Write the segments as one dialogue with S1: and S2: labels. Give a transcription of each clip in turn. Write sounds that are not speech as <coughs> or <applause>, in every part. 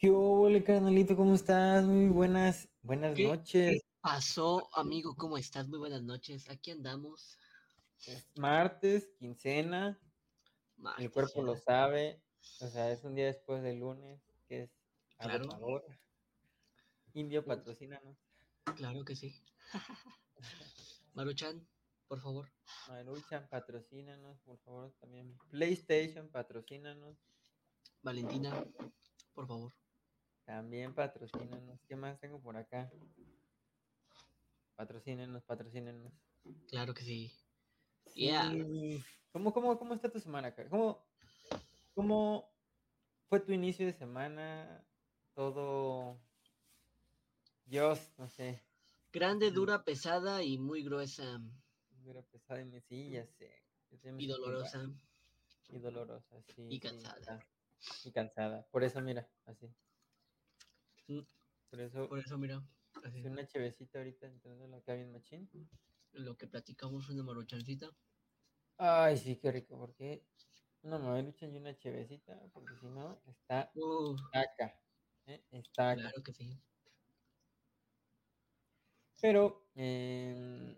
S1: Yo, hola, carnalito, ¿cómo estás? Muy buenas, buenas
S2: ¿Qué
S1: noches.
S2: pasó, amigo? ¿Cómo estás? Muy buenas noches. Aquí andamos.
S1: Es martes, quincena, el
S2: Martes,
S1: cuerpo
S2: ya.
S1: lo sabe. O sea, es un día después del lunes, que es
S2: Claro.
S1: agotador. Indio patrocina, ¿no?
S2: Claro que sí. <laughs> Maruchan, por favor.
S1: Maruchan, patrocínanos, por favor, también. PlayStation, patrocínanos.
S2: Valentina, por favor.
S1: También patrocínanos. ¿Qué más tengo por acá? Patrocínanos, patrocínanos.
S2: Claro que sí.
S1: Sí.
S2: Yeah.
S1: ¿Cómo, cómo, cómo está tu semana, Car- ¿Cómo, ¿Cómo fue tu inicio de semana? Todo. Dios, no sé.
S2: Grande, dura, pesada y muy gruesa
S1: Hubiera pesado en mi silla, sé. yo sé, me
S2: y
S1: siento
S2: dolorosa.
S1: igual. Y dolorosa, sí.
S2: Y
S1: sí,
S2: cansada.
S1: está. y cansada. Por eso, mira, así.
S2: Mm,
S1: Por eso,
S2: Por eso, mira, así,
S1: es una chevecita ahorita entrando en la cabina machín.
S2: lo que platicamos una maruchancita.
S1: Ay, sí, qué rico, porque una mamelucha y una chevecita, porque si no, está
S2: Uh,
S1: acá. ¿eh? Está acá.
S2: claro que sí.
S1: Pero eh,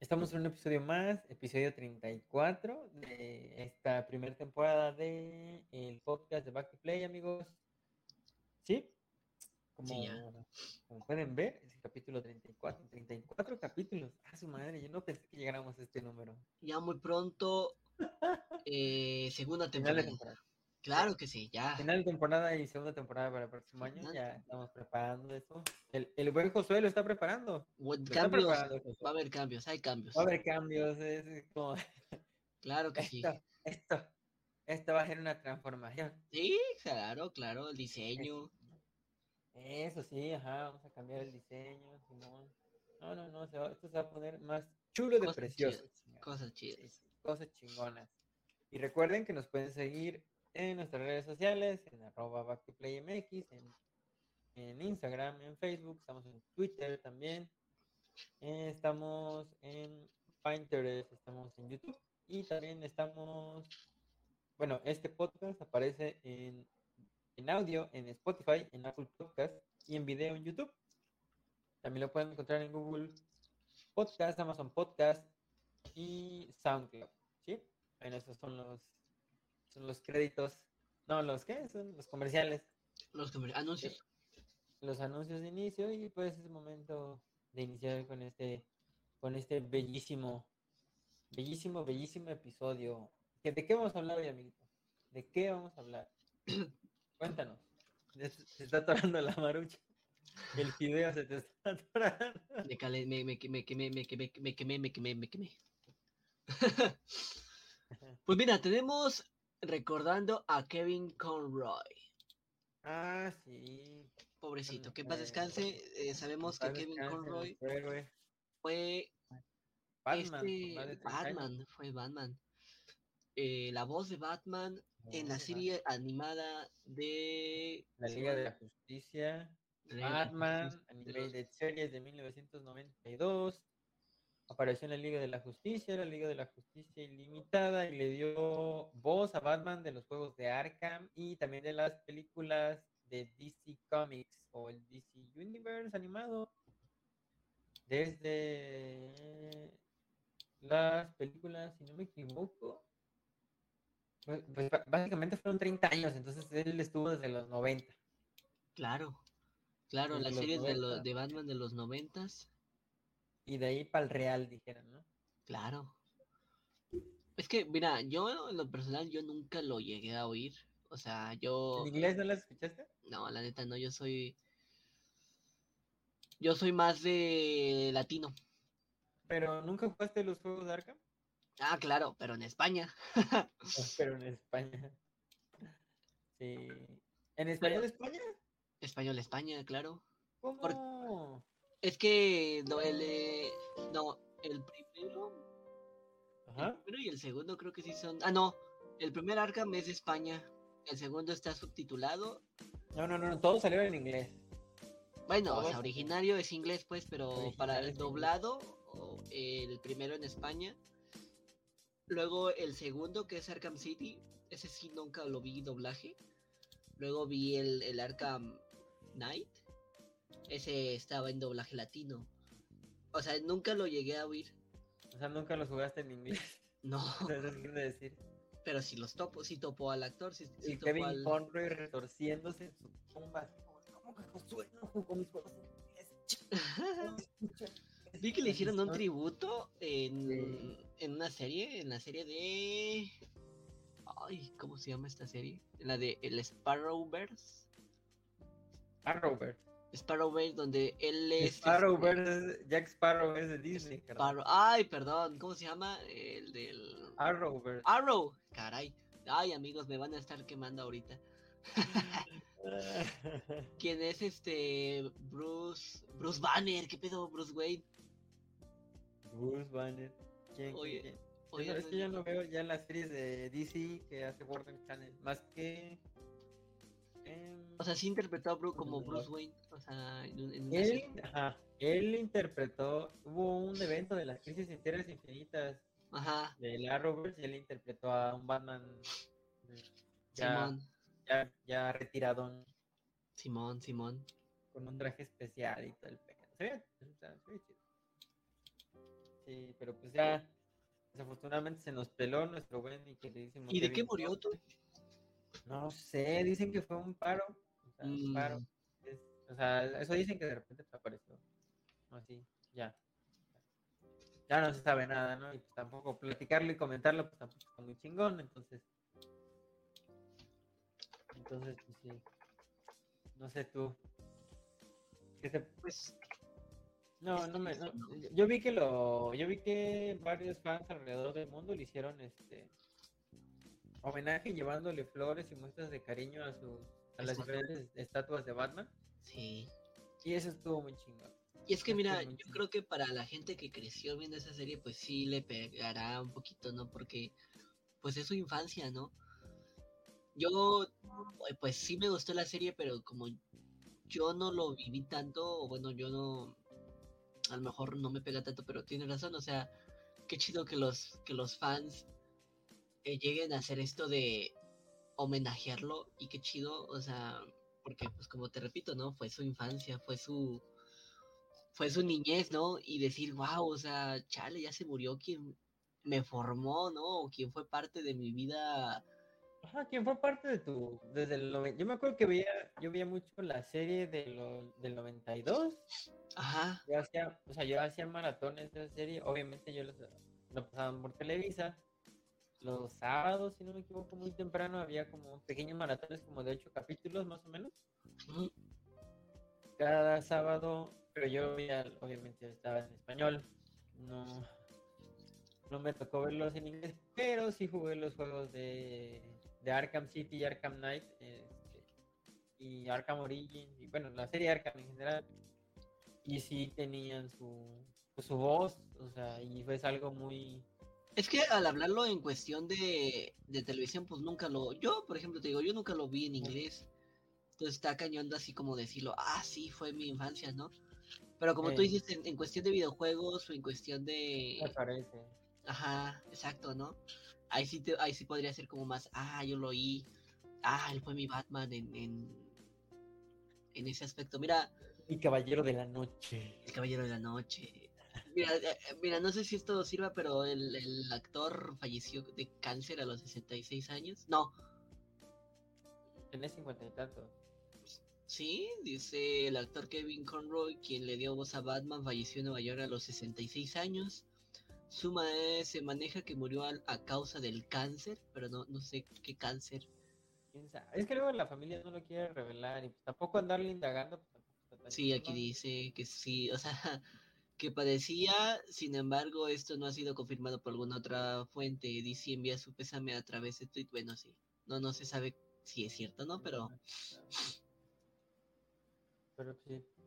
S1: estamos en un episodio más, episodio 34 de esta primera temporada de el podcast de Back to Play, amigos. ¿Sí? Como,
S2: Sí, ya.
S1: como pueden ver, es el capítulo 34. 34 capítulos. ¡Ah, su madre! Yo no pensé que llegáramos a este número.
S2: Ya muy pronto, eh, segunda
S1: Final de
S2: temporada.
S1: temporada.
S2: Claro que sí, ya.
S1: Final de temporada y segunda temporada para el próximo año.
S2: Final.
S1: Ya estamos preparando eso. El, el buen Josué lo está preparando. Lo está
S2: Cambios.
S1: preparando, Josué.
S2: Va a haber cambios, hay cambios.
S1: Va a haber cambios. es- es como...
S2: Claro que sí.
S1: esto, esto, esto va a ser una transformación.
S2: Sí, claro, claro, el diseño.
S1: Eso sí, ajá, vamos a cambiar el diseño, Simón. No, no, no, se va- esto se va a poner más chulo de
S2: Cosas
S1: precioso.
S2: chidas,
S1: chingada.
S2: Cosas
S1: Sí,
S2: chidas.
S1: sí, Cosas chingonas. Y recuerden que nos pueden seguir en nuestras redes sociales, en arroba back to play MX, en, en Instagram, en Facebook, estamos en Twitter también, eh, estamos en Pinterest, estamos en YouTube y también estamos, bueno, este podcast aparece en, en audio, en Spotify, en Apple Podcast y en video en YouTube. También lo pueden encontrar en Google Podcast, Amazon Podcast y SoundCloud. ¿sí? Bueno, esos son los, son los créditos. No, los qué? Son los comerciales,
S2: Los ah, comer-
S1: <laughs>
S2: anuncios.
S1: los anuncios de inicio y pues es momento de iniciar con este, con este bellísimo, bellísimo, bellísimo episodio. ¿Que- ¿De qué vamos a hablar hoy, amiguito? ¿De qué vamos a <coughs> hablar? Cuéntanos. Ya Se se está atorando la marucha. El fideo se te está atorando.
S2: Me, calé, me, me, me quemé, me quemé, me quemé, me quemé, me
S1: <laughs>
S2: quemé. pues mira, tenemos recordando a Kevin Conroy.
S1: Ah, sí.
S2: Pobrecito, Pues que en paz descanse. Eh, sabemos que
S1: Padre
S2: Kevin
S1: Cáncer,
S2: Conroy
S1: nuestro héroe.
S2: fue
S1: Batman.
S2: este-
S1: más de 30 años.
S2: Batman, fue Batman. Eh, la voz de Batman en la
S1: Batman.
S2: serie animada de
S1: La Liga de la Justicia. Batman, animated series de 1992. Apareció en la Liga de la Justicia, la Liga de la Justicia Ilimitada, y le dio voz a Batman de los juegos de Arkham y también de las películas de DC Comics o el DC Universe animado. Desde las películas, si no me equivoco, pues, pues, ba- básicamente fueron 30 años, entonces él estuvo desde los 90.
S2: Claro, claro,
S1: Desde
S2: las
S1: los
S2: series de, lo-
S1: 90.
S2: de Batman de los noventas,
S1: Y de ahí para el Real, dijeron, ¿no?
S2: claro. Es que, mira, yo en lo personal, yo nunca lo llegué a oír. O sea, yo,
S1: ¿En inglés no las escuchaste?
S2: no, la neta, no, yo soy, yo soy más de latino.
S1: Pero nunca jugaste los juegos de
S2: <laughs>
S1: Arkham,
S2: Ah, claro, pero en España.
S1: pero en España. Sí. ¿En español de España?
S2: Español, España, claro.
S1: ¿Cómo?
S2: Es que, no, el, eh, no, el primero, el
S1: Ajá.
S2: primero y el segundo creo que sí son, ah, no, el primer Arkham es de España, el segundo está subtitulado
S1: No, no, no, no, todo salió en inglés.
S2: Bueno, o
S1: Ahora
S2: sea,
S1: sí.
S2: originario es inglés, pues, pero
S1: Original
S2: para
S1: es
S2: el
S1: inglés.
S2: doblado, o el primero en España. Luego el segundo, que es Arkham City, ese sí nunca lo vi doblaje. Luego vi el, el Arkham Knight. Ese estaba en doblaje latino. O sea, nunca lo llegué a oír. <laughs>
S1: O sea, nunca lo jugaste en inglés. <laughs>
S2: No,
S1: O sea, Eso es quiere
S2: <laughs>
S1: decir.
S2: pero si los topo, si topo al actor, si,
S1: Y
S2: topo
S1: Kevin
S2: al...
S1: Conroy retorciéndose en su tumba. así como, ¿Cómo que Josué no jugó mis juegos en inglés?
S2: Vi que le hicieron un tributo en,
S1: Sí.
S2: en una serie, en la serie de... Ay, ¿cómo se llama esta serie? La de El Sparrowverse.
S1: Arrowverse.
S2: Sparrowverse, donde él es...
S1: Arrowverse, es- Jack Sparrow es de Disney. carnal.
S2: Sparrow- Ay, perdón, ¿cómo se llama? El del...
S1: Arrowverse.
S2: Arrow, caray. Ay, amigos, me van a estar quemando ahorita. Ah. ¿Quién es este Bruce Bruce Banner? ¿Qué pedo, Bruce Wayne?
S1: <laughs> Bruce Banner. ¿Quién?
S2: Oye,
S1: quién, quién?
S2: Oye,
S1: No, es
S2: no-
S1: que ya no veo ya las series de DC que hace Warner Channel. Más que. em,
S2: O sea, sí interpretó a Bruce como
S1: No.
S2: Bruce Wayne. O sea, en, un- en una
S1: él,
S2: serie.
S1: ajá, él interpretó. Hubo un evento de las crisis en tierras infinitas
S2: Ajá,
S1: de la Arrowverse y él interpretó a un Batman. eh, Ya,
S2: Simón,
S1: ya, ya retirado
S2: Simón, Simón.
S1: con un traje especial y todo el pedo. Se veía- o sea, se veía chido. Sí, pero pues ya, desafortunadamente se nos peló nuestro buen y queridísimo.
S2: ¿Y de qué
S1: Kevin
S2: murió tú?
S1: No sé, dicen que fue un paro. O sea, un paro.
S2: Mm.
S1: Es- o sea, eso dicen que de repente desapareció. Así, ya. Ya no se sabe nada, ¿no? Y pues tampoco platicarlo y comentarlo, pues tampoco está muy chingón, entonces. Entonces, pues sí. No sé tú. ¿Qué se-
S2: Pues
S1: No,
S2: Es
S1: no me.
S2: triste,
S1: Este no-
S2: ¿no?
S1: yo- Yo vi que lo. Yo vi que varios fans alrededor del mundo le hicieron este homenaje llevándole flores y muestras de cariño a sus a las
S2: Estatuas.
S1: diferentes estatuas de Batman.
S2: sí.
S1: Y eso estuvo muy chingón.
S2: Y es que
S1: Es
S2: mira,
S1: que no
S2: yo
S1: sé.
S2: creo que para la gente que creció viendo esa serie, pues sí le pegará un poquito, ¿no? Porque pues es su infancia, ¿no? Yo, eh, pues sí me gustó la serie, pero como yo no lo viví tanto, o bueno, yo no, a lo mejor no me pega tanto, pero tiene razón, o sea, qué chido que los, que los fans eh, lleguen a hacer esto de homenajearlo y qué chido, o sea, porque pues como te repito, ¿no? Fue su infancia, fue su, fue su niñez, ¿no? Y decir, wow, o sea, chale, ya se murió quien me formó, ¿no? O quien fue parte de mi vida.
S1: Ajá, ¿quién fue parte de tu. Desde el noven- Yo me acuerdo que veía, yo veía mucho la serie de lo- del 92.
S2: Ajá,
S1: Yo hacía, o sea, yo hacía maratones de esa serie. Obviamente yo los lo pasaban por Televisa. Los sábados, si no me equivoco, muy temprano había como pequeños maratones como de ocho capítulos más o menos.
S2: ujú,
S1: Cada sábado, pero yo veía- obviamente estaba en español. No, no me tocó verlos en inglés, pero sí jugué los juegos de, de Arkham City y Arkham Knight. este, y Arkham Origins, y bueno, la serie Arkham en general, y sí tenían su, pues, su voz, o sea, y fue algo muy...
S2: Es que al hablarlo en cuestión de, de televisión, pues nunca lo. Yo, por ejemplo, te digo, yo nunca lo vi en inglés. Entonces está cañón así como decirlo, ah, sí, fue mi infancia, ¿no? Pero como tú
S1: Ey.
S2: dices, en, en cuestión de videojuegos o en cuestión de.
S1: Me parece.
S2: Ajá, exacto, ¿no? Ahí sí, te- ahí sí podría ser como más, ah, yo lo oí, ah, él fue mi Batman en, en, en ese aspecto. Mira,
S1: Y Caballero de la Noche.
S2: el Caballero de la Noche. Mira, eh, eh, mira no sé si esto sirva, pero el, el actor falleció de cáncer a los 66 años. No,
S1: Tenés cincuenta y tantos.
S2: sí, dice el actor Kevin Conroy, quien le dio voz a Batman, falleció en Nueva York a los 66 años. Suma eh, se maneja que murió al- a, causa del cáncer, pero no, no sé qué cáncer.
S1: ¿Quién sabe? Es que luego la familia no lo quiere revelar y pues tampoco andarle indagando. pues, tampoco está tan
S2: Sí, aquí
S1: chingón.
S2: dice que sí, o sea, <laughs> que padecía, sin embargo, esto no ha sido confirmado por alguna otra fuente. DC envía su pésame a través de tweet. Bueno, sí, no, no se sabe si es cierto, ¿no? Pero
S1: Pero pues, sí.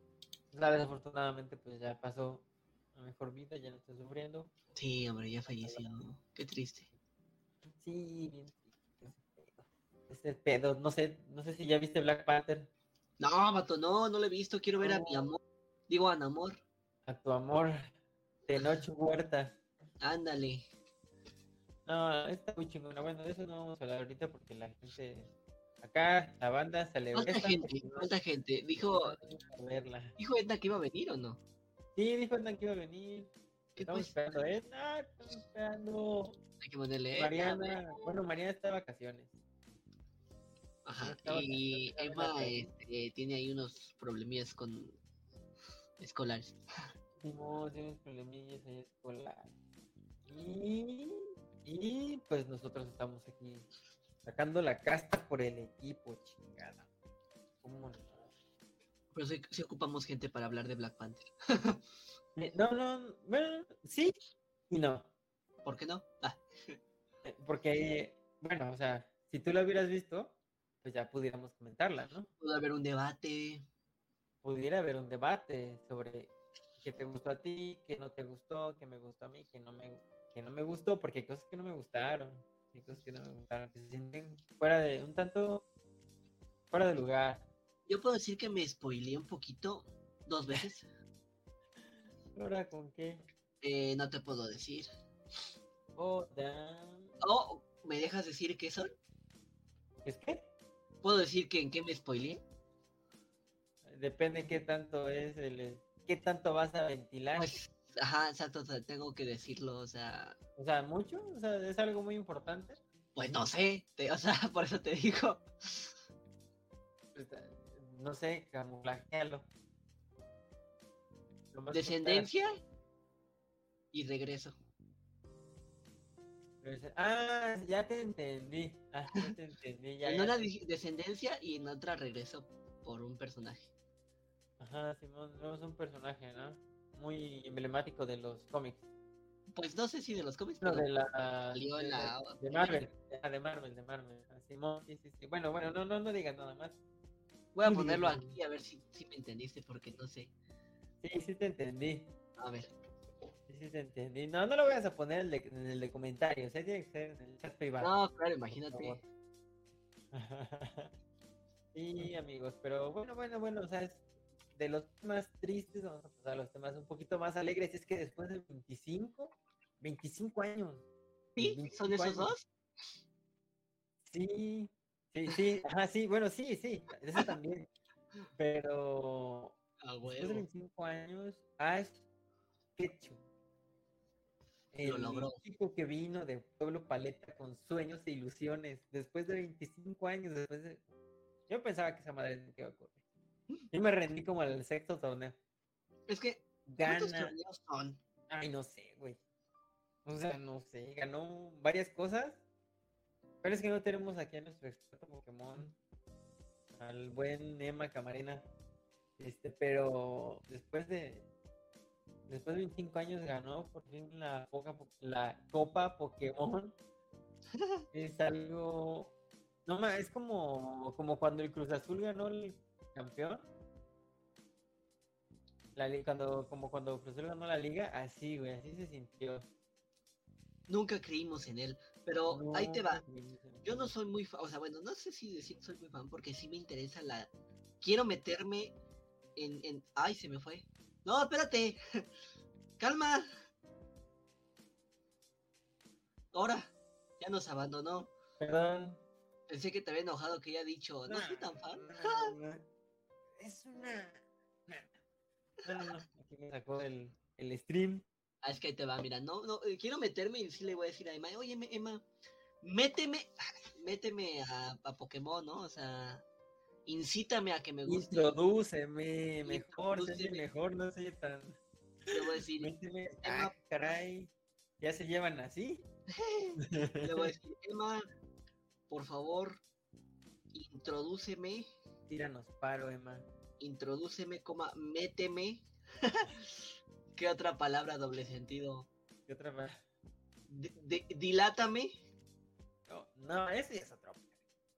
S1: La desafortunadamente pues ya pasó a mejor vida, ya no está sufriendo.
S2: sí, hombre, ya falleció. Qué triste.
S1: Sí, bien triste ese pedo. Ese pedo, no sé, no sé si ya viste Black Panther,
S2: No, vato, no, no lo he visto. Quiero ver a mi
S1: No.
S2: amor. Digo, a Namor.
S1: a tu amor, de noche huerta.
S2: Ándale.
S1: No, está muy chingona. Bueno, de eso no vamos a hablar ahorita porque la gente Acá la banda se le
S2: ¿Cuánta gente? ¿Cuánta gente? Dijo,
S1: verla.
S2: dijo Edna que iba a venir o no.
S1: Sí, dijo Edna que iba a venir.
S2: ¿Qué
S1: Estamos
S2: cuesta?
S1: esperando a Edna, estamos esperando.
S2: Hay que ponerle Edna, güey.
S1: Mariana, bueno, Mariana está de vacaciones.
S2: Ajá.
S1: estaba-
S2: Y
S1: estaba
S2: Emma
S1: en
S2: este, tiene ahí unos problemillas con escolares.
S1: Simón tiene unos problemillas ahí escolar. Y, y pues nosotros estamos aquí sacando la casta por el equipo, chingada. ¿Cómo no?
S2: Pero sí, sí ocupamos gente para hablar de Black Panther.
S1: Eh, No, no, bueno, sí y no.
S2: ¿Por qué no? Ah,
S1: Eh, Porque, bueno, o sea, si tú la hubieras visto, pues ya pudiéramos comentarla, ¿no?
S2: pudo haber un debate.
S1: Pudiera haber un debate sobre qué te gustó a ti, qué no te gustó, qué me gustó a mí, qué no me, qué no me gustó, porque hay cosas que no me gustaron, hay cosas que no me gustaron, que se sienten fuera de, un tanto fuera de lugar.
S2: Yo puedo decir que me spoileé un poquito, dos
S1: <laughs>
S2: veces.
S1: Ahora con qué.
S2: Eh, no te puedo decir.
S1: Oh, damn.
S2: Oh, ¿me dejas decir qué son?
S1: ¿Es Pues, qué?
S2: ¿Puedo decir que en qué me spoileé?
S1: Depende qué tanto es el, qué tanto vas a ventilar.
S2: Pues, ajá, exacto, o sea, tengo que decirlo, o sea,
S1: O sea, mucho, o sea, es algo muy importante.
S2: pues no sé, te- o sea, <laughs> por eso te digo.
S1: Pues, eh, no sé, camuflajealo. Lo más que puedas.
S2: Descendencia y regreso.
S1: Pero- Ah, ya te entendí. Ah, ya te entendí. Ya,
S2: en
S1: ya
S2: una
S1: te-
S2: di- descendencia y en otra regreso por un personaje.
S1: Ajá, Simón, no es un personaje, ¿no? Muy emblemático de los cómics.
S2: Pues no sé si de los cómics,
S1: No,
S2: pero
S1: de la.
S2: salió
S1: de,
S2: la-
S1: de Marvel. Ah, de Marvel, de Marvel. Ah, Simón, sí, sí, sí. Bueno, bueno, no, no, no digas nada más.
S2: voy a ponerlo aquí a ver si, si me entendiste, porque no sé.
S1: Sí, sí te entendí.
S2: A ver,
S1: Sí, sí te entendí. No, no lo vayas a poner en el de, en el de comentarios. eh, tiene que ser en el chat privado.
S2: no, claro,
S1: Ah, por favor. <laughs>
S2: imagínate.
S1: Sí, amigos, pero bueno, bueno, bueno, o sea, es de los temas tristes vamos a pasar a los temas un poquito más alegres. Es que después de 25, 25 años.
S2: ¿Sí? ¿Son
S1: 25
S2: esos
S1: años.
S2: dos?
S1: Sí, sí, sí, ajá, sí, bueno, sí, sí, eso también. Pero
S2: A
S1: después de
S2: huevo.
S1: 25 años, Ash Ketchum.
S2: Lo
S1: El
S2: logró.
S1: chico que vino de Pueblo Paleta con sueños e ilusiones. Después de 25 años, después de... Yo pensaba que esa madre nunca iba a ocurrir. Yo me rendí como al sexto torneo.
S2: Es que, ¿cuántos
S1: Gana.
S2: torneos son?
S1: Ay, no sé, güey. O sea, no sé. Ganó varias cosas. Pero es que no tenemos aquí a nuestro experto Pokémon. Al buen Emma Camarena. Este, pero después de. Después de 25 años ganó por fin la, poca, po- la Copa Pokémon. Es algo. No ma, es como, como cuando el Cruz Azul ganó el campeón. La li- cuando, como cuando Cruz Azul ganó la liga, así, güey, así se sintió.
S2: Nunca creímos en él, pero ahí te
S1: No,
S2: va.
S1: güey,
S2: Yo no soy muy fan, o sea, bueno, no sé si decir que soy muy fan, porque sí me interesa la... Quiero meterme en... en... ¡Ay, se me fue! ¡No, espérate! <laughs> ¡Calma! Ahora, ya nos abandonó.
S1: Perdón.
S2: Pensé que te había enojado que haya dicho, no soy tan fan.
S1: no, no. Es una. No, no, no. Aquí me sacó el, el stream.
S2: Ah, es que ahí te va, mira, no, no, eh, quiero meterme y sí le voy a decir a Emma, oye, me- Emma, méteme, <laughs> méteme a, a Pokémon, ¿no? O sea, incítame a que me guste.
S1: Introdúceme mejor, sé
S2: Introdúceme.
S1: mejor, no sé tan.
S2: Le voy a decir,
S1: Méteme-
S2: Emma.
S1: Ah, caray. ¿Ya se llevan así?
S2: le voy a decir, Emma, por favor, introdúceme,
S1: Tíranos paro, Emma.
S2: introdúceme, coma, méteme. <laughs> ¿Qué otra palabra doble sentido?
S1: ¿Qué otra más?
S2: Di- di- dilátame
S1: No, no, ese ya es otro.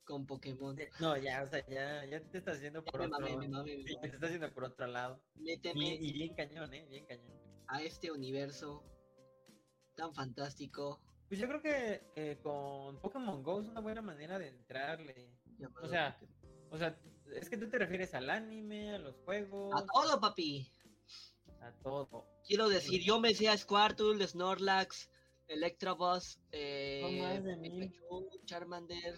S2: con Pokémon. Ya
S1: No, ya, o sea, ya, ya te estás haciendo por
S2: me
S1: otro.
S2: mamé, me mamé, me
S1: sí, te
S2: mamé.
S1: estás haciendo por otro lado.
S2: Méteme.
S1: Y, y bien cañón, eh, bien cañón.
S2: a este universo tan fantástico.
S1: Pues yo creo que eh, con Pokémon Go es una buena manera de entrarle.
S2: llamado
S1: O sea,
S2: Pokémon.
S1: O sea, es que tú te refieres al anime, a los juegos,
S2: a todo, papi. Ah,
S1: a todo.
S2: Quiero decir, yo me sé a Squirtle, Snorlax, Electabuzz, eh,
S1: Son más de mil.
S2: Pikachu, Charmander,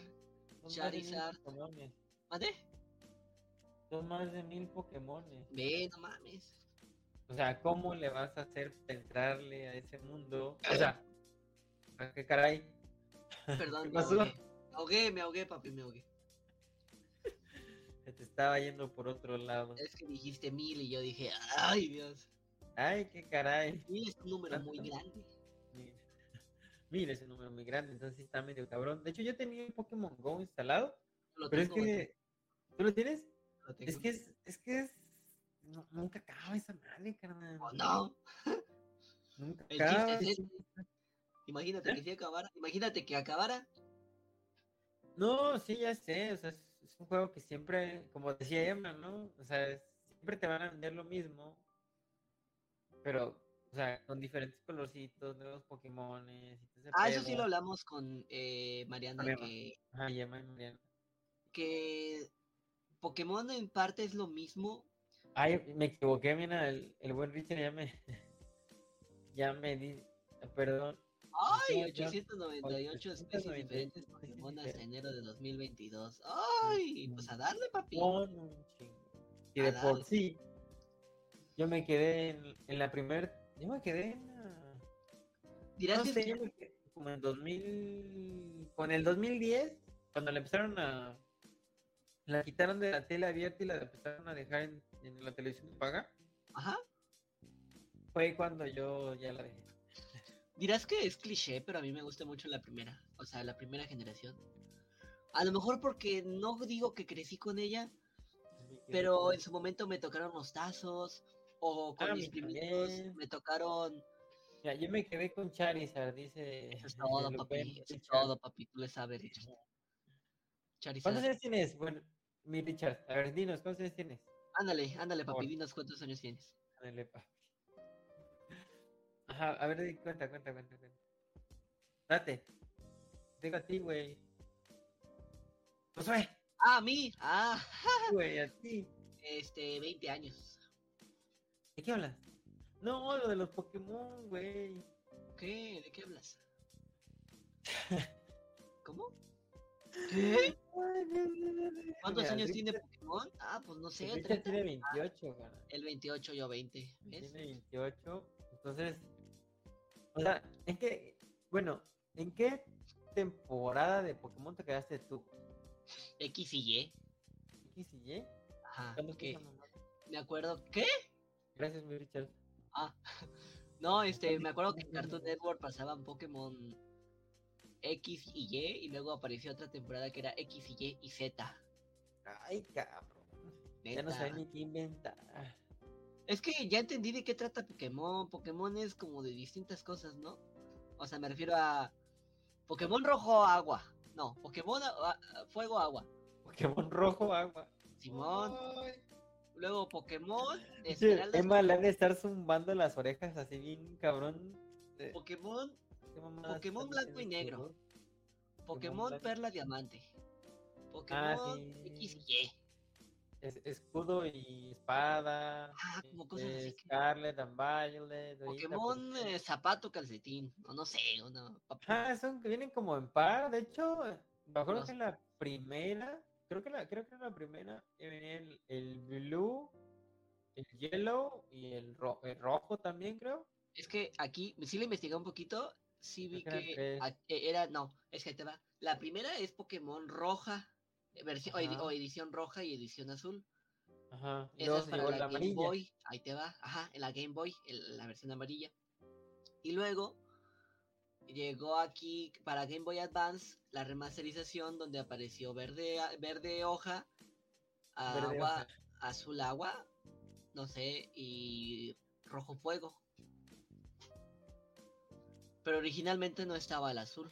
S1: Son
S2: Charizard.
S1: Más de mil Pokémones.
S2: ¿Mande?
S1: Son más de mil Pokémones.
S2: Ve, no mames.
S1: O sea, ¿cómo le vas a hacer entrarle a ese mundo? O sea, ¿a qué caray?
S2: Perdón,
S1: <laughs> ¿Qué
S2: me
S1: pasó?
S2: ahogué. Ahogué, me ahogué, papi, me ahogué.
S1: Se te estaba yendo por otro lado.
S2: Es que dijiste mil y yo dije, ay Dios,
S1: Ay, qué caray. <laughs>
S2: mil es un número muy grande.
S1: Mira, Mira, es un número muy grande, entonces sí está medio cabrón. De hecho, yo tenía el Pokémon Go instalado,
S2: Lo
S1: pero es
S2: tengo, güey,
S1: que. ¿Tú lo tienes?
S2: lo tengo.
S1: Es que es. es, que es... no- nunca acaba esa madre, carnal.
S2: Oh, no,
S1: Nunca
S2: el chiste
S1: acaba.
S2: es ese. Imagínate
S1: ¿Eh?
S2: que si acabara, imagínate que acabara.
S1: No, sí, ya sé, o sea, es, es un juego que siempre, como decía Emma, ¿no? O sea, es- siempre te van a vender lo mismo, pero, o sea, con diferentes colorcitos, nuevos Pokémones y todo ese
S2: Ah, eso
S1: pedo.
S2: sí lo hablamos con eh, Mariana,
S1: Mariana.
S2: que,
S1: Ajá, y Emma y Mariana.
S2: que Pokémon en parte es lo mismo.
S1: Ay, me equivoqué, mira, el, el buen Richard ya me, <laughs> ya me di, perdón,
S2: ¡Ay!
S1: Sí, ya.
S2: 898 especies
S1: 898
S2: diferentes Pokémon hasta
S1: diferentes.
S2: enero de 2022. ¡Ay! Pues a darle, papi.
S1: con un chingo. Y de
S2: Ah,
S1: por
S2: dale.
S1: sí, yo me quedé en, en la primera, yo me quedé en la...
S2: Dirás
S1: No
S2: que
S1: sé, yo creo que como en 2000, con el 2010, cuando le empezaron a, la quitaron de la tele abierta y la empezaron a dejar en, en la televisión de paga,
S2: Ajá.
S1: fue cuando yo ya la dejé.
S2: Dirás que es cliché, pero a mí me gusta mucho la primera, o sea, la primera generación. A lo mejor porque no digo que crecí con ella, pero en su momento me tocaron los tazos, o con
S1: Ah,
S2: mis
S1: a mí
S2: primitos
S1: también.
S2: me tocaron...
S1: Mira, yo me quedé con Charizard, dice.
S2: Eso es pues, todo,
S1: Lupin,
S2: papi, eso es
S1: Richard.
S2: todo, papi, tú le sabes. Charizard.
S1: ¿Cuántos años tienes? Bueno, mi Richard, a ver, dinos, ¿cuántos años tienes?
S2: Ándale, ándale, papi,
S1: Por-
S2: dinos cuántos años tienes.
S1: Ándale, papi. Ajá, a ver, di- cuenta, cuenta, cuenta, cuenta. Date. Digo a ti, güey. Josué,
S2: Ah, a mí, ah,
S1: güey, a ti.
S2: este, 20 años.
S1: ¿De qué hablas? No, lo de los Pokémon, güey.
S2: ¿Qué? ¿De qué hablas? ¿Cómo? ¿Qué? ¿Cuántos
S1: Mira,
S2: años
S1: Richard-
S2: tiene Pokémon? Ah, pues no sé,
S1: Richard
S2: 30.
S1: tiene 28, güey.
S2: El 28, yo 20. ¿Ves?
S1: Tiene 28. Entonces, o sea, es que, bueno, ¿en qué temporada de Pokémon te quedaste tú?
S2: X y Y.
S1: ¿X y Y?
S2: Ajá.
S1: ¿Cuándo fue
S2: que
S1: esa mamá?
S2: Me acuerdo. ¿Qué?
S1: Gracias, mi Richard.
S2: No, este,
S1: Entonces,
S2: me acuerdo que
S1: ¿cómo
S2: en
S1: se llama?
S2: Cartoon Network pasaban Pokémon X y Y y luego apareció otra temporada que era X y Y y Z.
S1: Ay, cabrón. Ya
S2: Neta.
S1: no saben ni qué inventar.
S2: Es que ya entendí de qué trata Pokémon. Pokémon es como de distintas cosas, ¿no? O sea, me refiero a Pokémon rojo agua. No, Pokémon a- a- fuego agua.
S1: Pokémon rojo, agua. Oh.
S2: Simón.
S1: Ay,
S2: Luego Pokémon
S1: che,
S2: Esmeralda.
S1: Emma le han de estar zumbando las orejas así bien, cabrón. Eh,
S2: Pokémon
S1: ¿qué mamadas
S2: Pokémon
S1: están
S2: blanco y
S1: diciendo,
S2: negro.
S1: no?
S2: Pokémon
S1: Blanco.
S2: Perla Diamante. Pokémon
S1: Ah,
S2: X
S1: sí.
S2: y Y.
S1: Es- escudo y espada.
S2: Ah, como cosas
S1: este,
S2: así que-
S1: Scarlet and Violet. ahorita,
S2: Pokémon
S1: pues,
S2: eh, Zapato Calcetín. O no sé, una pap-
S1: Ajá, Ah, son que vienen como en par. De hecho, eh, me acuerdo
S2: Los-
S1: que en la primera, creo que la, creo que en la primera eh, venía el, el blue, el yellow y el, ro- el rojo también, creo.
S2: Es que aquí, sí le investigué un poquito. Sí vi
S1: Creo que
S2: que
S1: eran
S2: a- eh, era, no, es que ahí te va. La primera es Pokémon Roja. eh, versión- o, edi-
S1: Ajá.
S2: o edición roja y edición azul.
S1: Ajá. Y
S2: Esa
S1: luego
S2: es
S1: se
S2: para
S1: llevó
S2: la
S1: la
S2: Game
S1: amarilla.
S2: Boy. Ahí te va. Ajá, en la Game Boy, en la versión amarilla. Y luego llegó aquí para Game Boy Advance la remasterización donde apareció verde, a- verde hoja, agua,
S1: Verde
S2: azul agua, no sé, y rojo fuego. Pero originalmente no estaba el azul.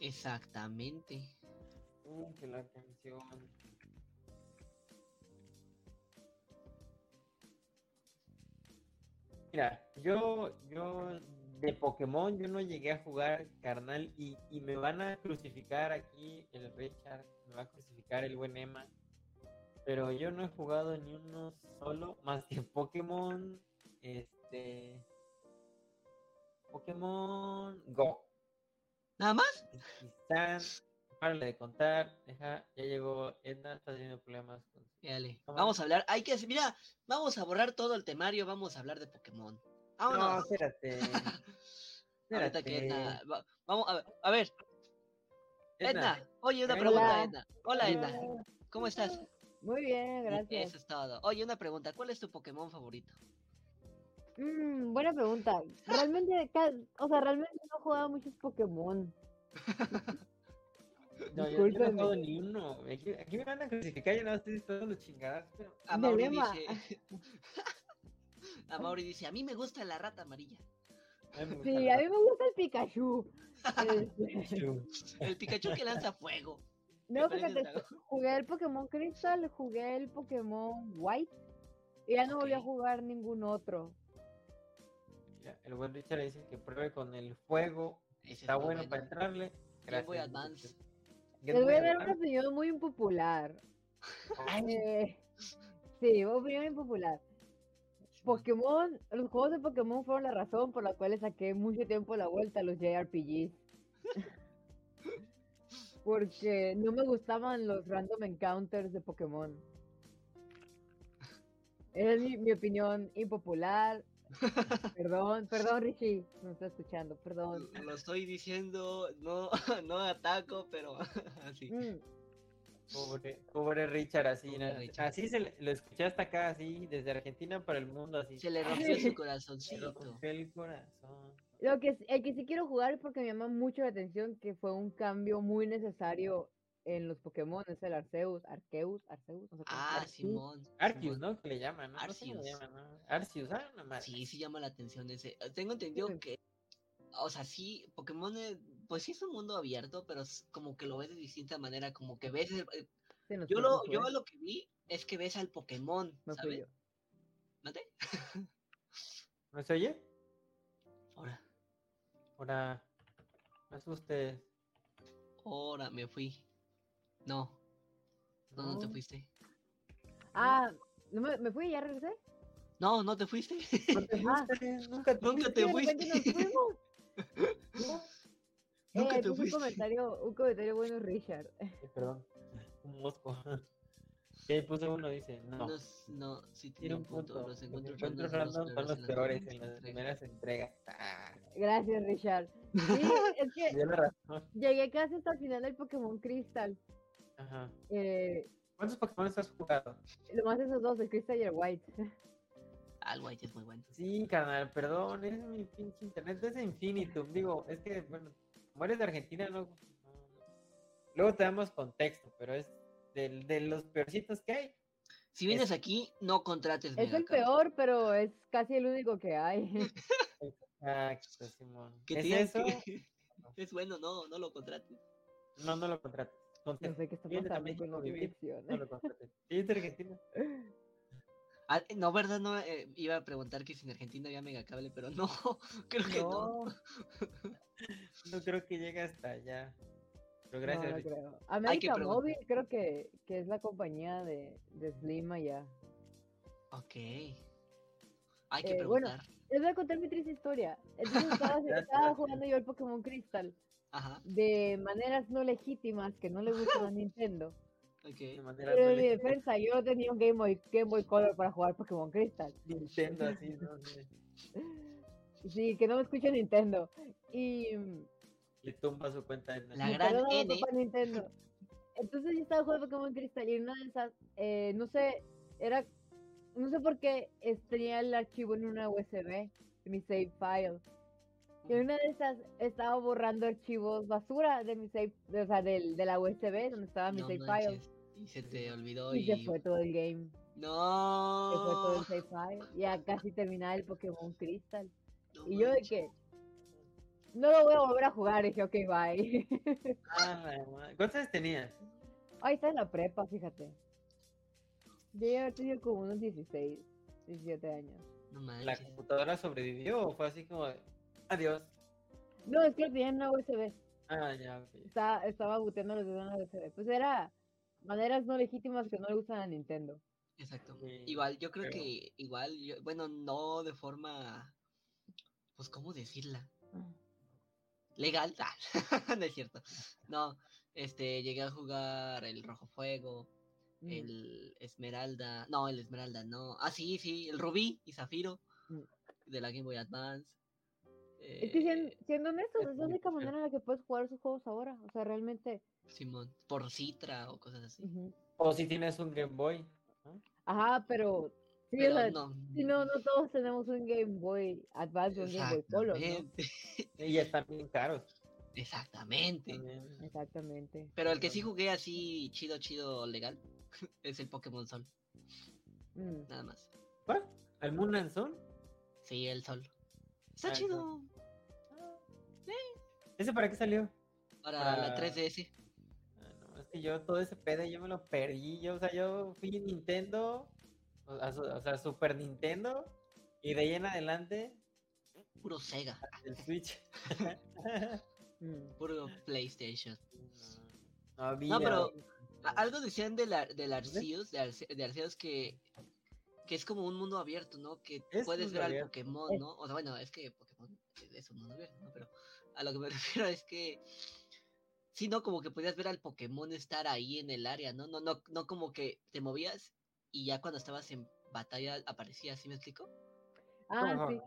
S2: Exactamente.
S1: Uh, que la canción. Mira, yo, yo de Pokémon yo no llegué a jugar carnal y, y me van a crucificar aquí el Richard, me va a crucificar el buen Emma. Pero yo no he jugado ni uno solo, más que Pokémon, este Pokémon Go.
S2: ¿Nada más?
S1: Están, párale de contar. Deja, ya llegó Edna, está teniendo problemas con
S2: Fíjale.
S1: Vamos.
S2: Vamos a hablar. Hay que hacer- mira, vamos a borrar todo el temario, vamos a hablar de Pokémon.
S1: No,
S2: Vámonos.
S1: espérate.
S2: <laughs> Ahorita que
S1: Espérate.
S2: Edna- va- vamos a ver, a ver, Edna,
S1: Edna,
S2: oye, una
S1: Hola.
S2: pregunta, Edna. Hola, Edna,
S3: Hola,
S2: ¿cómo estás?
S3: Muy bien, gracias.
S2: Eso es todo. Oye, una pregunta, ¿cuál es tu Pokémon favorito?
S3: Mm, buena pregunta. Realmente, ca- o sea, realmente no he jugado muchos Pokémon.
S1: <laughs> no, yo- yo, no he
S3: discúlpenme.
S1: jugado ni uno. Aquí, aquí me van a crucificar, yo no estoy disfrutando los chingadas. Pero...
S2: A
S3: De
S2: Mauri
S3: Lema.
S2: dice. <laughs> a Mauri dice, a mí me gusta la rata amarilla.
S1: Ay, me gusta
S3: Sí,
S1: la
S3: a mí me gusta
S1: <laughs>
S3: el Pikachu. Este,
S1: Pikachu.
S2: El Pikachu que lanza fuego.
S3: no,
S2: que parece un
S3: fíjate,
S2: dragón.
S3: jugué el Pokémon Crystal, jugué el Pokémon White y ya no volví a
S2: Ok.
S3: jugar ningún otro.
S1: Mira, El buen Richard dice que pruebe con el fuego.
S2: Ese
S1: Está
S2: muy
S1: bueno, para entrarle.
S2: Game
S1: Gracias.
S2: Boy Advance.
S1: Game
S3: Les voy
S1: Boy
S3: a dar una
S1: Advance.
S3: opinión muy impopular.
S1: Ay,
S3: Eh, sí, opinión impopular. Pokémon, los juegos de Pokémon fueron la razón por la cual le saqué mucho tiempo la vuelta a los JRPGs. Porque no me gustaban los random encounters de Pokémon. Esa es mi, mi opinión impopular. Perdón, perdón, Richie, no está escuchando, perdón.
S2: Lo estoy diciendo, no, <laughs> no ataco, pero <laughs> así.
S3: Mm,
S1: Pobre, pobre Richard, así,
S2: Pobre
S1: na-
S2: Richard.
S1: así se le- lo escuché hasta acá, así, desde Argentina para el mundo, así.
S2: Se le rompió
S1: <laughs>
S2: su
S1: Se le
S2: corazoncito.
S1: rompió el corazón.
S3: Lo que, el que sí quiero jugar porque me llama mucho la atención que fue un cambio muy necesario en los Pokémon, es el Arceus, Arceus, Arceus, no sé cómo-
S2: Ah,
S3: Arceus.
S2: Simón.
S1: Arceus,
S2: Simón.
S1: ¿no? Que le llaman, ¿no? No sé cómo le
S2: Arceus.
S1: llaman, ¿no? Arceus, ah, nomás.
S2: Sí, sí llama la atención ese. Eh, Tengo entendido
S3: Ujú.
S2: que, o sea, sí, Pokémon, eh, pues sí es un mundo abierto, pero es como que lo ves de distinta manera, como que ves, el- eh,
S3: Se nos
S2: yo
S3: fue,
S2: lo,
S3: no
S2: yo
S3: fue,
S2: lo que vi es que ves al Pokémon,
S3: no fui
S2: ¿sabes?
S3: yo.
S1: ¿No se oye?
S2: Ahora,
S1: Ahora, no asustes.
S2: ahora me fui. No, no, no te
S3: No.
S2: fuiste.
S3: Ah, ¿no me, me fui? ¿Ya regresé?
S2: No, no <laughs> te fuiste. <laughs>
S1: No te
S3: Ah.
S1: fuiste, nunca te
S2: Nunca
S1: fuiste.
S2: te
S3: de repente
S2: fuiste.
S3: nos fuimos.
S2: <laughs> Nunca
S3: Eh,
S2: te
S3: puso
S2: fuiste.
S3: Un comentario, un comentario bueno, Richard.
S1: Ay, Perdón, un mosco. <laughs> Y ahí puso uno, dice, no.
S2: No, s- no, sí tiene
S1: Tiene
S2: un punto. Los encuentros random son los
S1: random son los
S2: peores
S1: peores en las
S2: primeras
S1: primeras entregas. Ah,
S2: Eh,
S3: Gracias, Richard.
S2: <laughs>
S3: Sí,
S1: me
S3: es que
S1: dio la razón.
S3: llegué casi hasta el final del Pokémon Crystal.
S1: Ajá.
S3: Eh,
S1: ¿Cuántos Pokémon has jugado?
S3: lo más esos dos, el Crystal y el White.
S2: entregas. Ah, el White es muy bueno.
S1: Sí, canal, perdón, es mi pinche internet, es infinitum. Digo, es que, bueno, como eres de Argentina, no. no- Luego te damos contexto, pero es del- de los peorcitos que hay.
S2: Si vienes aquí, no contrates
S1: Pues
S3: Es el
S2: Megacable.
S3: peor, pero es casi el único que hay. <laughs>
S1: Exacto, Ah, Simón.
S2: Que
S1: ¿Es
S2: tienes
S1: eso?
S2: que- <laughs> Es bueno, no, no lo contrates.
S1: No, no lo contrates. Conte-
S3: No sé qué está
S1: Viene de
S3: pasando con
S1: México
S3: las
S1: vivir, No
S3: direcciones. <laughs>
S1: lo contrates. Sí, es de Argentina.
S2: Ah, no, verdad, no eh, iba a preguntar que si en Argentina había megacable, pero no, <laughs> creo que no.
S1: No. No creo que llegue hasta allá. Pero gracias.
S3: no, no
S1: Richie.
S3: creo. América
S2: preguntar.
S3: Móvil creo que, que es la compañía de, de Slim allá.
S2: Ok. Hay que
S3: Eh, bueno.
S2: preguntar.
S3: Les voy a contar mi triste historia. Entonces
S1: <laughs>
S3: estaba,
S1: Gracias,
S3: estaba
S1: gracias.
S3: jugando yo el Pokémon Crystal
S2: Ajá,
S3: de maneras no legítimas que no le
S1: <laughs>
S3: gustan a Nintendo.
S1: De
S2: ok.
S1: manera
S3: Pero en mi
S1: violenta.
S3: defensa, yo no tenía un Game Boy, Game Boy Color para jugar Pokémon Crystal. <laughs>
S1: Nintendo así, ¿no? Sí.
S3: Sí, que no me escuche Nintendo. Y mm,
S1: Le tumba su cuenta en
S2: La
S3: Mi
S2: gran
S3: perdón,
S2: N.
S3: papá Nintendo. Entonces yo estaba jugando Pokémon Crystal y en una de esas, eh, no sé, era, no sé por qué eh, tenía el archivo en una USB, mi save file. Y en una de esas estaba borrando archivos basura de mi save, de- o sea, del, de la USB donde estaba Ah, mi
S2: No
S3: save file.
S2: manches, Y se te olvidó
S3: Y
S2: y.
S3: se fue todo el game, se fue todo
S2: No.
S3: el save file.
S2: Oh.
S3: Ya casi terminaba el Pokémon Crystal.
S2: no
S3: Y yo de
S2: manches.
S3: que, no lo voy a volver a jugar, y dije, ok, bye. <laughs>
S1: Ah, la madre. ¿Cuántos años tenías?
S3: Ahí está en la prepa, fíjate. Yo ya tenía como unos 16, 17 años.
S2: No
S1: ¿La
S2: manches.
S1: computadora sobrevivió o fue así como de, adiós?
S3: No, es que lo tenía en una USB.
S1: Ah, ya, ok.
S3: Estaba, estaba buteando los de una USB. Pues era maneras no legítimas que no le gustan a Nintendo.
S2: Exacto.
S1: Sí,
S2: Igual, yo creo
S1: pero-
S2: que igual, yo- Ah, bueno, no de forma, pues, ¿cómo decirla? legal, <laughs> ah, no es cierto. No, este, llegué a jugar el Rojo Fuego,
S3: Mm.
S2: el Esmeralda, no, el Esmeralda no. Ah, sí, sí, el Rubí y Zafiro
S3: Mm.
S2: de la Game Boy Advance.
S3: Es que sien-
S2: eh,
S3: siendo honestos,
S1: es
S3: es la única
S1: muy
S3: manera en la que puedes jugar esos juegos ahora. O sea, realmente.
S2: Simón, por Citra o cosas así.
S3: ujú.
S1: O si tienes un Game Boy.
S3: Ajá, pero. Sí,
S2: Pero
S3: o sea,
S2: no.
S3: sí, no, no todos tenemos un Game Boy Advance o un Game Boy Color, ¿no?
S2: Exactamente, <laughs>
S1: Y ya están bien caros.
S2: exactamente.
S1: también.
S3: Exactamente.
S2: Pero el que sí jugué así chido, chido, legal, <laughs> es el Pokémon Sol,
S3: Mm.
S2: nada más.
S1: ¿Cuál? ¿Al Moon and Sun?
S2: Sí, el Sol. Está
S1: Ah, el Sol.
S2: chido.
S1: ¿Ese para qué salió?
S2: Para
S1: Ah.
S2: la 3DS.
S1: Ah, no, es que yo todo ese pedo yo me lo perdí. Yo, o sea, yo fui Nintendo, o, a su- o sea, Super Nintendo, y de ahí en adelante,
S2: Puro Sega.
S1: el Switch.
S3: Mm.
S2: Puro PlayStation.
S1: no, no, vi
S2: No,
S1: la-
S2: pero a- algo decían del, Ar- del Arceus, de, Arce- de Arceus que, que es como un mundo abierto, ¿no? Que
S1: Es
S2: puedes
S1: mundo
S2: ver al
S1: abierto.
S2: Pokémon, ¿no? O sea, bueno, es que Pokémon es un mundo abierto, ¿no? Pero a lo que me <laughs> refiero es que... Sí, no, como que podías ver al Pokémon estar ahí en el área, ¿no? No, no, no como que te movías y ya cuando estabas en batalla aparecía, ¿sí me explico?
S3: Ah,
S1: Ajá.
S3: sí.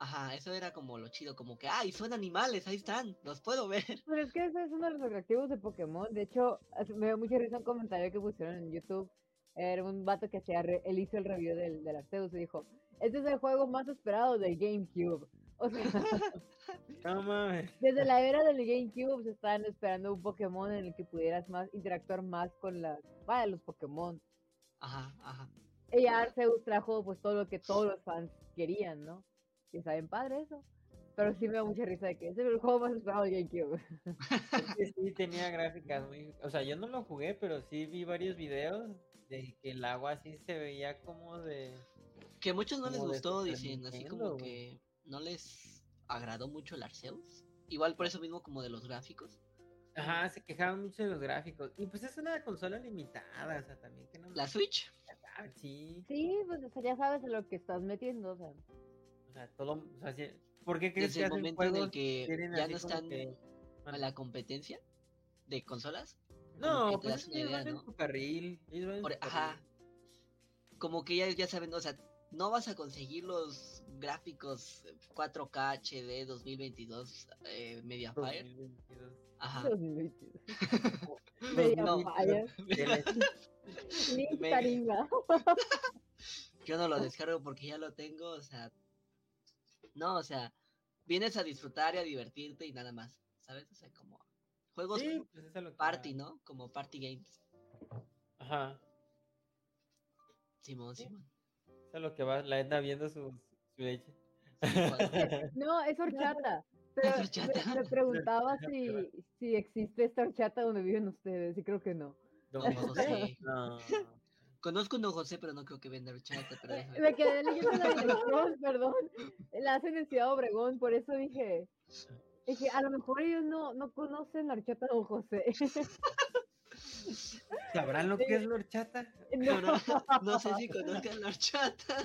S2: Ajá, eso era como lo chido, como que, ¡ay, son animales! Ahí están, los puedo ver. <laughs>
S3: Pero es que ese es uno de los atractivos de Pokémon. De hecho, hace- me dio mucha risa un comentario que pusieron en YouTube. Era un vato que hacía re- él hizo el review del, del Arceus y dijo: Este es el juego más esperado del GameCube. <laughs> O sea,
S1: No mames.
S3: desde la era del GameCube se estaban esperando un Pokémon en el que pudieras más interactuar más con las, vaya, los Pokémon.
S2: Ajá, ajá.
S3: Y ya Arceus trajo pues todo lo que todos los fans querían, ¿no? Y está bien padre eso. Pero sí me da mucha risa de que ese es el juego más esperado del GameCube.
S1: Es que sí tenía gráficas muy. O sea, yo no lo jugué, pero sí vi varios videos de que el agua así se veía como de.
S2: Que a muchos no les
S1: Como de
S2: gustó,
S1: Super
S2: dicen, así
S1: Nintendo,
S2: como
S1: güey.
S2: que no les agradó mucho el Arceus. Igual por eso mismo como de los gráficos.
S1: Ajá, se quejaban mucho de los gráficos. Y pues es una consola limitada, o sea, también que no.
S2: La Switch,
S1: Ah, sí.
S3: Sí, pues o sea, ya sabes a lo que estás metiendo, o sea.
S1: O sea, todo. O sea, sí- ¿Por qué crees
S2: desde
S1: que
S2: el
S1: hacen
S2: momento en el
S1: juegos?
S2: que
S1: tienen
S2: ya
S1: así
S2: no
S1: como
S2: están
S1: que-
S2: en la competencia de consolas, como que
S1: No,
S2: te
S1: pues
S2: das
S1: es
S2: una
S1: que ellos
S2: idea,
S1: van en
S2: ¿no?
S1: su carril. ellos van en
S2: por-
S1: su
S2: ajá,
S1: carril.
S2: como que ya, ya saben, o sea, no vas a conseguir los gráficos 4K HD 2022 eh, Mediafire.
S1: 2022.
S2: <laughs> Ajá.
S3: Los niños. Media
S2: Ah. no.
S1: <laughs>
S3: falla.
S2: <laughs>
S3: Ni
S2: Me-
S3: tarima.
S2: Yo no
S1: Oh.
S2: lo descargo porque ya lo tengo, o sea. No, o sea, vienes a disfrutar y a divertirte y nada más, ¿sabes? O sea, como juegos
S1: Sí, pues es a lo que
S2: party,
S1: va.
S2: ¿no? Como party games.
S1: Ajá.
S2: Simón,
S1: Sí.
S2: Simón.
S1: Es a lo que va. La Edna viendo su, su leche. <laughs>
S3: No, es horchata. Pero
S2: ¿Es horchata?
S3: me- me preguntaba si, si existe esta horchata donde viven ustedes, y creo que no.
S1: Don
S2: Don José.
S1: No.
S2: Conozco un don José, pero no creo que venda horchata,
S1: <laughs>
S2: pero déjame ver.
S3: Me quedé leyendo la dirección, <laughs> perdón. La hacen en Ciudad Obregón, por eso dije. Dije, a lo mejor ellos no, no conocen la horchata de Don José. <laughs>
S1: ¿Sabrán lo que es la horchata?
S3: No,
S2: Pero no sé si conozcan la horchata.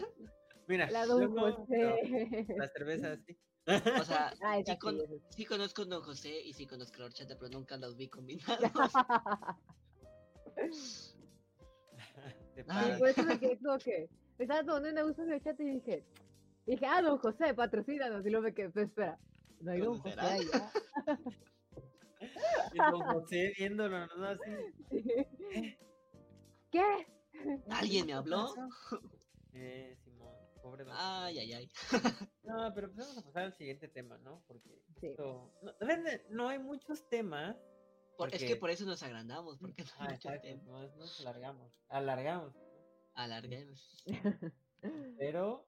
S1: Mira,
S3: la
S1: yo
S3: Don
S1: no, pero
S3: José.
S1: La cerveza sí.
S2: O
S1: <laughs>
S2: sea,
S3: <laughs> Ah, es
S2: sí,
S3: así,
S2: con-
S3: es así.
S2: sí conozco un don José y sí conozco la horchata, pero nunca los vi combinados.
S1: <laughs> De
S3: Sí,
S2: Ay.
S1: pan.
S3: por eso me quedé como que me estaba tomando una gusto de chat y dije, dije, ah, don José, patrocínanos. Y luego me quedé, pero espera, no hay don
S2: ¿Dónde
S3: José
S2: será?
S3: allá. <laughs>
S1: Y Don José viéndolo, ¿no? Así.
S3: ¿Qué?
S2: ¿Alguien me habló?
S1: Eh, Simón, pobre don José.
S2: Ay, ay, ay.
S1: No, pero pues vamos a pasar al siguiente tema, ¿no? Porque
S3: Sí.
S1: esto- no, de verdad, no hay muchos temas.
S2: Por- es
S1: Porque-
S2: que por eso nos agrandamos, porque no hay
S1: Ah,
S2: <laughs> mucho
S1: exacto,
S2: tiempo.
S1: no, es- nos alargamos. Alargamos. ¿no?
S2: Alarguemos.
S1: Pero,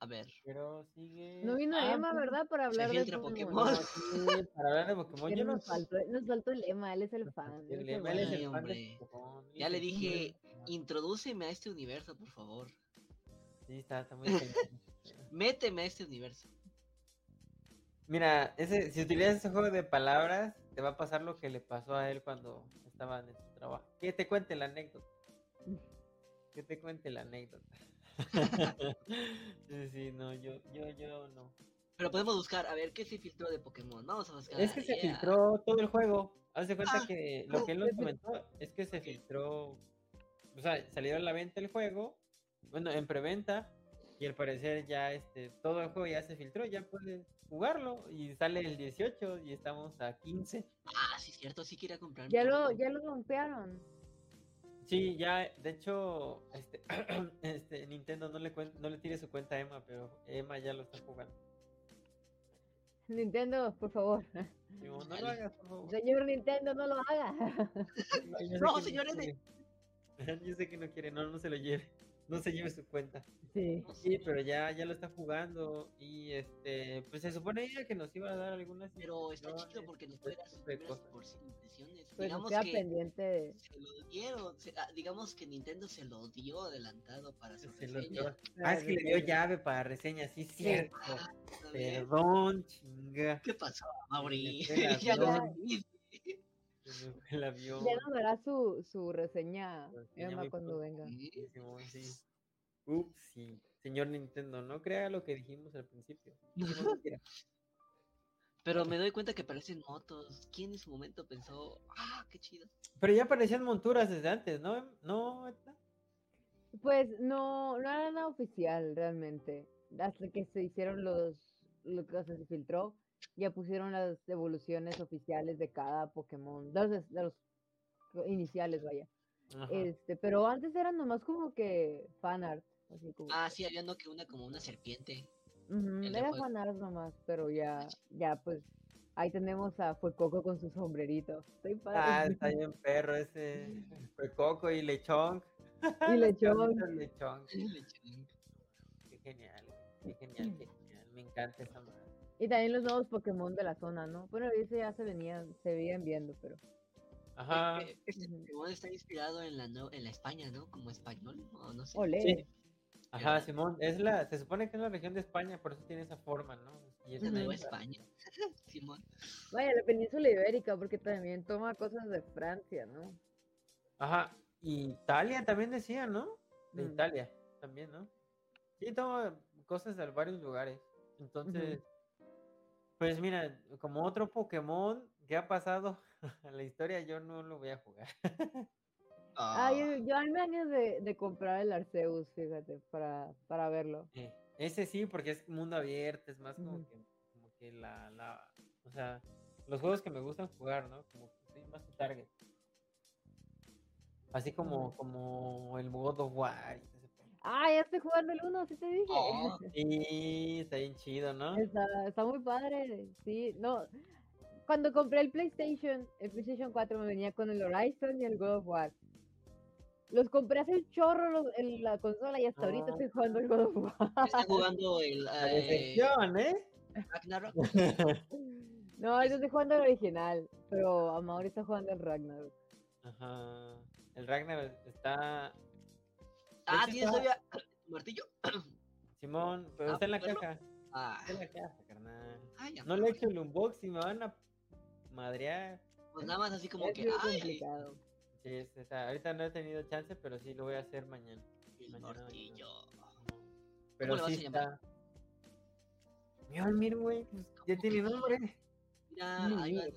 S2: A ver.
S1: pero sigue.
S3: No vino
S1: Ah,
S3: Emma,
S1: pues,
S3: ¿verdad? Para hablar de
S2: filtra
S1: no, <laughs>
S2: Pokémon.
S1: sí, para hablar de Pokémon,
S3: Pero
S1: yo no
S3: nos, faltó, nos faltó el Emma, él es el fan. él
S1: El
S3: es
S1: Emma,
S3: el
S1: él es
S3: fan.
S1: el fan
S2: Ay,
S1: de
S2: hombre.
S1: Pokémon, él
S2: Ya
S1: es
S2: le
S1: el fan
S2: dije,
S1: de Pokémon.
S2: Introdúceme a este universo, por favor.
S1: Sí, está, está muy cañón.
S2: <laughs> Méteme a este universo.
S1: Mira, ese, si utilizas ese juego de palabras, te va a pasar lo que le pasó a él cuando estaba en su trabajo. Que te cuente la anécdota. Que
S2: <laughs>
S1: te cuente la anécdota. sí, sí, no, yo, yo, yo no.
S2: Pero podemos buscar, a ver, ¿qué se filtró de Pokémon? Vamos a buscar. eh,
S1: Es que se
S2: yeah.
S1: filtró todo el juego. Haz de cuenta
S2: Ah,
S1: que lo que él nos
S3: perfecto.
S1: comentó es que se
S2: Ok.
S1: filtró. O sea, salió a la venta el juego. Bueno, en preventa. Y al parecer ya este, todo el juego ya se filtró. Ya puedes jugarlo. Y sale el 18 y estamos a 15.
S2: Ah, sí, cierto, sí quería comprar.
S3: Ya lo, ya lo rompearon.
S1: Sí, ya, de hecho, este, <clears throat> este, Nintendo no le, cuen- no le tire su cuenta a Emma, pero Emma ya lo está jugando.
S3: Nintendo, por favor.
S1: Digo, no lo
S2: Chale.
S1: hagas, por favor.
S3: Señor Nintendo, no lo haga. <laughs>
S1: Yo sé
S2: No,
S1: que <laughs>
S2: señores de-
S1: quiere. Yo sé que no quiere, no, no se lo lleve. <laughs> No se lleve su cuenta.
S3: Sí.
S1: Sí, pero ya, ya lo está jugando. Y este, pues se supone que nos iba a dar algunas.
S2: Pero está
S1: instrucciones.
S2: chido porque nos
S1: este
S2: puede dar sus
S1: tipo de
S2: primeras
S1: cosas.
S2: por- impresiones.
S3: Pues
S2: digamos
S3: queda
S2: que
S3: pendiente. de-
S2: se lo dieron, se- ah, digamos que Nintendo se lo dio adelantado para su
S1: Se lo
S2: reseña.
S1: dio. Ah, es que le dio llave para reseña, sí, cierto.
S2: A ver,
S1: Perdón, chinga.
S2: ¿Qué pasó, Mauri? <laughs>
S1: Se la
S2: ya lo
S1: dio.
S2: vi.
S1: Se me fue el avión.
S3: Ya nos dará su, su reseña,
S1: Su reseña
S3: Emma,
S1: muy
S3: cuando
S1: pronto.
S3: venga.
S1: Sí, Simón, sí. Ups, sí. Señor Nintendo, no crea lo que dijimos al principio. No lo crea.
S2: Pero me doy cuenta que parecen motos. ¿Quién en su momento pensó, ah, qué chido?
S1: Pero ya aparecían monturas desde antes, ¿no? Em? No, Edna?
S3: Pues no, no era nada oficial realmente. Hasta que se hicieron los, lo que se filtró, ya pusieron las evoluciones oficiales de cada Pokémon, de los, de los iniciales, vaya.
S1: Ajá.
S3: Este, pero antes eran nomás como que fanart, así como.
S2: Ah, sí, había no que una como una serpiente.
S3: Ujú,
S2: el de
S1: pues.
S3: era
S2: juego.
S3: fanart nomás, pero ya, ya pues, ahí tenemos a Fuecoco con su sombrerito. Estoy
S1: Ah,
S3: padre.
S1: está bien perro ese. Fue Coco y Lechón. Ah, <laughs>
S3: Y Lechón.
S1: Lechón.
S2: Yo
S1: Qué genial. Qué genial, qué genial. Me encanta esa madre.
S3: Y también los nuevos Pokémon de la zona, ¿no? Bueno, ese ya se venían, se veían viendo, pero.
S1: Ajá.
S2: Eh, Este
S3: Ujú.
S2: Pokémon está inspirado en la, nue- en la España, ¿no? Como español, o no sé.
S3: Olé.
S1: Sí. Ajá, Simón. Es la, se supone que es la región de España, por eso tiene esa forma, ¿no? Y es
S2: De Nueva
S1: muy-
S2: España. <laughs> Simón.
S3: Vaya, la península ibérica, porque también toma cosas de Francia, ¿no?
S1: Ajá. y Italia también decía, ¿no? De
S3: Mm.
S1: Italia también, ¿no? Sí, toma cosas de varios lugares. Entonces, pues mira, como otro Pokémon que ha pasado <laughs> a la historia, yo no lo voy a jugar.
S3: Ah, yo, yo a mí me dan ganas de, de comprar el Arceus, fíjate, para, para verlo.
S1: Eh, Ese sí, porque es mundo abierto, es más como
S3: Ujú.
S1: que, como que la, la- O sea, los juegos que me gustan jugar, ¿no? Como que soy más su target. Así como,
S3: Ujú.
S1: como el God of War. y ese pedo.
S3: Ah, ya estoy jugando el uno, sí te dije.
S2: Ah.
S1: Sí, está bien chido, ¿no?
S3: <laughs> Está, está muy padre, sí. No, cuando compré el PlayStation, el PlayStation 4 me venía con el Horizon y el God of War. Los compré hace el chorro los- en la consola y hasta
S2: Ah.
S3: ahorita
S1: No.
S3: estoy jugando el God of War. <laughs>
S2: Está jugando el
S1: La
S2: eh,
S1: decepción, ¿eh?
S2: Ragnarok.
S3: No, yo estoy jugando el original, pero Amaury está jugando el Ragnarok.
S1: Ajá. El Ragnar está.
S2: Ah,
S1: hecho,
S2: tienes
S1: está-
S2: todavía tu martillo.
S1: Simón, pero
S2: Ah,
S1: está en la
S2: bueno.
S1: caja.
S2: Ah,
S1: Está en la caja, carnal.
S2: ay,
S1: No le he
S2: amor,
S1: hecho el unboxing, me van a madrear.
S2: pues nada más así como
S3: Ha
S2: que.
S3: sido
S2: Ay,
S3: complicado.
S1: Sí, es- o sea, ahorita no he tenido chance, pero sí lo voy a hacer mañana.
S2: el
S1: Mañana, mañana.
S2: martillo.
S1: Pero
S2: le vas
S1: sí
S2: a llamar?
S1: está. Mjolnir, güey, pues, ya
S2: ¿Cómo
S1: tiene
S2: que?
S1: nombre.
S2: Mira,
S3: Muy
S2: ahí va
S3: bien.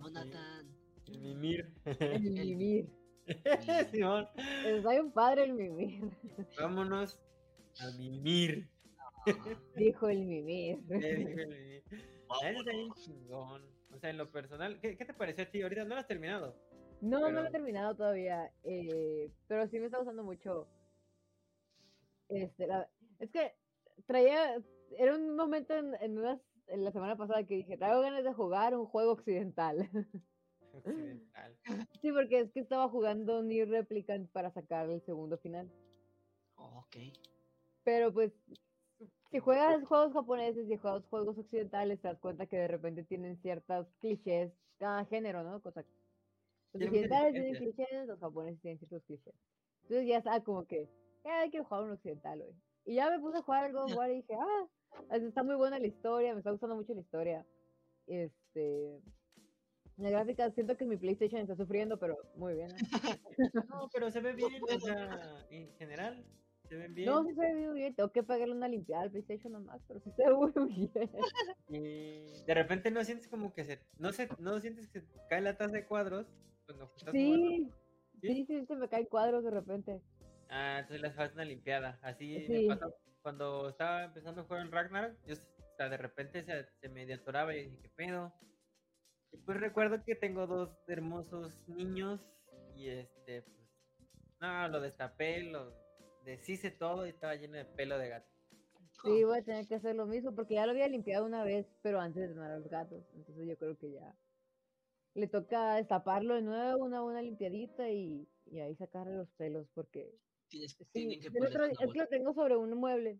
S2: Jonathan.
S1: El Mimir.
S3: El
S2: El-
S3: vivir.
S1: <laughs> Simón,
S3: Está bien padre el mimir,
S1: vámonos a
S2: <laughs>
S1: Mimir.
S3: <laughs> dijo el mimir.
S1: Le dijo el Mimir.
S2: Ah,
S1: La neta está bien
S2: vámonos.
S1: chingón. O sea, en lo personal, ¿qué, qué te pareció a ti? Ahorita no lo has terminado.
S2: Ah.
S3: No, no lo he
S1: Pero-
S3: terminado todavía, eh, pero sí me está gustando mucho. Este, la- es que traía, era un momento en, en unas- en la semana pasada que dije, traigo ganas de jugar un juego occidental. <laughs>
S1: Occidental.
S3: sí, porque es que estaba jugando Ni Replicant para sacar el segundo final.
S2: Ah, Ok.
S3: Pero pues, si juegas juegos japoneses y juegas juegos occidentales, te das cuenta que de repente tienen ciertos clichés, cada género, ¿no? Cosa, los
S1: Tiene muchas
S3: occidentales tienen
S1: diferencias.
S3: clichés, los japoneses tienen ciertos clichés. Entonces ya está como que, "Eh, hay que jugar un occidental hoy. Y ya me puse a jugar algo God of War y dije, ah, es- está muy buena la historia, me está gustando mucho la historia. Este. La gráfica, siento que mi PlayStation está sufriendo, pero muy bien. ¿no?
S1: No, pero se ve bien, o sea, en general. se ven bien.
S3: No, sí se ve muy bien. Tengo que pagarle una limpiada al PlayStation nomás, pero sí se ve muy bien.
S1: Y eh, de repente no sientes como que se. No, se, no sientes que se cae la taza de cuadros cuando estás jugando.
S3: Sí, sí,
S1: ¿Sí?
S3: sí, se me caen cuadros de repente.
S1: Ah, entonces les falta una limpiada. Así me
S3: Sí.
S1: pasó cuando estaba empezando a jugar el Ragnarok, yo s- o sea, de repente se, se me atoraba y dije, ¿qué pedo? Y pues recuerdo que tengo dos hermosos niños y este, pues, no, lo destapé, lo deshice todo y estaba lleno de pelo de gato.
S2: Oh,
S3: Sí, voy a tener que hacer lo mismo porque ya lo había limpiado una vez, pero antes de matar a los gatos. Entonces yo creo que ya le toca destaparlo de nuevo, una buena limpiadita y, y ahí sacarle los pelos porque...
S2: Tienes-
S3: Sí,
S2: tienen que
S3: el
S2: poner
S3: otro-
S2: una
S3: es que lo
S2: bolsa.
S3: tengo sobre un mueble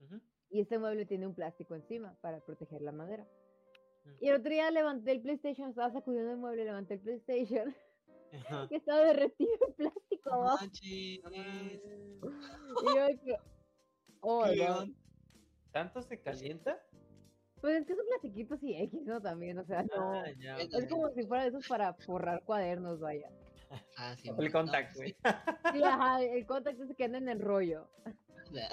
S1: Ujú.
S3: y este mueble tiene un plástico encima para proteger la madera.
S1: Mm.
S3: Y el otro día levanté el PlayStation, estaba sacudiendo el mueble, levanté el PlayStation <laughs> que estaba derretido el plástico
S2: No
S3: abajo.
S2: manches.
S3: Y yo de que, oh,
S2: ¿Qué
S3: no.
S2: onda?
S1: ¿Tanto se calienta?
S3: Pues es que son plastiquitos y X, ¿no? También, o sea, no.
S1: Ah, ya,
S2: Es
S3: Es
S1: ok.
S3: como si fuera de esos para forrar cuadernos, vaya.
S2: Ah, sí,
S1: el
S2: no,
S1: contacto,
S2: sí,
S1: güey.
S3: Sí, ajá, el contacto se queda en el rollo.
S2: la-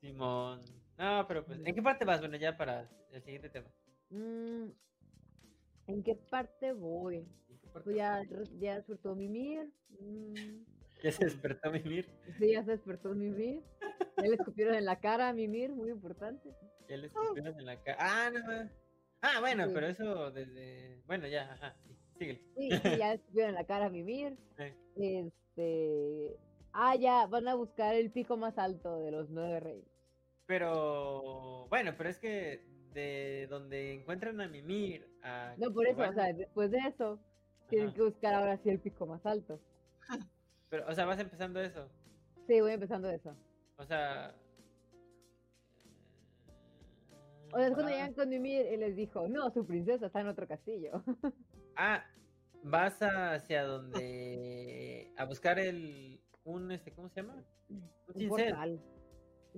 S1: Simón. No, pero pues, ¿en qué parte vas? Bueno, ya para el siguiente tema.
S3: Mm, ¿En qué parte voy?
S1: ¿En qué parte
S3: Pues ya, re- ya despertó Mimir. mm,
S1: vas? Ya se despertó a vivir.
S3: sí, ya se despertó Mimir. Ya le escupieron en la cara a Mimir, muy importante.
S1: Ya le escupieron en la cara. Ah, no más. Ah, bueno,
S3: Sí.
S1: pero eso desde. Bueno, ya, ajá. Sí, síguele.
S3: Sí, sí, ya le escupieron en la cara a Mimir.
S1: Eh,
S3: Este. Ah, ya, van a buscar el pico más alto de los nueve reyes.
S1: Pero. Bueno, pero es que de donde encuentran a Mimir. A
S3: No, por eso, o
S1: Kibana,
S3: sea, después de eso, tienen
S1: ajá,
S3: que buscar ahora sí el pico más alto.
S1: Pero, o sea, vas empezando eso.
S3: Sí, voy empezando eso.
S1: O sea. eh,
S3: O sea, es cuando
S1: ah,
S3: llegan con Mimir y les dijo, no, su princesa está en otro castillo. <laughs>
S1: Ah, vas hacia donde. A buscar el. Un, este, ¿cómo se llama? Un
S3: Un
S1: cincel.
S3: portal.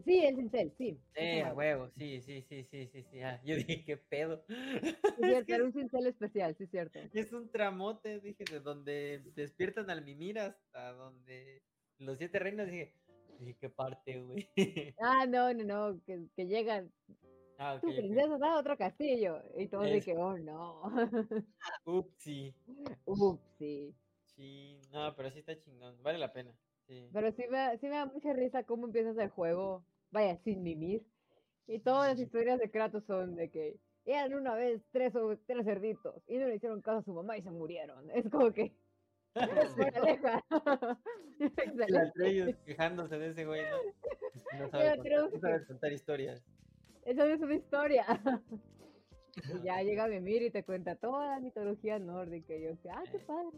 S3: Sí, el cincel, sí. ese
S1: Eh, a
S3: mero.
S1: huevo, sí, sí, sí, sí, sí, sí. ah, yo dije, qué pedo. <laughs>
S3: Sí, cierto, era un cincel especial, sí, cierto.
S1: Es un tramote, dije, de donde despiertan al Mimir hasta donde los siete reinos, dije, dije, qué parte, güey. <laughs>
S3: Ah, no, no, no, que, que llegan,
S1: ah, ok.
S3: tu princesa está en otro castillo. Y todos de
S1: Es-
S3: que, oh, no. <laughs>
S1: Upsi.
S3: Ups, sí.
S1: Sí, no, pero sí está chingón, vale la pena. Sí.
S3: Pero sí me, da- sí me da mucha risa cómo empiezas el juego, vaya, sin mimir. Y todas las historias de Kratos son de que eran una vez tres, o- tres cerditos y no le hicieron caso a su mamá y se murieron. Es como que, <laughs> moraleja.
S1: El
S3: Excelente.
S1: Atreyu quejándose de ese güey, ¿no? <laughs> Es que No
S3: Era
S1: sabe, contar,
S3: triste.
S1: no sabe contar historias.
S3: Esa es una historia. Y ya llega Mimir y te cuenta toda la mitología nórdica. Y yo, que, ah, qué
S1: Eh,
S3: padre.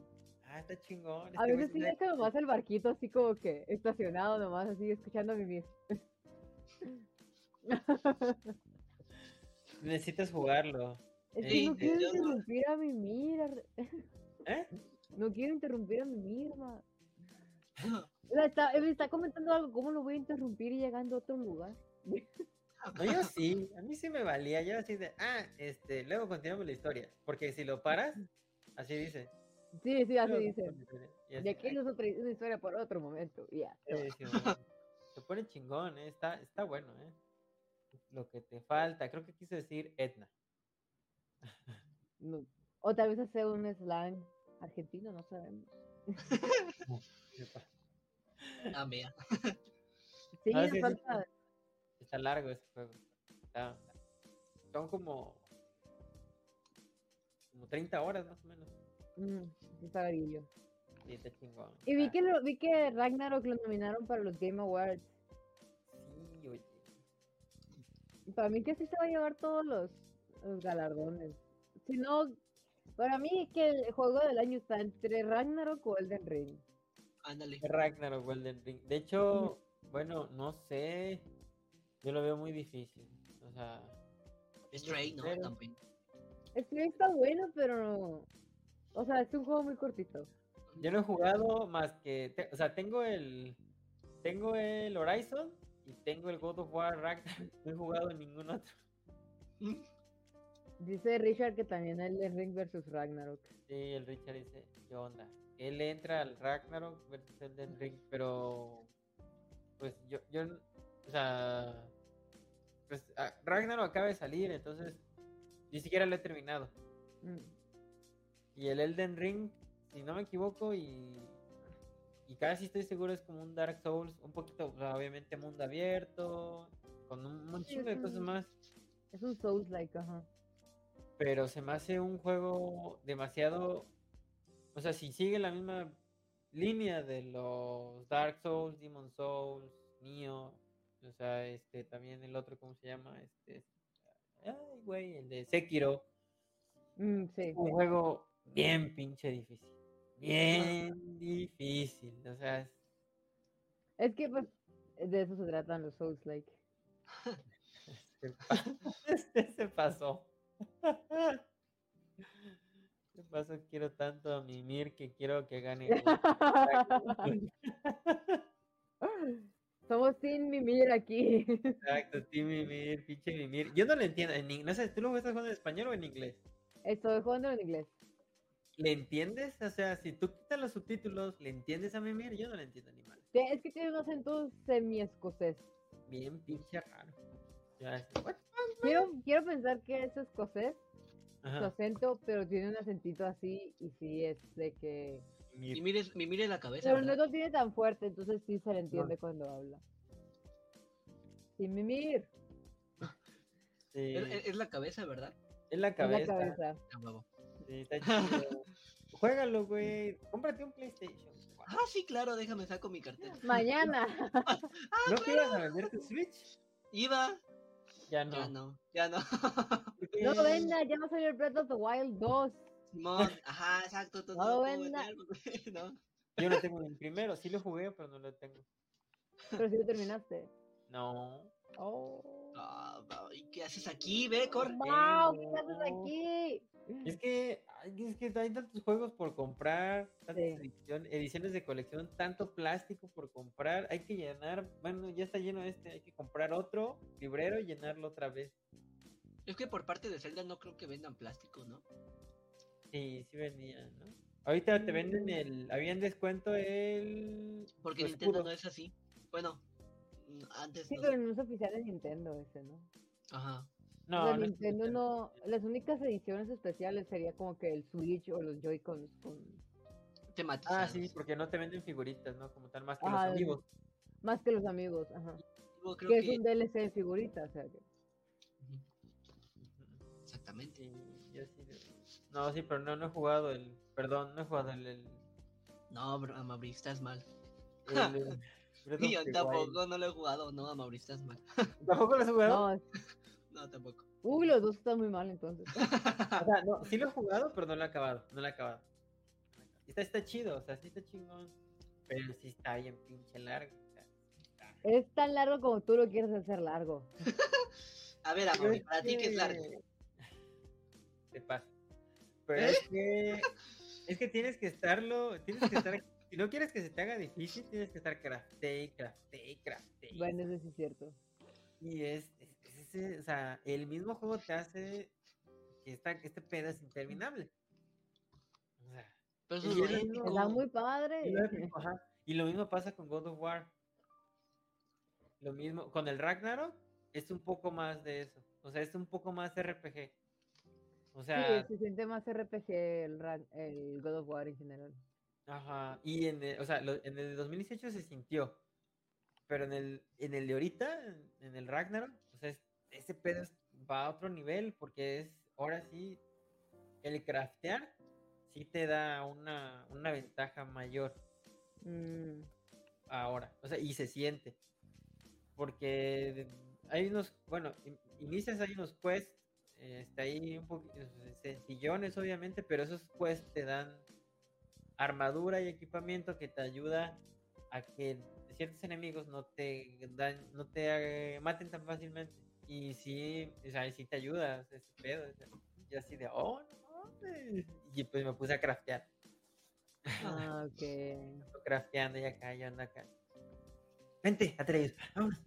S1: Ah, está chingón.
S3: A
S1: este güey
S3: veces
S1: sí
S3: sí
S1: sabe-
S3: deja nomás el barquito así como que estacionado nomás, así escuchando a Mimir.
S1: Necesitas jugarlo.
S3: Es que
S1: Sí,
S3: no
S1: sí,
S3: quiero
S2: yo no-
S3: interrumpir a Mimir. ar-
S1: ¿Eh?
S3: <laughs> No quiero interrumpir a
S1: <laughs>
S3: Mimir, ma. O sea, está, él está comentando algo, ¿cómo lo voy a interrumpir llegando a otro lugar?
S1: No, yo sí, a mí sí me valía, yo así de, ah, este, luego continuamos la historia, porque si lo paras, así dice.
S3: Sí, sí, así
S1: "Luego
S3: dice.
S1: continuamos la historia", y así,
S3: Y aquí
S1: "Ay,
S3: es otra una historia por otro momento. y Ya.
S1: qué buenísimo". Se pone chingón, ¿eh? está, está bueno, ¿eh? Lo que te falta, creo que quiso decir Etna.
S3: No- O tal vez hacer un slang argentino, no sabemos.
S2: Ah, mira.
S3: Sí,
S1: Ah,
S3: nos
S1: sí, sí.
S3: falta-
S1: Está largo ese juego. está- son como, como 30 horas más o menos.
S3: Mm, sí está varillo.
S1: Sí, está chingón.
S3: Y vi
S1: está-
S3: que, lo- vi que Ragnarok lo nominaron para los Game Awards.
S1: Sí, oye.
S3: Para mí que sí se va a llevar todos los, los galardones. Si no, para mí es que el juego del año está entre Ragnarok o Elden Ring.
S2: Ándale.
S1: Ragnarok Golden Ring. De hecho, bueno, no sé. Yo lo veo muy difícil. O sea,
S2: Stray, ¿no?
S1: Pero-
S2: También.
S3: Es que está bueno, pero no. O sea, es un juego muy cortito.
S1: yo no he jugado más que. te- o sea, tengo el. Tengo el Horizon y tengo el God of War Ragnarok. <laughs> No he jugado ningún otro.
S3: Dice Richard que también Elden Ring versus Ragnarok.
S1: Sí, el Richard dice: ¿Qué onda? Él entra al Ragnarok versus Elden Ring, pero. pues yo, yo, o sea, pues ah, Ragnarok acaba de salir, entonces ni siquiera lo he terminado.
S3: Mm.
S1: Y el Elden Ring, si no me equivoco, y, y casi estoy seguro es como un Dark Souls, un poquito, o sea, obviamente mundo abierto, con un, un
S3: Sí,
S1: chingo
S3: es
S1: de cosas
S3: un-
S1: más.
S3: Es un Souls-like, ajá.
S1: pero se me hace un juego demasiado. O sea, si sigue la misma línea de los Dark Souls, Demon Souls, Neo, o sea, este también el otro, ¿cómo se llama? Este, ay, güey, el de Sekiro.
S3: Mm, sí.
S1: Un juego bien pinche difícil. Bien difícil. O sea, es-
S3: Es que, pues, de eso se tratan los Souls-like.
S1: <laughs> se, pa- este, se pasó. <laughs> Se pasó, quiero tanto a Mimir que quiero que <laughs> gane. güey.
S3: Somos sin mimir aquí. <laughs>
S1: Exacto, sí, Mimir, pinche Mimir. Yo no lo entiendo. En, ing- no sé, ¿tú lo estás jugando en español o en inglés?
S3: Estoy jugando en inglés.
S1: ¿Le entiendes? O sea, si tú quitas los subtítulos, ¿le entiendes a Mimir? Yo no le entiendo ni mal.
S3: Te- Es que tiene un acento semi-escocés.
S1: Bien pinche raro. Ya, este, es- ¿what?
S3: Quiero, quiero pensar que es escocés, su
S1: Ajá,
S3: acento, pero tiene un acentito así y sí es de que...
S2: Y
S1: Mimir.
S2: mires, mi mires la cabeza.
S3: Pero no
S2: ¿verdad?
S3: lo tiene tan fuerte, entonces sí se le entiende cuando habla. Sin mimir,
S1: Sí,
S2: Es, es- es la cabeza, ¿verdad?
S1: es la
S3: en la
S1: cabeza.
S3: cabeza.
S2: Ah, huevo.
S1: sí, está chido. <laughs> Juégalo, güey. Cómprate un PlayStation. Wow.
S2: Ah, sí, claro, déjame saco mi cartera.
S3: Mañana.
S1: ¿No te ibas a vender tu Switch?
S2: Iba,
S1: Ya
S2: ya
S1: no.
S2: no, ya no. <laughs>
S3: No
S1: porque-
S3: venda, ya va a salir Breath of the Wild 2.
S2: Simón, ajá, exacto. entonces
S3: No
S2: puedo
S3: venda.
S2: vender, <laughs> ¿no?
S1: Yo lo tengo en el primero. Sí lo jugué, pero no lo tengo.
S3: Pero si lo terminaste.
S1: No.
S3: Oh.
S2: Ah, va, ¿Y qué haces aquí? Ve, corre.
S3: Mau, ¿qué
S1: no.
S3: haces aquí?
S1: Es que, ay, es que hay tantos juegos por comprar, tantas
S3: Sí.
S1: edición- ediciones de colección, tanto plástico por comprar. Hay que llenar, bueno, ya está lleno este, hay que comprar otro librero y llenarlo otra vez.
S2: Es que por parte de Zelda no creo que vendan plástico, ¿no?
S1: Sí, sí venía, ¿no? Ahorita te venden el, había en descuento el...
S2: Porque
S1: su
S2: Nintendo
S1: escudo.
S2: no es así. Bueno, mm, antes
S3: Sí,
S2: no.
S3: pero no es oficial de Nintendo ese, ¿no?
S2: Ajá.
S1: No,
S3: o sea,
S1: no es
S3: Nintendo
S1: Nintendo.
S3: no. Las únicas ediciones especiales sería como que el Switch o los Joy-Cons con.
S2: Tematizado.
S1: Ah, sí, porque no te venden figuritas, ¿no? Como tal, más que
S3: Ajá,
S1: los amigos.
S3: Más que los amigos, ajá.
S2: Yo creo
S3: Que
S2: que-
S3: es un DLC de figuritas, o sea que.
S2: Ujú, Exactamente.
S1: Sí, yo sí lo- No, sí, pero no, no he jugado el, perdón, no he jugado el... el,
S2: No, bro, Amaury, estás mal.
S1: el- el Breath
S2: Y
S1: of
S2: <laughs> yo
S1: the Wild.
S2: tampoco, no lo he jugado. No, Amaury, estás mal.
S1: ¿Tampoco lo has jugado?
S3: No,
S2: No, tampoco.
S3: uy, los dos están muy
S2: <laughs>
S3: mal entonces.
S1: O sea, no, sí lo he jugado, pero no lo he acabado. No lo he acabado. Está, está chido, o sea, sí está chingón. Pero sí está bien pinche largo. o sea.
S3: Es tan largo como tú lo quieres hacer largo. Eh,
S2: A ver, Amaury, para ti que es largo.
S1: Te pasa. Pero es que. Es que tienes que estarlo. Tienes que estar. Si no quieres que se te haga difícil, tienes que estar crafté, crafté, crafté.
S3: Bueno, eso sí es cierto.
S1: Y es, es- es ese, o sea, el mismo juego te hace que esta, este pedo es interminable. O sea,
S2: Pero eso
S1: Y
S2: es lo
S1: es lo
S2: épico.
S1: mismo.
S3: Está muy
S1: Y
S3: padre.
S1: lo, épico, ajá. Y lo mismo pasa con God of War. Lo mismo, con el Ragnarok es un poco más de eso. O sea, es un poco más RPG. O sea,
S3: Sí, se siente más RPG el, Ra- el God of War en general.
S1: ajá. Y en el, o sea, lo- en el de 2018 se sintió. Pero en el, en el de ahorita, en, en el Ragnarok, o sea, es- ese pedo es- va a otro nivel porque es, ahora sí, el craftear sí te da una, una ventaja mayor.
S2: <laughs>
S3: Mm,
S1: ahora, o sea, y se siente. Porque de- hay unos, bueno, in- inicias hay unos quests, eh, está ahí un poquito sencillones obviamente, pero esos quests te dan armadura y equipamiento que te ayuda a que ciertos enemigos no te dan, no te eh, maten tan fácilmente. Y sí, o sea, y sí te ayuda, o sea, ese pedo. o sea, yo así de, oh, no mames", Y pues me puse a craftear,
S3: Ah, ok.
S1: ando crafteando y acá, y ando acá. Vente, Atreus, vámonos.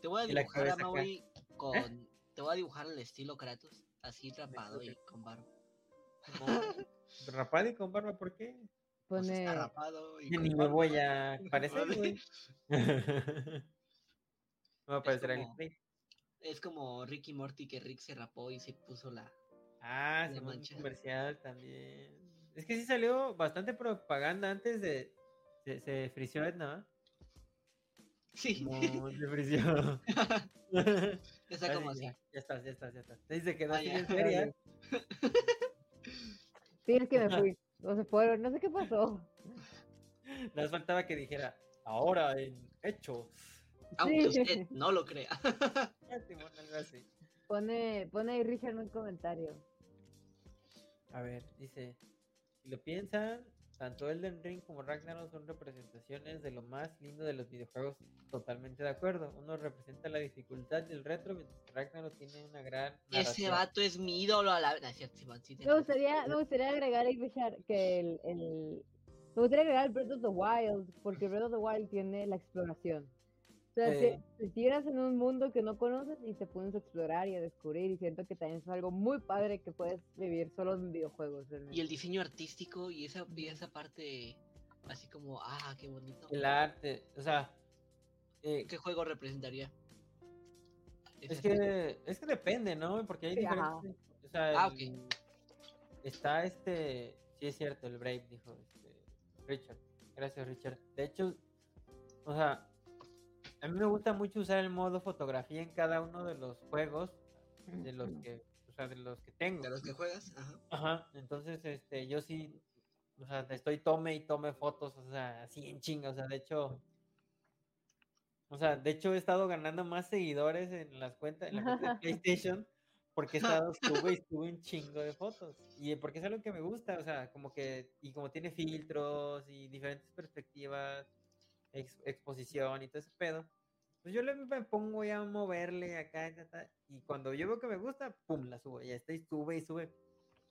S2: Te voy a
S1: Y la
S2: dibujar,
S1: cabeza acá. ¿Eh?
S2: Amaury, con. Te voy a dibujar el estilo Kratos. Así rapado y con barba.
S1: No, Rapado y con barba, ¿por qué?
S2: pues,
S3: Pone.
S2: está rapado y
S1: Yo
S2: con
S1: ni me
S2: barba.
S1: voy a parecer,
S2: Vale.
S1: güey.
S2: <laughs>
S1: Me va a parecer al
S2: como-
S1: Rick.
S2: Es como Ricky Morty que Rick se rapó y se puso la. <laughs>
S1: Ah,
S2: la
S1: se mandó un
S2: mancha.
S1: comercial también. Es que sí salió bastante propaganda antes de. Se, se frició
S2: <laughs>
S1: Edna,
S2: Sí,
S1: ¿va? No, se
S2: <laughs>
S1: frició.
S2: está como así.
S1: Ya, ya estás, ya estás, ya estás. Dice que no
S2: Ah,
S1: así
S2: ya.
S1: en
S2: <laughs>
S1: feria.
S3: <laughs> Sí, es que me fui. No se fueron, no sé qué pasó.
S1: Nos faltaba que dijera, ahora en hecho.
S2: Aunque
S3: Sí. <laughs>
S2: usted no lo crea.
S1: Simón, algo así.
S3: Pone, pone ahí Richard un comentario.
S1: A ver, dice, si lo piensan, tanto Elden Ring como Ragnarok son representaciones de lo más lindo de los videojuegos. Totalmente de acuerdo. Uno representa la dificultad del retro, mientras que Ragnarok tiene una gran
S2: Ese
S1: narración.
S2: vato es mi ídolo a la. No, es cierto, Simón, sí,
S3: Me
S2: tienes razón.
S3: gustaría, me gustaría agregar ahí, Richard, que el, el- Me gustaría agregar el Breath of the Wild, porque Breath of the Wild tiene la exploración. O sea,
S1: Sí.
S3: te, te tiras en un mundo que no conoces y te pones a explorar y a descubrir, y siento que también es algo muy padre que puedes vivir solo en videojuegos. realmente.
S2: Y el diseño artístico y esa, y esa parte así como, ah, qué bonito.
S1: El arte, o sea, eh,
S2: ¿Qué juego representaría?
S1: es
S2: Ese tipo.
S1: que, es que depende, ¿no? Porque hay
S3: Sí, ajá.
S1: diferentes... O sea,
S2: Ah, ok.
S1: el- está este... Sí es cierto, el Brave, dijo este, Richard. Gracias, Richard. De hecho, o sea, a mí me gusta mucho usar el modo fotografía en cada uno de los juegos, de los que, o sea, de los que tengo.
S2: de los que juegas, ajá.
S1: Ajá, entonces, este, yo sí, o sea, te estoy tome y tome fotos, o sea, así en chinga, o sea, de hecho, o sea, de hecho he estado ganando más seguidores en las cuentas, en la cuenta de PlayStation, porque he estado, sube y sube un chingo de fotos, y porque es algo que me gusta, o sea, como que, y como tiene filtros y diferentes perspectivas, ex- exposición y todo ese pedo, pues yo le me pongo ya a moverle acá, ta, ta, y cuando yo veo que me gusta, pum, la subo, ya está, y sube y sube.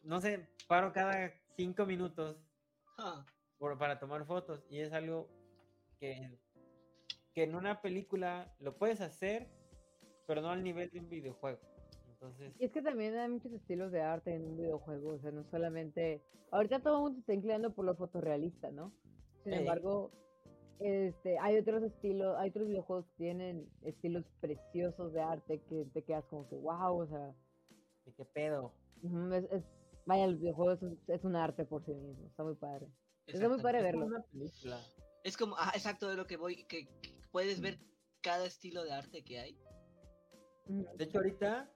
S1: No sé, paro cada cinco minutos
S2: Ah,
S1: por- para tomar fotos, y es algo que, que en una película lo puedes hacer, pero no al nivel de un videojuego. Entonces,
S3: Y es que también hay muchos estilos de arte en un videojuego, o sea, no solamente... Ahorita todo el mundo se está inclinando por lo fotorrealista, ¿no? Sin
S1: Sí.
S3: embargo, este, hay otros estilos, hay otros videojuegos que tienen estilos preciosos de arte que te quedas como que, wow, o sea,
S1: ¿de qué pedo?
S3: ujú, es, es- vaya, el videojuego es un, es un arte por sí mismo, está muy padre. Está muy
S2: exactamente.
S3: padre
S1: Es como
S3: verlo.
S1: una película.
S2: Es como, ah, exacto de lo que voy, que, que puedes ver cada estilo de arte que hay.
S3: Ujú.
S1: De hecho, ahorita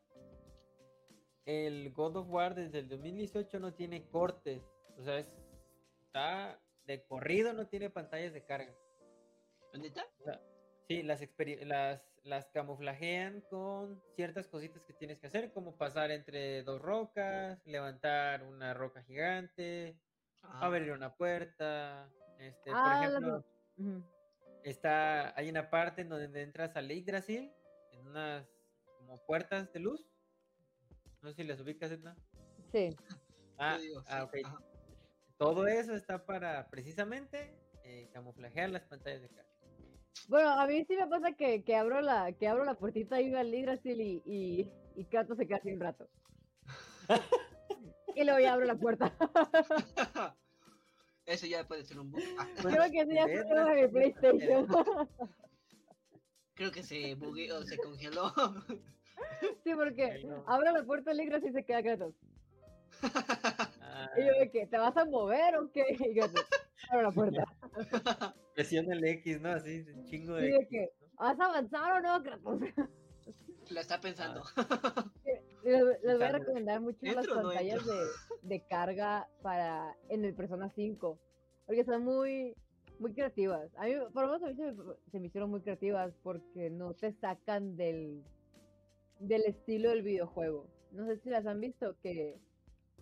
S1: el God of War desde el 2018 no tiene cortes. O sea, es- está de corrido, no tiene pantallas de carga.
S2: ¿Neta?
S1: Sí, las, experi- las, las camuflajean con ciertas cositas que tienes que hacer, como pasar entre dos rocas, levantar una roca gigante,
S2: Ah,
S1: abrir una puerta. Este, por
S3: Ah, la
S1: ejemplo,
S3: pro- Ujú.
S1: está, hay una parte en donde entras al Yggdrasil, en unas como puertas de luz. No sé si las ubicas, Edna.
S3: Sí,
S1: Ah,
S2: yo digo, sí,
S1: ah, ok.
S2: ajá.
S1: Todo eso está para precisamente eh, camuflajear las pantallas de carga.
S3: bueno, a mí sí me pasa que, que abro la que abro la puertita y al Yggdrasil y, y, y Kratos se queda así un rato. y luego ya abro la
S1: <laughs>
S3: puerta.
S2: Eso ya puede ser un bug.
S1: <laughs>
S2: Ah,
S3: Creo que sí, ya
S1: Verga,
S3: se juega
S1: sí,
S3: en el
S1: está bien.
S3: PlayStation.
S2: creo que se bugueó, se congeló.
S3: <laughs>
S2: <laughs>
S3: Sí,
S1: Ay,
S3: porque
S1: no.
S3: abre la puerta del Yggdrasil y se queda Kratos.
S1: Ah,
S3: Y yo de que, ¿te vas a mover o qué? Y Kratos, abre
S1: <laughs>
S3: la puerta.
S1: presiona el X, ¿no? Así, un chingo de.
S3: Sí, de
S1: X,
S3: que-
S1: ¿no?
S3: ¿Vas a avanzar o no, Kratos?
S2: La está pensando.
S3: Les, les voy a
S1: Claro.
S3: recomendar mucho las
S2: ¿Entro o no
S3: pantallas
S2: entro?
S3: de, de carga para en el Persona 5. Porque son muy, muy creativas. A mí, por lo menos, a mí se me, se me hicieron muy creativas porque no te sacan del, del estilo del videojuego. No sé si las han visto, que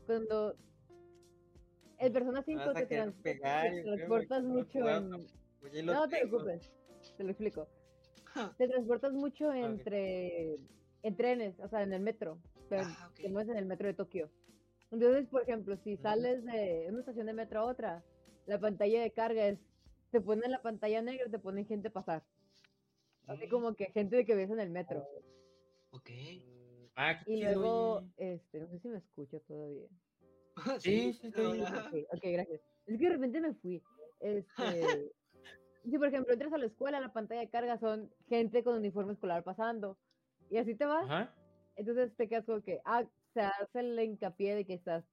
S3: cuando el Persona 5
S1: a
S3: te,
S1: querer
S3: trans-
S1: pegar,
S3: te
S1: yo creo, porque
S3: transportas
S1: no he
S3: mucho
S1: jugado
S3: en,
S1: Pues ahí lo
S3: no te
S1: tengo.
S3: preocupes, te lo explico.
S1: Ah.
S2: <laughs> Ah,
S3: Te transportas mucho entre en trenes, o sea, en el metro, pero
S2: Ah, ok.
S3: te mueves en el metro de Tokio. Entonces, por ejemplo, si
S1: Ujú.
S3: sales de una estación de metro a otra, la pantalla de carga es, te ponen la pantalla negra, te ponen gente pasar. Así
S2: Mm,
S3: como que gente que ves en el metro.
S2: Ok. <laughs>
S1: Mm, Ah, Oh, qué
S3: Y
S1: chido,
S3: luego,
S1: oye. <laughs>
S3: este, no sé si me escucho todavía.
S1: Sí, sí, sí,
S2: hola.
S3: Ok, ok, gracias. Es que de repente me fui.
S1: <laughs>
S3: Este, si por ejemplo entras a la escuela, la pantalla de carga son gente con uniforme escolar pasando. Y así te vas.
S1: Ajá.
S3: Entonces te quedas como que, ah, se hace el hincapié de que estás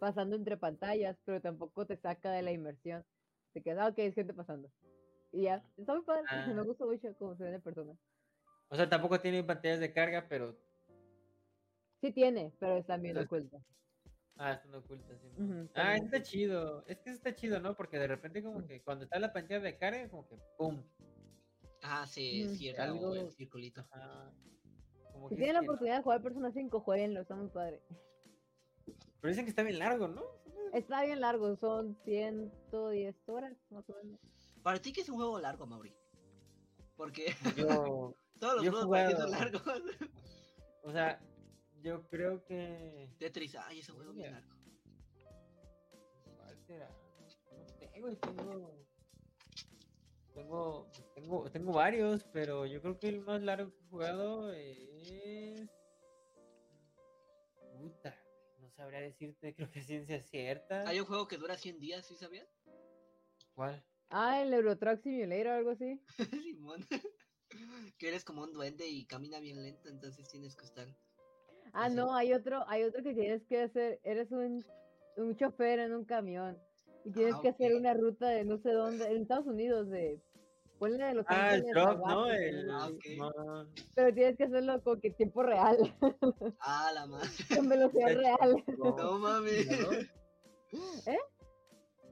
S3: pasando entre pantallas, pero tampoco te saca de la inmersión. Te quedas, ah, ok, es gente pasando. Y ya, está muy padre. <laughs>
S1: Ah.
S3: Me gusta mucho cómo se ven de persona.
S1: O sea, tampoco tiene pantallas de carga, pero.
S3: Sí tiene, pero están bien
S1: Entonces-
S3: ocultas.
S1: Ah, están ocultas. sí, ¿no?
S3: Ujú, están
S1: ah,
S3: bien
S1: está chido. Es que está chido, ¿no? Porque de repente, como que cuando está la pantalla de carga, como que ¡pum!
S2: Ah, se
S3: Mm,
S2: cierra
S1: algo-
S2: el circulito.
S1: Ah, como
S3: Si
S1: que
S3: tienen la
S1: es que-
S3: oportunidad de jugar Persona 5, jueguenlo, está muy padre.
S1: Pero dicen que está bien largo, ¿no?
S3: Está bien largo, son 110 horas más o menos.
S2: Para ti que es un juego largo, Mauri. Porque <laughs>
S1: Yo.
S2: todos los
S1: Yo he
S2: juegos para ti son
S1: jugado-
S2: largos.
S1: <laughs>
S2: <laughs>
S1: O sea, yo creo que.
S2: Tetris, ay, ese juego es bien largo.
S1: ¿Cuál será? No sé, güey, tengo. Tengo, tengo, tengo varios, pero yo creo que el más largo que he jugado es. Puta, no sabría decirte, creo que es ciencia cierta.
S2: Hay un juego que dura 100 días, ¿sí sabías?
S1: ¿Cuál?
S3: Ah, el Eurotrack Simulator o algo así.
S2: Simón. <laughs> que eres como un duende y camina bien lento, entonces tienes que estar.
S3: Ah,
S2: Sí.
S3: no, hay otro, hay otro que tienes que hacer. Eres un, un chofer en un camión y tienes
S2: Ah,
S3: que hacer
S2: ok.
S3: una ruta de no sé dónde, en Estados Unidos, de ponle de Los
S1: Ah, el
S3: Ángeles a
S1: drop, ¿no?
S3: Washington,
S1: El.
S3: algo
S2: Ah,
S3: así.
S2: ok.
S1: Simón.
S3: Pero tienes que hacerlo con que tiempo real, <laughs>
S2: Ah, la madre.
S1: <laughs>
S3: con velocidad
S1: Está
S3: real.
S1: chido.
S2: No mames.
S1: simulador.
S3: ¿Eh?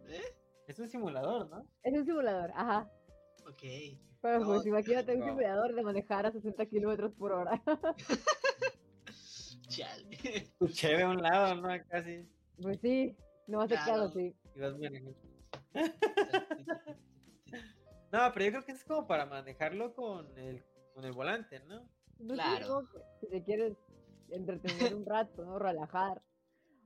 S2: ¿Eh?
S1: Es un simulador, ¿no?
S3: Es un simulador, ajá.
S2: Ok.
S3: Pero
S2: No,
S3: pues
S2: sí,
S3: imagínate un
S1: wow.
S3: simulador de manejar a 60 kilómetros por hora. <laughs>
S2: Chale. <laughs>
S1: Tu cheve a un lado, ¿no? Casi.
S3: Pues sí, nomás te
S2: Claro.
S3: quedas así.
S1: Y vas manejando. No, pero yo creo que es como para manejarlo con el, con el volante, ¿no?
S3: Pues sí,
S2: Claro.
S3: como que Si te quieres entretener un rato, ¿no? Relajar.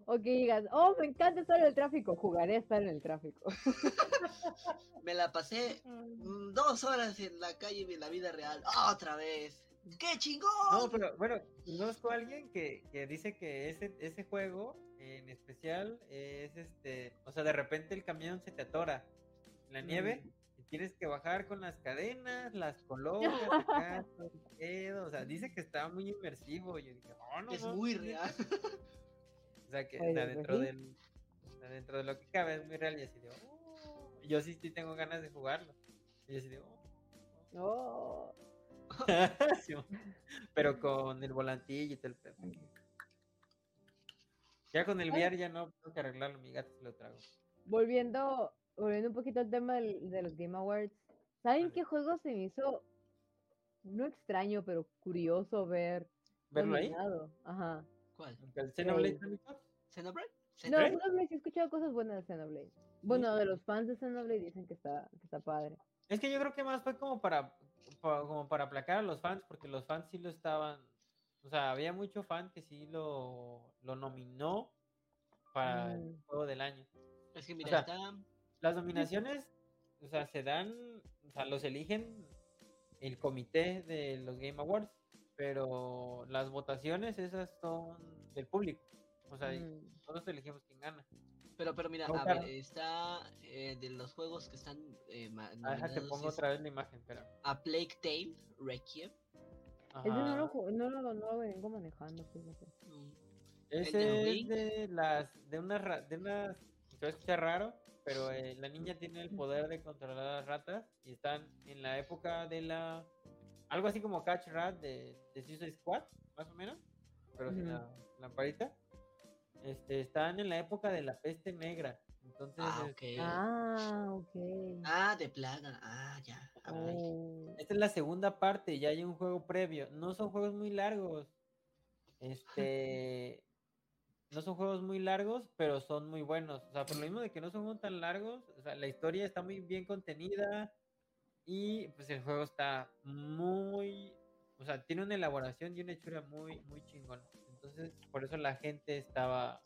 S3: O que digas, oh, me encanta estar en el tráfico. Jugaré a estar en el tráfico. <laughs>
S2: Me la pasé mm, dos horas en la calle de la vida real. ¡Otra vez! ¡Qué chingón!
S1: No, pero bueno, conozco a alguien que, que dice que ese, ese juego en especial es este, o sea, de repente el camión se te atora en la nieve y tienes que bajar con las cadenas, las colocas,
S2: <laughs>
S1: acá, todo el pedo, o sea, dice que está muy inmersivo. Yo dije, "Oh, no, no,
S2: es
S1: no,
S2: muy
S1: sí, sí".
S2: real.
S1: O sea, que
S3: Oye,
S1: o sea,
S3: pues
S1: dentro,
S3: sí.
S1: del, o sea, dentro de lo que cabe es muy real. Y así de, "Oh". Y yo sí, sí tengo ganas de jugarlo. Y yo así de, "Oh".
S3: No.
S1: Sí, mo- Pero con el volantillo y todo el pedo. Ya con el
S3: Ay.
S1: VR ya no tengo que arreglarlo, mi gato se lo trago.
S3: Volviendo, volviendo un poquito al tema del- de los Game Awards. ¿Saben
S1: Vale.
S3: qué juego se me hizo? No extraño, pero curioso ver.
S1: ¿Verlo ahí?
S3: nominado? Ajá.
S2: ¿Cuál?
S1: Aunque el Xenoblade
S3: Ok.
S1: también está.
S2: ¿Xenoblade?
S3: No,
S1: ¿Xenoblade?
S3: Xenoblade, sí he escuchado cosas buenas de Xenoblade. Bueno, de los fans de Xenoblade dicen que está, que está padre.
S1: Es que yo creo que más fue como para, pa- como para aplacar a los fans, porque los fans sí lo estaban. O sea, había mucho fan que sí lo, lo nominó para el
S3: Mm.
S1: juego del año.
S2: Es que mira,
S1: sea,
S2: está...
S1: Las nominaciones, o sea, se dan, o sea, los eligen el comité de los Game Awards, pero las votaciones esas son del público. O sea, y
S3: Mm.
S1: nosotros elegimos quién gana.
S2: Pero, pero mira,
S1: No,
S2: a
S1: claro.
S2: ver, está eh, de los juegos que están eh, ma-
S1: Ah, déjate,
S2: nominados,
S1: pongo
S2: es
S1: otra vez la imagen, espera.
S2: a Plague Tale, Requiem,
S3: Ese no lo,
S1: Ajá.
S3: ju- no lo, no lo vengo manejando, fíjate.
S2: mm,
S1: Ese
S2: de
S1: es
S2: Ring.
S1: de las, de unas, ra- de unas, se va a escuchar raro, pero eh, la niña tiene el poder de controlar a las ratas y están en la época de la, algo así como Catch Rat de, de Suicide Squad, más o menos, pero sin
S3: Ujú.
S1: la lamparita. Este, están en la época de la peste negra, entonces
S2: Ah,
S1: es-
S2: ok.
S3: Ah, ok.
S2: Ah, de plaga. Ah, ya. Ah, ok.
S3: Oh.
S1: esta es la segunda parte, ya hay un juego previo, no son juegos muy largos, este, <laughs> no son juegos muy largos, pero son muy buenos. O sea, por lo mismo de que no son juegos tan largos, o sea, la historia está muy bien contenida y pues el juego está muy, o sea, tiene una elaboración y una hechura muy, muy chingona. Entonces, por eso la gente estaba,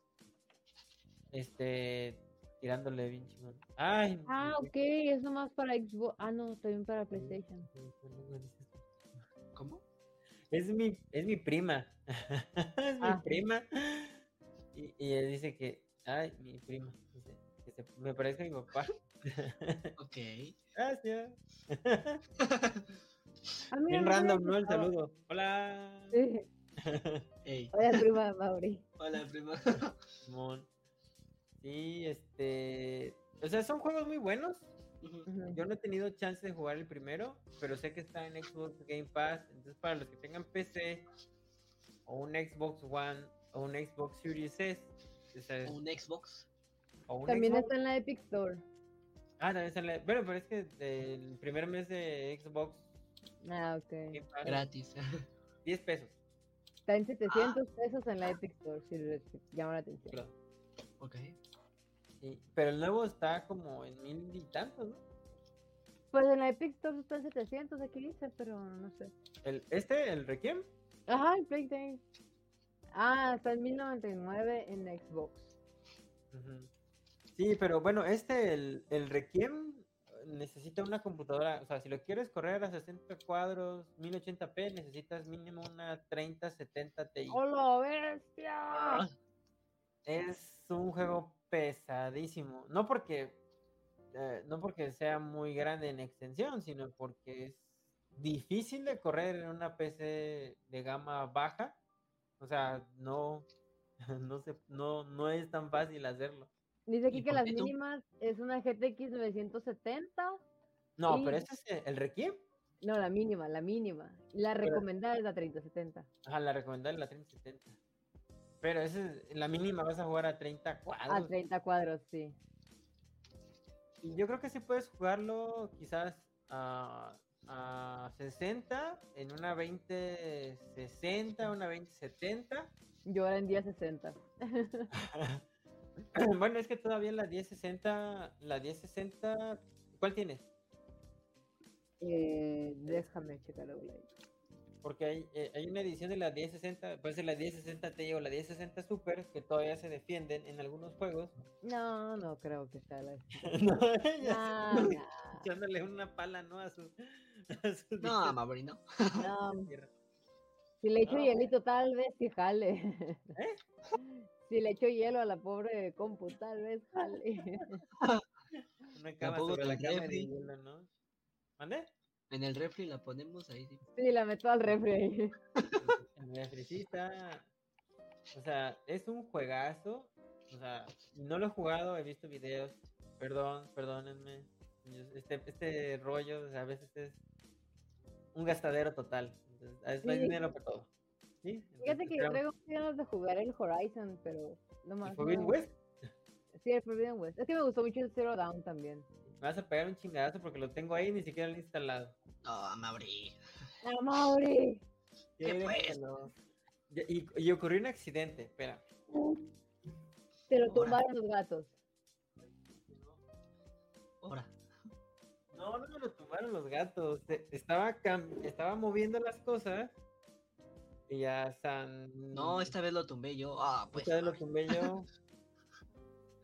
S1: este, tirándole bien chingón. Ay, no
S3: Ah,
S1: sé
S3: ok, es nomás para Xbox. Ah, no, también para
S1: qué-
S3: PlayStation.
S1: Ah. <laughs>
S2: ¿Cómo?
S1: Es mi, es mi prima. <laughs> es mi
S3: Ah.
S1: prima. Y, y ella dice que, ay, mi prima. Dice, que que se- me parezca a mi papá.
S2: Ok.
S1: <laughs> Gracias.
S3: A mí
S1: Bien
S3: Ah, no me
S1: random,
S3: había
S1: ¿no? El
S3: pasado.
S1: saludo. Hola.
S3: <laughs> Sí.
S2: Ey,
S3: Hola, prima Mauri.
S2: hola, prima.
S1: Simón. Sí, este. O sea, son juegos muy buenos.
S2: <laughs> Ujú.
S3: Ujú.
S1: Yo no he tenido chance de jugar el primero, pero sé que está en Xbox Game Pass. Entonces, para los que tengan PC o un Xbox One o un Xbox Series S, o sea,
S2: Un Xbox.
S1: o un
S3: También
S1: Xbox-
S3: está en la Epic Store.
S1: Ah, también sale. Bueno, pero es que el primer mes de Xbox
S3: Ah, ok.
S1: Game Pass,
S2: Gratis. <laughs>
S1: 10 pesos.
S3: Está en 700 pesos en la Epic Store, si les llama la atención.
S1: creo.
S2: ok.
S1: Sí, pero el nuevo está como en mil y tantos, ¿no?
S3: Pues en la Epic Store está en 700, aquí dice, pero no sé.
S1: El, este, el Requiem,
S3: Ajá, el Plague Day. Ah, está en 1099 en Xbox.
S1: Ujú. Sí, pero bueno, este, el, el Requiem eh, necesita una computadora, o sea, si lo quieres correr a 60 cuadros, 1080p, necesitas mínimo una 3070
S3: Oh,
S1: Ti.
S3: ¡Hola, bestia!
S1: Es un juego pesadísimo, no porque, eh, no porque sea muy grande en extensión, sino porque es difícil de correr en una PC de gama baja, o sea, no, <laughs> no, se, no, no es tan fácil hacerlo.
S3: Dice
S2: ¿Y
S3: aquí que
S2: por
S3: las
S2: qué tú?
S3: mínimas es una GTX 970.
S1: No, pero
S3: Sí.
S1: este es el- el Requiem.
S3: No, la mínima, la mínima. La
S1: Pero-
S3: recomendada es la 3070.
S1: Ajá, la recomendada es la 3070. Pero esa es la mínima, vas a jugar a 30
S3: A
S1: cuadros.
S3: 30 cuadros, sí.
S1: Y yo creo que sí puedes jugarlo quizás a, a 60, en una 2060, una 2070.
S3: Yo ahora en día 60.
S1: <clears throat> bueno, es que todavía la 1060, la 1060, ¿cuál tienes?
S3: Eh, déjame checarlo. güey.
S1: Porque hay, eh, hay una edición de la 1060, puede ser la 1060 Ti o la 1060 Super, que todavía se defienden en algunos juegos. <laughs>
S3: No, no creo que sea la.
S1: No, ya
S3: No,
S1: sé.
S3: no,
S1: echándole una pala, ¿no? A sus. a sus
S2: Ah. No,
S1: <laughs> dientes
S2: Mauri, no.
S1: de
S3: no.
S1: tierra.
S3: Si le echo
S1: No,
S3: hielito, tal vez que jale. <laughs> Si le echo hielo a la pobre compu, tal vez jale.
S1: Una cama
S2: Tampoco
S1: sobre la
S2: tan
S1: cama de
S2: heavy.
S1: hielo, ¿no? ¿Mande?
S2: En el refri la ponemos ahí. sí.
S3: Sí, la meto al refri. ahí.
S1: El refricita. O sea, es un juegazo. O sea, no lo he jugado, he visto videos. Perdón, perdónenme. Yo- Este, este rollo, o sea, a veces es un gastadero total. Entonces, a veces no hay
S3: Sí.
S1: dinero para todo. ¿Sí?
S3: Fíjate
S1: entonces,
S3: que yo
S1: pero-
S3: traigo muchas ganas de jugar el Horizon, pero no
S1: ¿Y
S3: más.
S1: Forbidden
S3: no.
S1: West?
S3: Sí, el Forbidden West. Es que me gustó mucho el Zero Down también.
S1: Me vas a pegar un chingadazo porque lo tengo ahí y ni siquiera lo he instalado.
S2: No, Mauri.
S3: ¡La madre!
S1: Ya
S2: ¿Qué
S3: pues?
S2: fue
S1: déjalo. Ya- Y, y ocurrió un accidente, espera.
S3: Se lo
S2: Ahora.
S3: tumbaron los gatos.
S2: Ahora.
S1: No, no me lo tomaron los gatos. te- Estaba, cam- estaba moviendo las cosas y ya están.
S2: No, esta vez lo tumbé yo. Ah, pues.
S1: Mm. Esta vez lo
S2: Mauri.
S1: tumbé yo.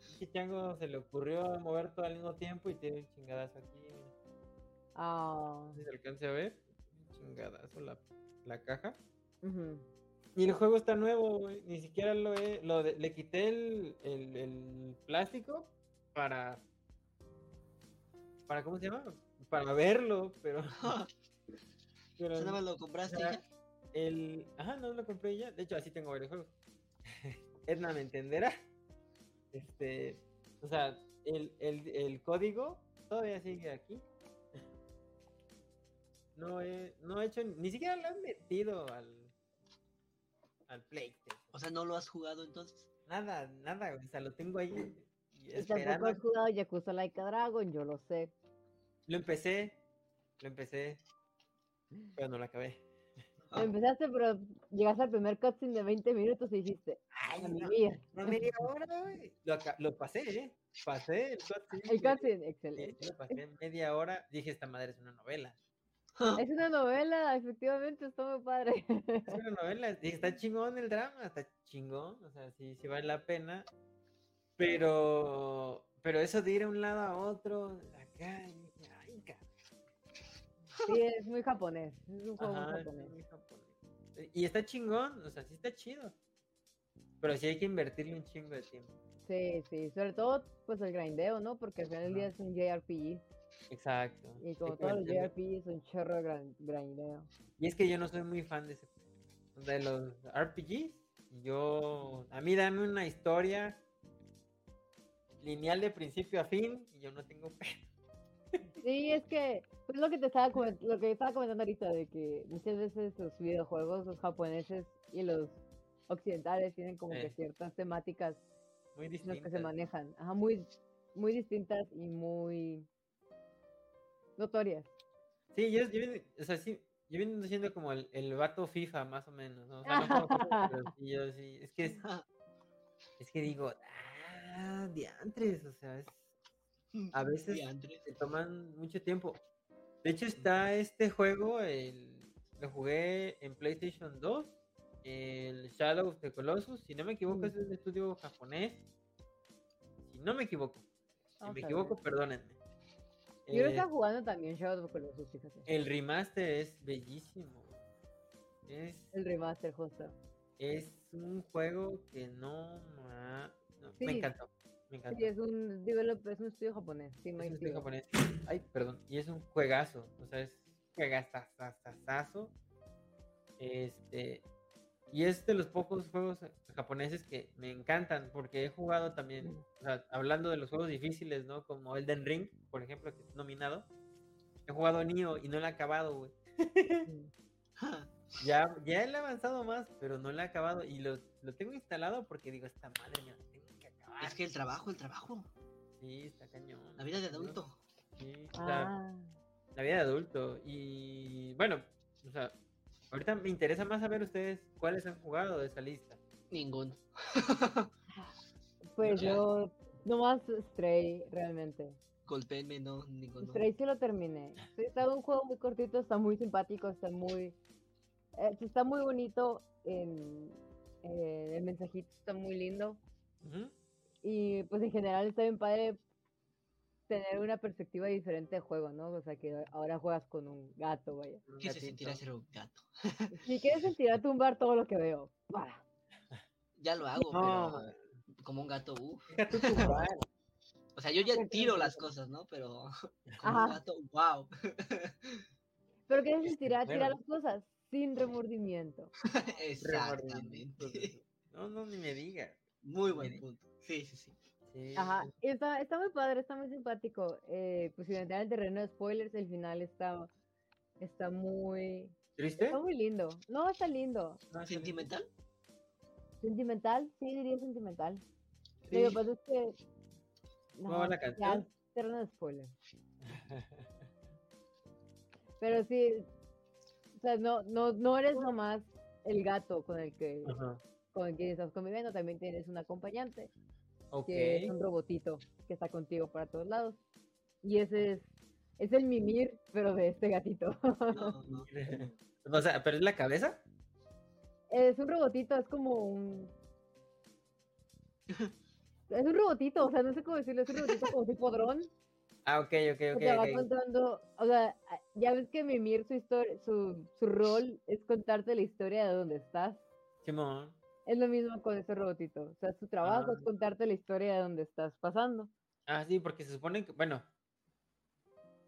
S1: <laughs> Pinche chango se le ocurrió mover todo al mismo tiempo y tiene un chingadazo aquí. No
S3: Ah.
S1: sé si se alcance a ver. Un Chingadazo la, la caja.
S3: ujú.
S1: Y el juego está nuevo, güey, Ni siquiera lo he. Lo de- le quité el, el- el plástico para. Para, ¿cómo se llama? Para verlo, pero. pero
S2: Nada más lo compraste y
S1: Ya.
S2: ya.
S1: el. Ajá, no lo compré ya. De hecho, así tengo varios juegos. <laughs> Edna me entenderá. Este. O sea, el, el- el código todavía sigue aquí. No he, no he hecho. Ni siquiera lo han metido al. Al PlayStation.
S2: O sea, no lo has jugado entonces.
S1: Nada, nada, güey, O sea, lo tengo ahí. y
S3: Y tampoco
S1: Esperando.
S3: has jugado Yakuza Like a Dragon, yo lo sé.
S1: Lo empecé. Lo empecé. Pero no lo acabé. Ah.
S3: Lo Empezaste, pero llegaste al primer cutscene de 20 minutos y dijiste, ¡ay, mi vida!
S1: Una media hora, güey. Lo, aca- lo pasé, ¿eh? Pasé el cutscene.
S3: El cutscene,
S1: Sí,
S3: excelente.
S1: lo pasé media hora. Dije, esta madre es una novela.
S2: <laughs>
S3: Es una novela, efectivamente, está muy
S1: <laughs>
S3: padre.
S1: Es una novela. Dije, está chingón el drama, está chingón. O sea, sí, sí vale la pena. Pero, pero eso de ir a un lado a otro, acá, y dije, ay, cabrón.
S3: Sí, es muy japonés. Es un juego
S1: Ajá,
S3: muy
S1: sí,
S3: japonés.
S1: muy japonés. Y está chingón, o sea, sí está chido. Pero sí hay que invertirle un chingo de tiempo.
S3: Sí, sí, sobre todo pues el grindeo, ¿no? Porque al final del día es un JRPG.
S1: Exacto.
S3: Y como
S1: Sí,
S3: todos los
S1: cuéntame.
S3: JRPG es un chorro de gran- grindeo.
S1: Y es que yo no soy muy fan de, ese- de los RPGs. Yo, a mí dame una historia lineal de principio a fin y yo no tengo <laughs> pe-
S3: Sí, es que pues lo que te estaba comen- lo que estaba comentando ahorita de que muchas veces los videojuegos, los japoneses y los occidentales tienen como que
S1: Eh.
S3: ciertas temáticas
S1: muy
S3: en las que
S1: distintas.
S3: se manejan, ajá, muy muy distintas y muy notorias.
S1: Sí, yo, yo, vien- o sea, sí, yo vine siendo como el, el vato FIFA, más o menos, ¿no? O sea, no como FIFA, pero sí, yo sí, es que, es,
S2: Ah.
S1: es que digo, ah, diantres, o sea, es- a veces
S2: Diantres.
S1: se toman mucho tiempo. De hecho, está este juego, el- lo jugué en PlayStation 2, el Shadow of the Colossus, si no me equivoco,
S3: Mm.
S1: es un estudio japonés, si no me equivoco, si
S3: Vamos
S1: me
S3: a ver.
S1: equivoco, perdónenme.
S3: Yo lo
S1: Eh,
S3: estaba jugando también Shadow of the Colossus, fíjate.
S1: el remaster es bellísimo. Es,
S3: El remaster justo.
S1: es un juego que no, ma- no,
S3: Sí.
S1: me encantó. Me encantó.
S3: Sí, es un developer, es un estudio japonés, sí,
S1: Es
S3: me
S1: un estudio
S3: equivoco.
S1: japonés. Ay, perdón. Y es un juegazo. O sea, es juegazazazazazo. Este. Y es de los pocos juegos japoneses que me encantan porque he jugado también,
S3: Ujú.
S1: o sea, hablando de los juegos difíciles, ¿no? Como Elden Ring, por ejemplo, que es nominado. He jugado Nioh y no lo he acabado, güey.
S3: Mm.
S2: Ah,
S1: Ya, ya le he avanzado más, pero no lo he acabado. Y lo, lo tengo instalado porque digo, esta madre me lo tengo que acabar.
S2: Es que el trabajo, el trabajo,
S1: Sí, está cañón.
S2: la vida de
S1: está cañón.
S2: adulto.
S1: Sí, o sea,
S3: Ah,
S1: la vida de adulto. Y bueno, o sea, ahorita me interesa más saber ustedes cuáles han jugado de esa lista.
S2: Ninguno.
S3: pues
S2: ya.
S3: yo nomás Stray realmente.
S2: Golpeenme, no, ninguno.
S3: Stray sí lo terminé. Sí, Está un juego muy cortito, está muy simpático, está muy. eh, está muy bonito. en- eh, el mensajito está muy lindo.
S1: Ujú.
S3: Y pues en general está bien padre tener una perspectiva diferente de juego, ¿no? O sea que ahora juegas con un gato, vaya.
S1: Un
S2: ¿Qué se
S1: gatito.
S2: sentirá ser un gato?
S3: Si quieres sentir a tumbar todo lo que veo. ¡Para!
S2: Ya lo hago,
S1: No,
S2: pero como un gato, uff.
S1: deja tú
S2: <laughs>
S1: tumbar.
S2: O sea, yo ya
S3: Pero-
S2: tiro las cosas, ¿no? Pero <laughs> como
S3: Ajá.
S2: un gato, wow.
S3: Pero quieres sentir a tirar
S1: bueno.
S3: las cosas sin remordimiento.
S2: Exactamente.
S1: No, no, ni me digas.
S2: <laughs> Muy
S1: Miren.
S2: buen punto. Sí, sí, sí.
S1: Sí.
S3: Ajá, y está, está muy padre, está muy simpático. Eh, pues si entrar en el terreno de spoilers, el final está, está muy,
S1: ¿Triste?
S3: está muy lindo. No, está lindo.
S1: No, sí,
S2: ¿Sentimental?
S1: <laughs>
S3: Sentimental, sí diría sentimental.
S1: sí.
S3: Lo que pasa es que.
S1: ¿Cómo va la
S3: ya,
S1: canción?
S3: terreno
S1: <laughs>
S3: de spoilers. Pero sí, o sea, no, no, no eres nomás el gato con el que
S1: Ajá.
S3: con quien estás conviviendo, también tienes un acompañante.
S1: Ok.
S3: que es un robotito que está contigo para todos lados. Y ese es, es el mimir, pero de este gatito. <laughs>
S2: No, no.
S1: <laughs> o sea, ¿pero es la cabeza?
S3: es un robotito, es
S1: <laughs>
S3: como un... Es un robotito, o sea, no sé cómo decirlo, es un robotito como tipo dron,
S1: Ah, <laughs> ok, ok,
S3: que
S1: ok.
S3: te Pues va
S1: ok.
S3: contando, o sea, a- ya ves que Mimir su historia, su, su rol es contarte la historia de dónde estás.
S1: Simón.
S3: Es lo mismo con ese robotito, o sea, su trabajo es
S1: Ah.
S3: contarte la historia de dónde estás pasando.
S1: Ah, sí, porque se supone que, bueno,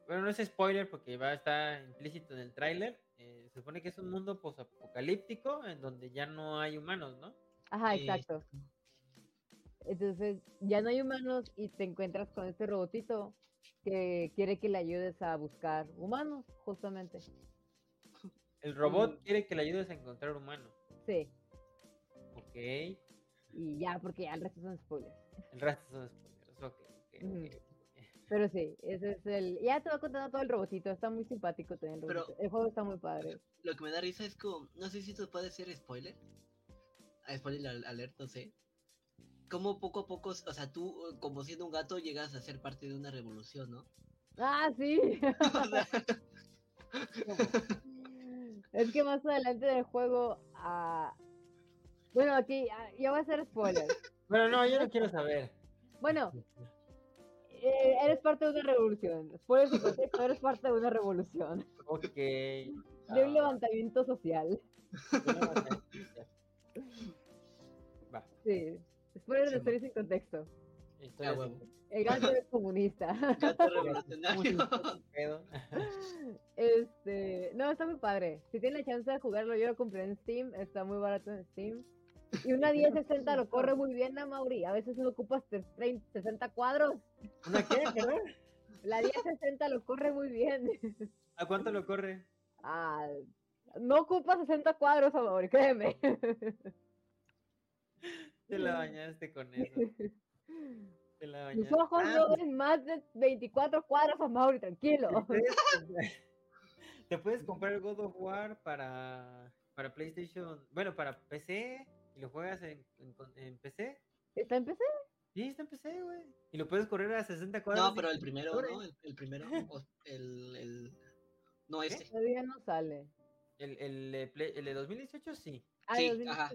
S1: bueno, no es spoiler porque va a estar implícito en el tráiler. eh, se supone que es un mundo posapocalíptico en donde ya no hay humanos, ¿no?
S3: Ajá,
S2: Sí,
S3: exacto. Entonces, ya no hay humanos y te encuentras con este robotito que quiere que le ayudes a buscar humanos, justamente.
S1: El robot
S3: Mm.
S1: quiere que le ayudes a encontrar humanos.
S3: Sí,
S1: Ok. El
S3: y ya, porque ya el resto son spoilers.
S1: resto son spoilers. Ok, ok,
S3: Ujú.
S1: ok, ok.
S3: Pero sí, ese es el. Ya te va contando todo el robotito, está muy simpático también. El,
S2: Pero-
S3: robotito. el juego está muy padre.
S2: Lo que me da risa es como, no sé si esto puede ser spoiler. Ah, Spoiler al- alert, no sé. Como poco a poco, o sea, tú eh, como siendo un gato llegas a ser parte de una revolución, ¿no?
S3: ¡Ah, sí!
S2: O sea,
S3: es que más adelante del juego. ah, Bueno, aquí ah, ya va a ser spoiler.
S1: Bueno, no, yo no quiero saber.
S3: Bueno, Eh, eres parte de una revolución. Por su contexto, eres parte de una revolución.
S1: Ok.
S3: <laughs> De un
S1: ah,
S3: levantamiento social.
S1: de un levantamiento. Va.
S3: Sí. Spoiler
S2: Sí,
S3: de historia sin contexto.
S1: Historia
S2: Ah, huevo.
S1: sin-
S3: El gato es comunista. <laughs>
S1: <laughs>
S2: Gato
S1: ¿Cómo se
S2: revolucionario.
S1: llama ese pedo?
S3: Este, no, está muy padre. Si tienen la chance de jugarlo, yo lo compré en Steam, está muy barato en Steam. Y una 1060 lo corre muy bien, a Mauri. A veces lo ocupas 30, 60 cuadros.
S1: ¿Una qué, perdón?
S3: La 1060 lo corre muy bien. <laughs>
S1: ¿A cuánto lo corre?
S3: Ah, no ocupa 60 cuadros, a Mauri, créeme.
S1: Te la bañaste con
S3: <laughs>
S1: eso. Te la
S3: Mis
S1: bañaste.
S3: ojos
S1: Ah,
S3: no ven más de 24 cuadros, a Mauri, tranquilo.
S1: <laughs> Te puedes comprar- te puedes comprar el God of War para, para PlayStation, bueno, para PC y lo juegas en, en con- en PC.
S3: ¿Está en PC?
S1: Sí, está en PC, güey. Y lo puedes correr a 60 cuadros.
S2: No, pero el primero, ¿no? El, el primero. o- El, el... No, este.
S3: Todavía no sale.
S1: El, el, de Play- el de 2018 sí.
S3: Ah,
S2: Sí,
S3: 2018.
S2: ajá.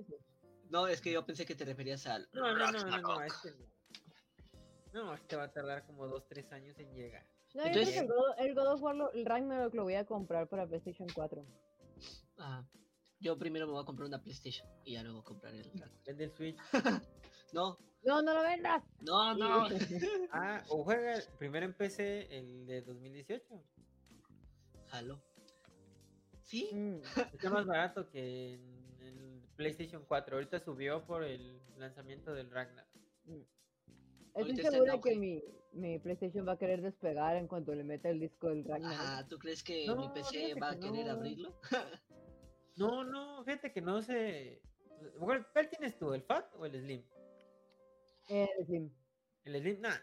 S2: No, es que yo pensé que te referías al.
S1: No, no, no, no, no,
S2: Ragnarok.
S1: este no. No, este va a tardar como 2-3 años en llegar.
S3: No, yo
S2: Entonces-
S3: creo que el God, el God of War, lo- el Ragnarok lo voy a comprar para PlayStation 4.
S2: Ah, yo primero me voy a comprar una PlayStation y ya luego comprar el. Ragnarok.
S1: Vende el Switch.
S2: No,
S3: No, no lo vendas.
S2: no, no.
S3: <laughs>
S1: Ah, o juega primero en PC el de 2018.
S2: Jalo. Sí,
S3: Mm,
S1: Está más barato que en el PlayStation 4. Ahorita subió por el lanzamiento del Ragnar.
S3: Estoy
S2: Ahorita está en
S3: segura
S2: auge.
S3: que mi, mi PlayStation va a querer despegar en cuanto le meta el disco del Ragnarok.
S2: Ah, ¿tú crees que
S1: No,
S2: mi PC
S1: fíjate
S2: va
S1: que
S2: a querer
S1: no. <laughs>
S2: abrirlo?
S1: No, no, fíjate que no sé. Bueno, ¿Cuál tienes tú? ¿El Fat o el Slim?
S3: Eh, en fin.
S1: El Slim, nada.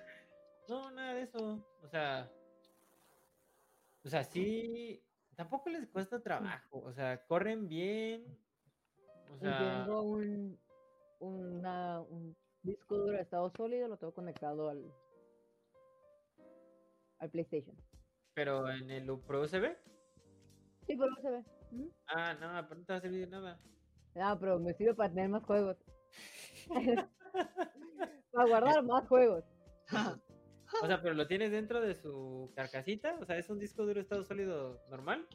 S1: No, nada de eso. O sea. O sea, sí. Tampoco les cuesta trabajo. O sea, corren bien. O
S3: Y
S1: sea.
S3: tengo un, una- un disco duro de estado sólido, lo tengo conectado al, al PlayStation.
S1: Pero en el Pro se ve.
S3: Sí, pero no se ve. Ujú.
S1: Ah, no, pero no te va a servir de nada.
S3: Ah, pero me sirve para tener más
S1: <laughs>
S3: juegos. para guardar más juegos.
S1: O sea, pero lo tienes dentro de su carcasita. O sea, es un disco duro estado sólido normal.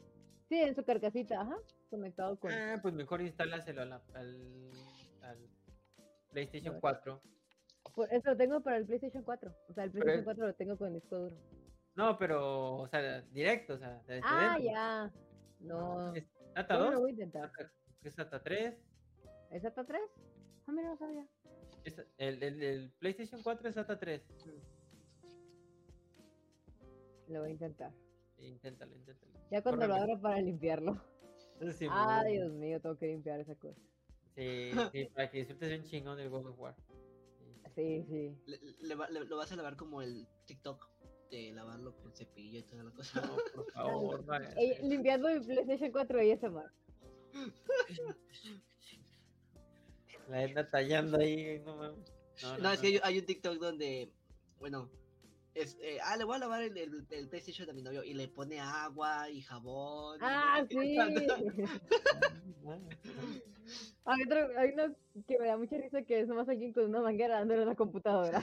S3: Sí, en su carcasita, ajá, conectado con...
S1: Ah, pues mejor instálaselo a la- al, al PlayStation 4.
S3: Bueno. Por eso lo tengo para el PlayStation 4. O sea, el
S1: Pero
S3: PlayStation
S1: es-
S3: 4 lo tengo con disco duro.
S1: No, pero, o sea, directo, o sea, desde
S3: Ah,
S1: dentro.
S3: ya. No.
S1: Es ATA
S3: Bueno,
S1: 2,
S3: lo voy a intentar.
S1: ATA es ATA 3.
S3: ¿Es hasta 3? Ah, mira, no sabía.
S1: es- el, el- el PlayStation 4 es ATA 3.
S3: Lo voy a intentar.
S1: Inténtalo, inténtalo.
S3: Ya cuando lo
S1: Córreme.
S3: abra para limpiarlo.
S1: Sí, muy
S3: ah,
S1: bueno.
S3: Dios mío, tengo que limpiar esa cosa.
S1: sí,
S3: <laughs>
S1: sí, para que disfrutes un chingón del God of War.
S3: Sí, sí.
S2: Le- le va- le- lo vas a lavar como el TikTok de lavarlo con cepillo y toda la cosa.
S1: No, por favor, eh, no hagas
S3: Ey,
S1: eso.
S3: limpiando mi PlayStation 4 y ese más.
S1: La Edna tallando ahí, no mames.
S2: No, es que hay, hay un TikTok donde, bueno, es, eh, ah, le voy a lavar el, el- el PlayStation a mi novio y le pone agua y jabón. y
S3: Ah,
S2: no sé qué <laughs>
S3: sí.
S2: tanto.
S1: <laughs>
S3: Hay otro, hay uno que me da mucha risa que es nomás alguien con una manguera dándole a
S2: <laughs>
S3: la computadora.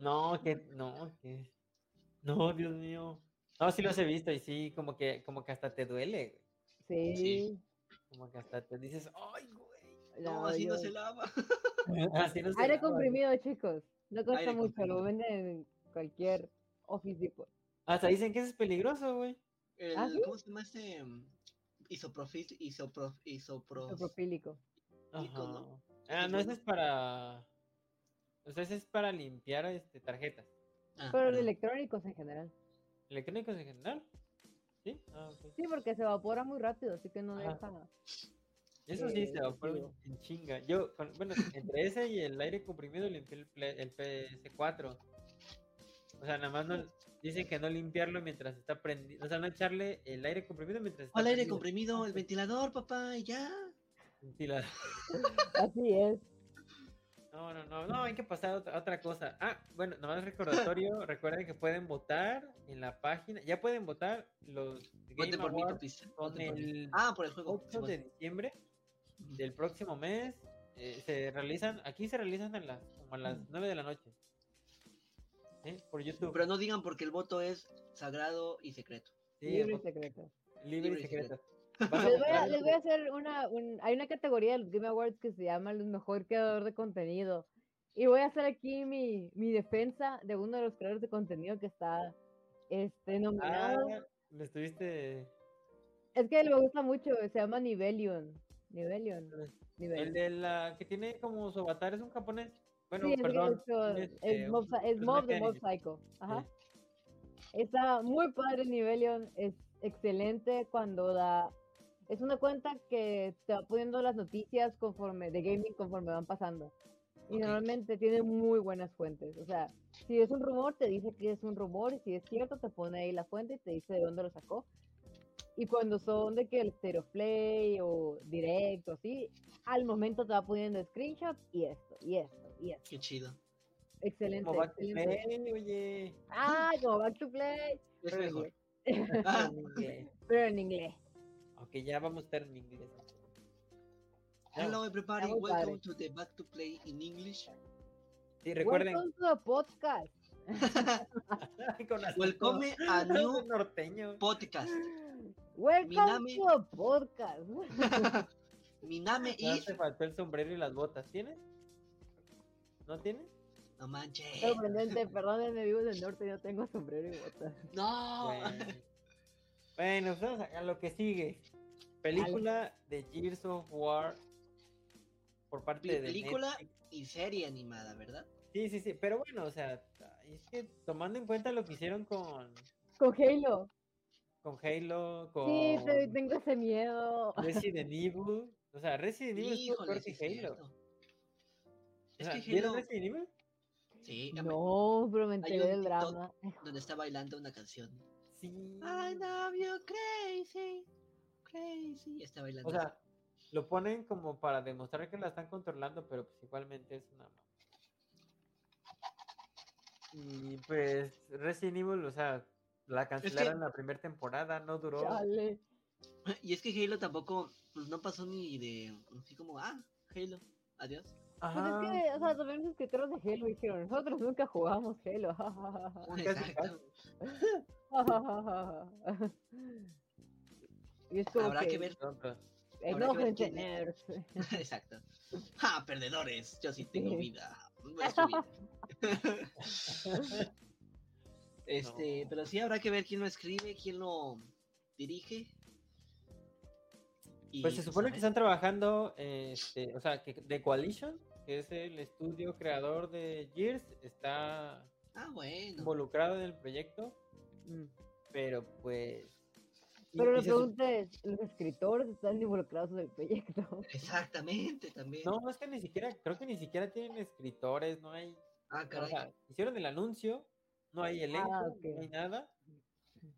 S1: No, que no, que no, Dios mío. No, sí los he visto y sí, como que, como que hasta te duele, güey.
S3: Sí.
S2: Sí.
S1: Como que hasta te dices, ay,
S3: <laughs>
S1: güey.
S2: No,
S3: la-
S2: así no
S3: yo-
S2: se lava.
S1: Así no se
S3: Aire
S1: lava, güey.
S3: comprimido, chicos. No cuesta
S2: Aire
S3: mucho, lo venden en cualquier office depot.
S1: Hasta dicen que eso es peligroso, güey.
S2: El-
S3: ¿Ah, sí?
S2: ¿Cómo se llama este? mm, Isoprofil, isoprof, isopros.
S3: Isopropílico.
S2: Rico, ¿no?
S1: Ajá. Ah,
S2: Es
S1: no, ese
S2: bueno.
S1: es para. O sea, ese es para limpiar este, tarjetas.
S2: Ah,
S3: Pero
S2: perdón.
S3: electrónicos en general.
S1: ¿Electrónicos en general? Sí, ah, ok.
S3: Sí, porque se evapora muy rápido, así que no
S1: Ajá.
S3: deja.
S1: Eso sí,
S3: Eh,
S1: se va
S3: sí.
S1: en chinga. Yo, con- bueno, entre ese y el aire comprimido limpié el, Play- el PS4. O sea, nada más no, dicen que no limpiarlo mientras está prendido. O sea, no echarle el aire comprimido mientras está
S2: Al aire
S1: prendido.
S2: comprimido, el ventilador, papá, y ya.
S1: Ventilador.
S3: Así es.
S1: No, no, no, no, hay que pasar a otra, a otra cosa. Ah, bueno, nada más recordatorio. recuerden que pueden votar en la página. Ya pueden votar los Game
S2: Voten por mí,
S1: Awards
S2: papis.
S1: con
S2: voten por mí.
S1: el
S2: Ah, por el juego.
S1: 8 de diciembre del próximo mes eh, se realizan, aquí se realizan a las, como a las 9 de la noche. ¿Sí? Por YouTube.
S2: Pero no digan porque el voto es sagrado y secreto.
S1: Sí,
S3: libre y
S1: voto
S3: secreto.
S1: libre y
S2: libre y
S1: secreto. Vas a Ah,
S3: Les voy a,
S1: comprar-
S3: les voy a hacer una, un- hay una categoría de los Game Awards que se llama los mejor creador de contenido. Y voy a hacer aquí mi, mi defensa de uno de los creadores de contenido que está este,
S1: Ah,
S3: nominado.
S1: lo estuviste.
S3: Es que me gusta mucho, se llama Nivelion. Nivelion.
S1: El
S3: Nivelion.
S1: de la que tiene como su avatar es un japonés. Bueno,
S3: Sí, es,
S1: perdón.
S3: mucho,
S1: un,
S3: es,
S1: este,
S3: Mob,
S1: un
S3: Psy- es
S1: personaje
S3: Mob
S1: de
S3: de Mob
S1: anime.
S3: Psycho. Ajá. Está muy padre Nivelion, es excelente cuando da... Es una cuenta que te va poniendo las noticias conforme de gaming conforme van pasando. Y
S2: Ok.
S3: normalmente tiene muy buenas fuentes. O sea, si es un rumor, te dice que es un rumor. Y si es cierto, te pone ahí la fuente y te dice de dónde lo sacó. Y cuando son de que el Stereo Play o Direct o así, al momento te va poniendo screenshot y esto, y esto, y esto.
S2: Qué chido.
S3: Excelente.
S1: Como Back to
S3: excelente.
S1: Play, oye.
S3: Ah, como Back to Play.
S2: Es
S1: Pero
S2: mejor. <laughs>
S1: Ah, ok.
S3: Pero en inglés.
S1: Ok, ya vamos a estar en inglés.
S2: Hello everybody,
S3: Vamos,
S2: welcome
S3: padre.
S2: to the Back to Play in English.
S1: Sí, recuerden.
S3: Welcome to the podcast.
S1: <laughs> con acento
S2: Welcome a new
S1: norteño.
S2: podcast.
S3: Welcome
S2: name-
S3: to the podcast.
S2: Mi name
S1: Ya
S2: is...
S1: te faltó el sombrero y las botas. ¿Tienes? ¿No tienes?
S2: No manches.
S3: Sorprendente, perdónenme, vivo en el norte y no tengo sombrero y botas.
S2: No.
S1: Bueno, Bueno, pues vamos a a lo que sigue. Película de Gears of War por parte
S2: Pe-
S1: de
S2: película.
S1: Netflix.
S2: Y serie animada, ¿verdad?
S1: Sí, sí, sí, pero bueno, o sea, es que tomando en cuenta lo que hicieron con,
S3: Con Halo.
S1: con Halo, con
S3: Sí, te- tengo ese miedo.
S1: Resident Evil, o sea, Resident Evil es
S2: Híjole,
S1: peor
S2: sí
S1: que
S2: es
S1: Halo.
S2: cierto. Es
S1: O sea,
S2: que
S1: ¿vieron
S2: Halo...
S1: Resident Evil?
S2: Sí,
S3: No, pero me enteré
S2: un
S3: del
S2: TikTok.
S3: drama.
S2: donde está bailando una canción.
S1: Sí.
S2: I love you crazy, crazy. Está bailando.
S1: O sea, lo ponen como para demostrar que la están controlando, pero pues igualmente es una mamá. Y pues Resident Evil, o sea, la cancelaron la primera temporada, no duró.
S2: pues,
S3: Chale.
S2: <laughs> y es que Halo tampoco, pues no pasó ni de, así como, ah, Halo, adiós.
S3: Pues es
S1: Ajá,
S3: que, o sea, también los escritores de Halo dijeron, nosotros nunca jugamos Halo. <laughs>
S1: casi,
S2: Exacto.
S1: casi.
S3: y es como
S2: Habrá que ver,
S1: Pronto.
S2: habrá que ver
S3: enójense,
S2: quién es.
S3: nerds.
S2: <laughs> exacto. Ah, perdedores, yo sí tengo
S3: Sí.
S2: vida. no es tu vida. <laughs> este,
S1: No.
S2: pero sí habrá que ver quién lo escribe, quién lo dirige. Y,
S1: Pues se supone que
S2: ¿sabes?
S1: están trabajando, este, o sea, que The Coalition, que es el estudio creador de Gears, está
S2: Ah, bueno.
S1: involucrado en el proyecto,
S3: Mm.
S1: pero pues... y-
S3: Pero
S1: y
S3: la
S1: se sup-
S3: pregunta es, ¿los escritores están involucrados en el proyecto?
S2: Exactamente, también.
S1: No, es que ni siquiera, creo que ni siquiera tienen escritores, no hay,
S2: Ah,
S1: o
S2: caray.
S1: sea, hicieron el anuncio, no hay elenco,
S3: Ah, ok.
S1: no hay nada.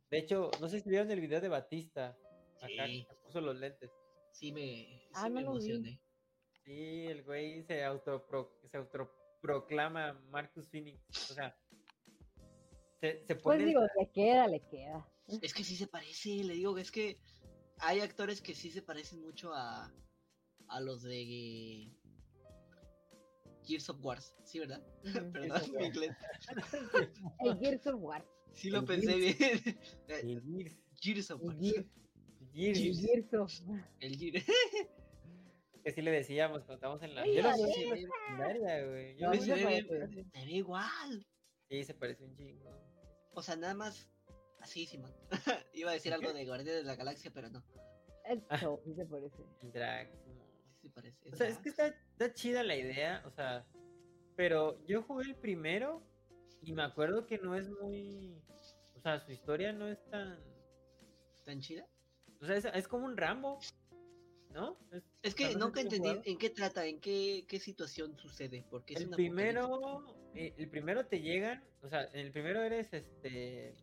S1: De hecho, no sé si vieron el video de Batista, acá
S2: Sí.
S1: que se puso los lentes.
S2: Sí me,
S3: Ah,
S2: sí me
S3: no lo vi.
S2: emocioné.
S1: Sí, el güey se autopro, se autoproclama Marcus Phoenix, o sea, se, se
S3: Pues
S1: pone
S3: digo, le queda, le queda.
S2: Es que sí se parece, le digo, es que hay actores que sí se parecen mucho a, a los de Gears of Wars, ¿sí, verdad?
S3: Ujú.
S2: Perdón,
S1: of
S2: <laughs> mi
S1: War.
S2: inglés.
S3: <laughs> El Gears of War.
S2: Sí lo
S1: El
S2: pensé bien. <laughs> Eh,
S1: el Gears,
S2: Gears of War.
S3: El Gears,
S1: Gears,
S3: el Gears of War.
S2: El Gears.
S1: que sí le decíamos, contamos en la...
S3: Ay,
S1: Yo lo
S3: ay,
S1: vi
S2: <laughs> Sí,
S1: en
S2: se
S1: la
S2: ve-
S1: secundaria, güey, yo
S3: No,
S1: lo
S2: me-
S3: no
S1: vi-
S2: se ve
S3: parece,
S2: bien,
S3: sí.
S2: se ve igual.
S1: Sí, se parece un chingo.
S2: O sea, nada más así, Simón. <laughs> Iba a decir algo de Guardianes de la Galaxia, pero no.
S3: El show, ¿sí se parece?
S1: El Drax,
S2: Sí se parece. Ah,
S1: O sea, es
S2: ¿verdad?
S1: que está, está chida la idea, o sea, pero yo jugué el primero y me acuerdo que no es muy, o sea, su historia no es tan,
S2: ¿Tan chida?
S1: o sea, es, es como un Rambo, ¿no? Es,
S2: Es
S1: o
S2: que
S1: sea, no sé
S2: nunca
S1: si lo
S2: entendí
S1: jugaron.
S2: en qué trata, en qué, qué situación sucede, porque es
S1: El
S2: una
S1: primero, eh, el primero te llegan, o sea, en el primero eres este,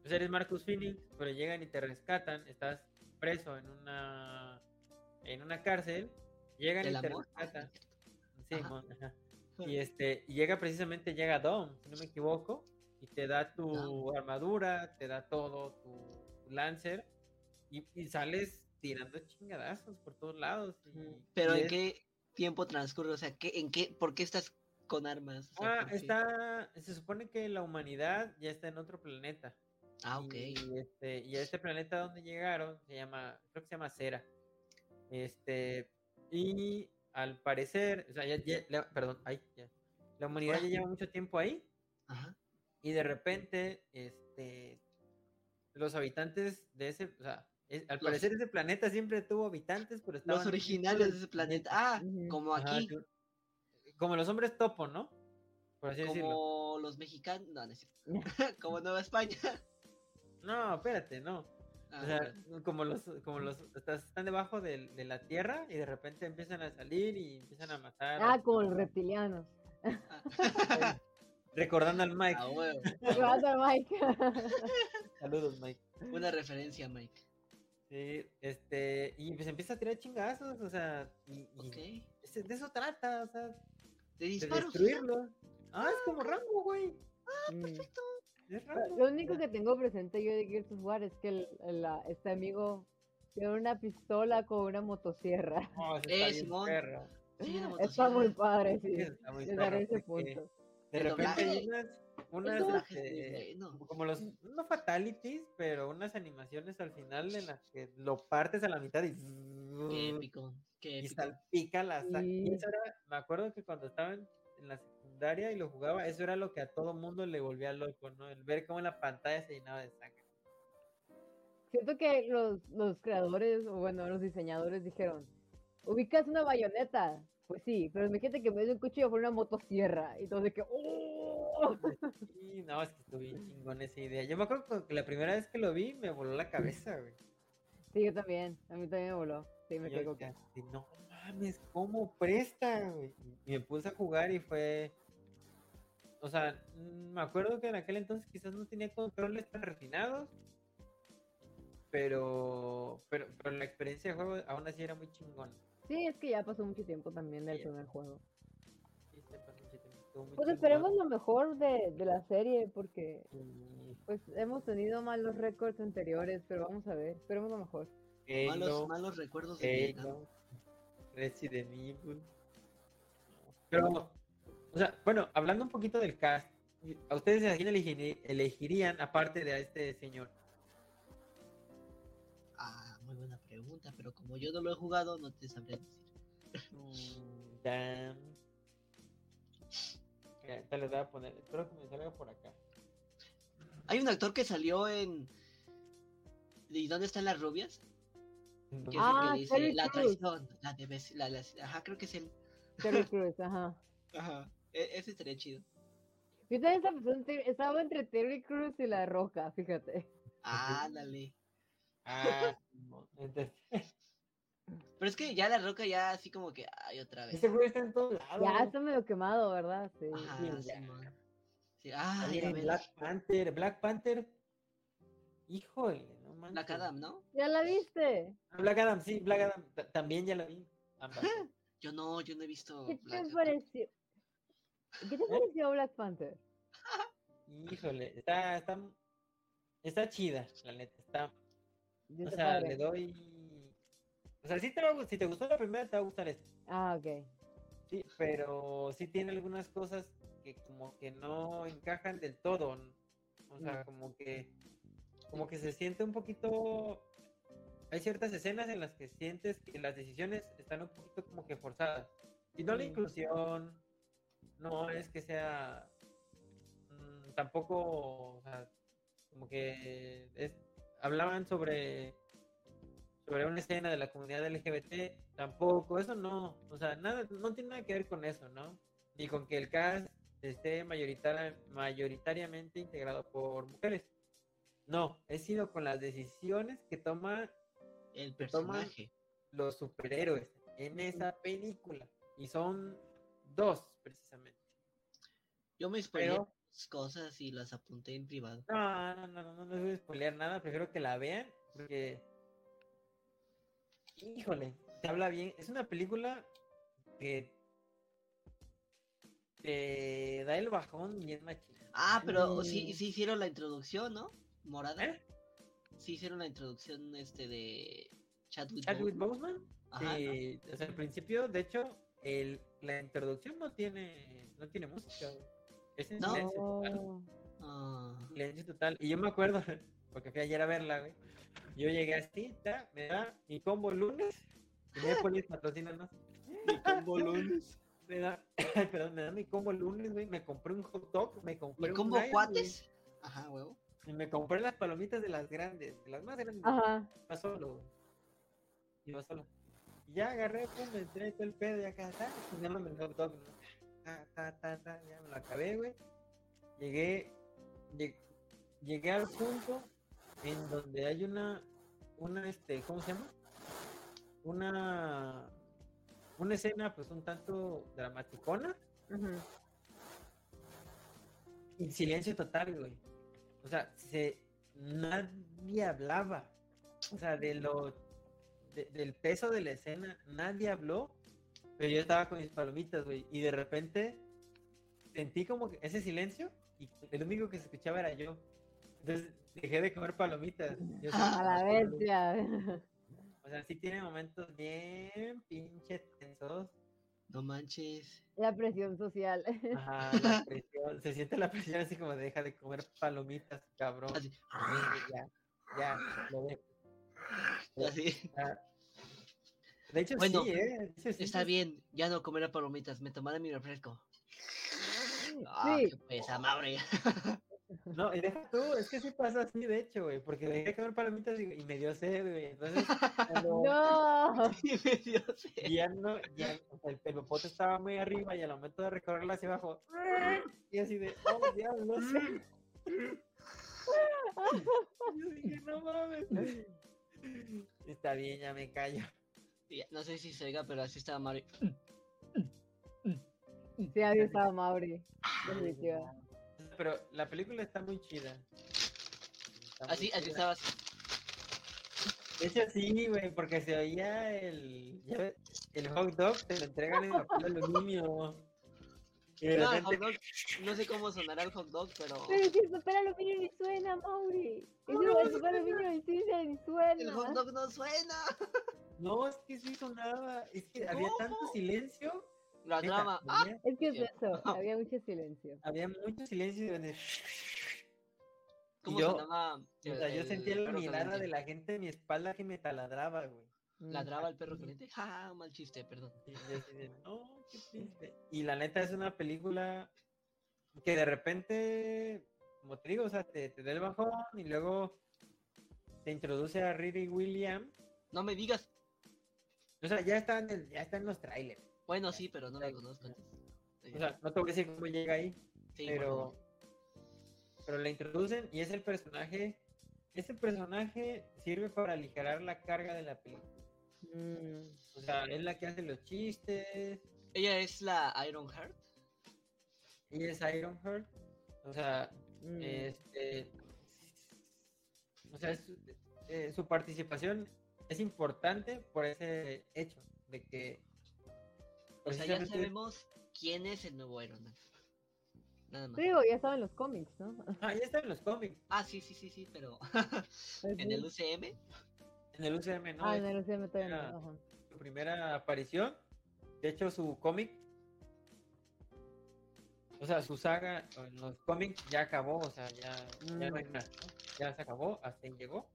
S1: pues eres Marcus Phoenix, pero llegan y te rescatan, estás preso en una, en una cárcel, llegan
S2: ¿Del
S1: y te
S2: amor?
S1: rescatan. Sí,
S2: Ajá.
S1: mon, ajá. Y este, y llega precisamente, llega Dom, si no me equivoco, y te da tu
S2: Dom.
S1: armadura, te da todo, tu lancer, y, y sales tirando chingadazos por todos lados. y-
S2: Pero
S1: y
S2: en
S1: es-
S2: qué tiempo transcurre, o sea, ¿qué, en qué, ¿por qué estás con armas? O sea,
S1: Ah,
S2: ¿por qué?
S1: está. Se supone que la humanidad ya está en otro planeta.
S2: Ah, ok.
S1: Y, este, y a este planeta donde llegaron se llama, creo que se llama Cera. Este, y al parecer, o sea, ya- ya- la- perdón, ay, ya. La humanidad ya lleva mucho tiempo ahí
S2: Ajá.
S1: y de repente, este, los habitantes de ese, o sea, es- al
S2: Los-
S1: parecer ese planeta siempre tuvo habitantes, pero estaban
S2: Los originales de ese planeta. Ah,
S3: Ujú.
S2: como
S1: Ajá,
S2: aquí,
S1: tú- como los hombres topo, ¿no? Por así decirlo.
S2: como los mexicanos. No, no es cierto. <laughs> como Nueva España.
S1: No, espérate, no.
S2: Ah,
S1: O sea, como los, como los, estás- están debajo del- de, la tierra y de repente empiezan a salir y empiezan a matar.
S3: Ah, como los reptilianos.
S2: ah.
S1: Recordando al Mike.
S2: Ah, huevo.
S3: Levanta, Mike.
S1: Saludos, Mike.
S2: Una referencia, Mike.
S1: Sí, este, y pues empieza a tirar chingazos, o sea, y, y
S2: Ok.
S1: ese- de eso trata, o sea,
S2: De
S1: de
S2: disparo. gigante.
S1: destruirlo. Ah, es como Rango, güey.
S3: Mm.
S1: Es
S2: Ah,
S1: Rango.
S3: Lo único que tengo presente yo de Gears of War es que el- la- este amigo tiene una pistola con una motosierra.
S1: No, eso está
S2: Eh,
S1: bien
S2: Simón.
S1: perro.
S2: Sí, una
S3: Está muy
S2: motosierra.
S3: padre,
S1: Sí,
S3: sí.
S1: eso está muy
S3: Desde
S1: perro,
S3: ese
S1: porque
S3: punto.
S1: De
S2: El
S1: repente hay
S2: doblaje-
S1: unas,
S2: El
S1: unas
S2: doblaje es muy
S1: este,
S2: bueno.
S1: como los, no fatalities, pero unas animaciones al final en las que lo partes a la mitad y,
S2: Qué épico. Qué
S1: Mm. y
S2: épico.
S1: salpica la sa- y
S3: Sí.
S1: eso era- me acuerdo que cuando estaba en, en la secundaria y lo jugaba, eso era lo que a todo mundo le volvía loco, ¿no? El ver cómo la pantalla se llenaba de sangre.
S3: Siento que los, los creadores, o bueno, los diseñadores dijeron, ubicas una bayoneta. Pues sí, pero imagínate que me vez de un cuchillo fue una motosierra. Y entonces que, ¡oh!
S1: Y no, es que estuve bien chingón esa idea. Yo me acuerdo cu- que la primera vez que lo vi me voló la cabeza, güey.
S3: Sí, yo también, a mí también me voló. Sí, me
S1: Y yo
S3: quedé como
S1: dije
S3: que,
S1: así, no mames, ¿cómo presta? güey?" Y me puse a jugar y fue. O sea, mm, me acuerdo que en aquel entonces quizás no tenía controles tan refinados. Pero, pero, pero la experiencia de juego aún así era muy chingona.
S3: Sí, es que ya pasó mucho tiempo también del
S1: Sí.
S3: primer juego.
S1: Sí, se pasó mucho tiempo, estuvo muy
S3: Pues
S1: chingón.
S3: esperemos lo mejor de, de la serie, porque
S1: Y
S3: pues hemos tenido malos récords anteriores, pero vamos a ver, esperemos lo mejor.
S1: Halo,
S2: Malos, malos recuerdos de Vietnam.
S1: Halo, Resident Evil. Pero, o sea, bueno, hablando un poquito del cast, ¿a ustedes a quién elegiri- elegirían aparte de a este señor?
S2: Ah, muy buena pregunta, pero como yo no lo he jugado, no te sabré decir.
S1: Damn. Eh, Te les voy a poner, espero que me salga por acá.
S2: Hay un actor que salió en. ¿Y dónde están las rubias? Que es el
S3: Ah,
S2: que dice
S3: Terry
S2: la
S3: Crews.
S2: traición, la de Bes- la- la- ajá, creo que es él.
S1: <laughs>
S3: Terry Crews, ajá.
S2: Ajá. E- ese estaría chido.
S3: Yo también estaba, pensando en Ter- estaba entre Terry Crews y La Roca, fíjate.
S2: Ah, ándale.
S1: Ah, Simón. Entonces,
S2: Pero es que ya la roca ya así como que, ay, otra vez.
S1: este güey está en todos lados.
S3: Ya está medio quemado, ¿verdad? Sí.
S1: sí,
S2: Ajá,
S1: ya.
S2: Simón. Sí, ay,
S1: También
S2: a
S1: en
S2: ver,
S1: Black Panther, Black Panther. Híjole, no manches.
S2: la Cadam, ¿no?
S3: ¿Ya la viste?
S1: Ah, Black Adam, sí, Black Adam. ta- También ya la vi. ambas.
S2: Yo no, yo no he visto.
S3: ¿Qué
S2: Black
S3: te
S2: Adam.
S3: pareció? ¿Qué te pareció Black Panther?
S1: Híjole, está, está, está chida, la neta. Está,
S3: Yo
S1: o
S3: te
S1: sea,
S3: padre.
S1: le doy. O sea, sí te va a gu- si te gustó la primera, te va a gustar esta.
S3: Ah, ok.
S1: Sí, pero sí tiene algunas cosas que como que no encajan del todo. ¿no? O sea, como que como que se siente un poquito hay ciertas escenas en las que sientes que las decisiones están un poquito como que forzadas. Y no la
S3: Mm.
S1: inclusión no es que sea mm, tampoco o sea, como que es, hablaban sobre sobre una escena de la comunidad LGBT, tampoco, eso no, o sea, nada, no tiene nada que ver con eso, ¿no? Ni con que el cast esté mayoritaria- mayoritariamente integrado por mujeres. No, es sino con las decisiones que toman
S2: El
S1: que toman-
S2: personaje.
S1: los superhéroes en esa película. Y son dos, precisamente.
S2: Yo me spoilé
S1: Pero,
S2: muchas cosas y las apunté en privado.
S1: no, no, no, no, no les voy a spoilear nada, prefiero que la vean, porque... Híjole, te habla bien. Es una película que te da el bajón bien machín.
S2: Ah, pero o
S3: Mm.
S2: sí, sí hicieron la introducción, ¿no? Morada.
S1: ¿Eh?
S2: Sí hicieron la introducción este de Chadwick.
S1: Chadwick
S2: Boseman.
S1: Boseman,
S2: Ajá, ¿no?
S1: sí, o sea, al principio, de hecho, el, la introducción no tiene, no tiene música. güey. Es en
S2: No.
S1: silencio total.
S3: Oh,
S2: Ah,
S1: Silencio total. Y yo me acuerdo, <laughs> porque fui ayer a verla, güey. Yo llegué así, ta, me da mi combo lunes. Cinépolis patrocina más.
S4: Con bolones.
S1: Me da, <laughs> perdón, me da mi combo lunes, güey. Me compré un hot dog, me compré
S2: ¿Me
S1: un
S2: combo
S1: fry, güey,
S2: cuates? Ajá, huevo.
S1: Y me compré las palomitas de las grandes, de las más grandes.
S3: Ajá.
S1: Iba solo, güey. Iba solo. Y ya agarré, pum, me entré todo el pedo y acá, ta, comiéndome el hot dog, ¿no? Ta, ta, ta, ta, ya me lo acabé, güey. Llegué, lle- llegué al punto en donde hay una, una, este, ¿cómo se llama? Una, una escena, pues, un tanto dramaticona
S3: ujú.
S1: y silencio total, güey. O sea, se, nadie hablaba. O sea, de lo de- del peso de la escena, nadie habló. Pero yo estaba con mis palomitas, güey. Y de repente sentí como que ese silencio y el único que se escuchaba era yo. Entonces dejé de comer palomitas. Yo
S3: <laughs> A la bestia.
S1: O sea, sí tiene momentos bien pinche tensos.
S2: No manches.
S3: La presión social.
S1: Ajá, la
S3: <laughs>
S1: presión. Se siente la presión así como de, deja de comer palomitas, cabrón.
S2: Así.
S1: Oye, ya, ya, lo dejo.
S2: así.
S1: <laughs> De hecho,
S2: Bueno,
S1: sí, ¿eh? De hecho, sí,
S2: Está
S1: sí.
S2: bien, ya no comerá palomitas, me tomaré mi refresco. Ah,
S3: Sí,
S2: qué pesa, madre. <laughs>
S1: No, y deja tú, es que sí pasa así, de hecho, güey, porque dejé de comer palomitas y, y me dio sed, güey. Entonces,
S2: <laughs>
S1: cuando
S3: no.
S2: Y me dio sed.
S1: ya no, ya, o sea, el, el popote estaba muy arriba y al momento de recorrerla hacia abajo, y así de, oh, diablo, no sé. <laughs> Yo dije, no mames. Está bien, ya me callo.
S2: Ya, No sé si se oiga, pero así estaba Mario.
S3: Sí, había estado Mauri.
S1: Pero la película está muy chida. Está muy
S2: Así, así
S1: chida.
S2: estabas.
S1: De hecho, sí, güey, porque se oía el, ya ves, el hot dog, te lo entregan en papel aluminio. Y de
S2: No, el
S1: repente,
S2: hot dog, no sé cómo sonará el hot dog, pero
S3: Pero si el papel aluminio ni suena, Mauri. Es el papel aluminio ni suena, ni
S2: el hot
S3: suena.
S2: dog no suena.
S1: no, es que sí sonaba, es que había
S2: ¿Cómo?
S1: tanto silencio.
S2: La
S1: neta,
S2: trama. Ah,
S1: había,
S3: Es que es
S2: Bien.
S3: eso, había mucho silencio.
S1: había mucho silencio. y donde-
S2: ¿Cómo
S1: yo-
S2: sonaba?
S1: o sea, yo
S2: el
S1: sentía la
S2: perro
S1: mirada
S2: caliente?
S1: de la gente en mi espalda que me taladraba, güey.
S2: Ladraba el perro caliente. Ja, ja, mal chiste, perdón.
S1: Y yo así de, "No, qué triste". Y la neta es una película que de repente, como te digo, o sea, te, te da el bajón y luego te introduce a Riri Williams.
S2: No me digas.
S1: O sea, ya está en, el- ya está en los trailers.
S2: Bueno, sí, pero no la
S1: Ay,
S2: conozco.
S1: ya.
S2: entonces-
S1: O sea, no te voy a decir cómo llega ahí,
S2: Sí, por
S1: pero,
S2: favor.
S1: pero la introducen y es el personaje. Ese personaje sirve para aligerar la carga de la película. O sea, es la que hace los chistes,
S2: Ella es la Iron Heart.
S1: ella es Ironheart. O sea, Este, o sea, su, eh, su participación es importante por ese hecho de que
S2: O sea, ya
S1: precisamente-
S2: sabemos quién es el nuevo Iron Man. Nada más.
S3: Digo, ya estaban los cómics, ¿no?
S1: Ah, ya está en los cómics,
S2: Ah, sí, sí, sí, sí, pero <laughs> en el UCM.
S1: en el UCM, ¿no?
S3: Ah,
S1: Es
S3: no, no sé, me estoy
S1: era-
S3: ajá.
S1: su primera aparición. De hecho, su cómic, o sea, su saga en los cómics ya acabó, o sea, ya, ya no hay
S3: Mm.
S1: más, ¿no? ya se acabó, hasta ahí llegó.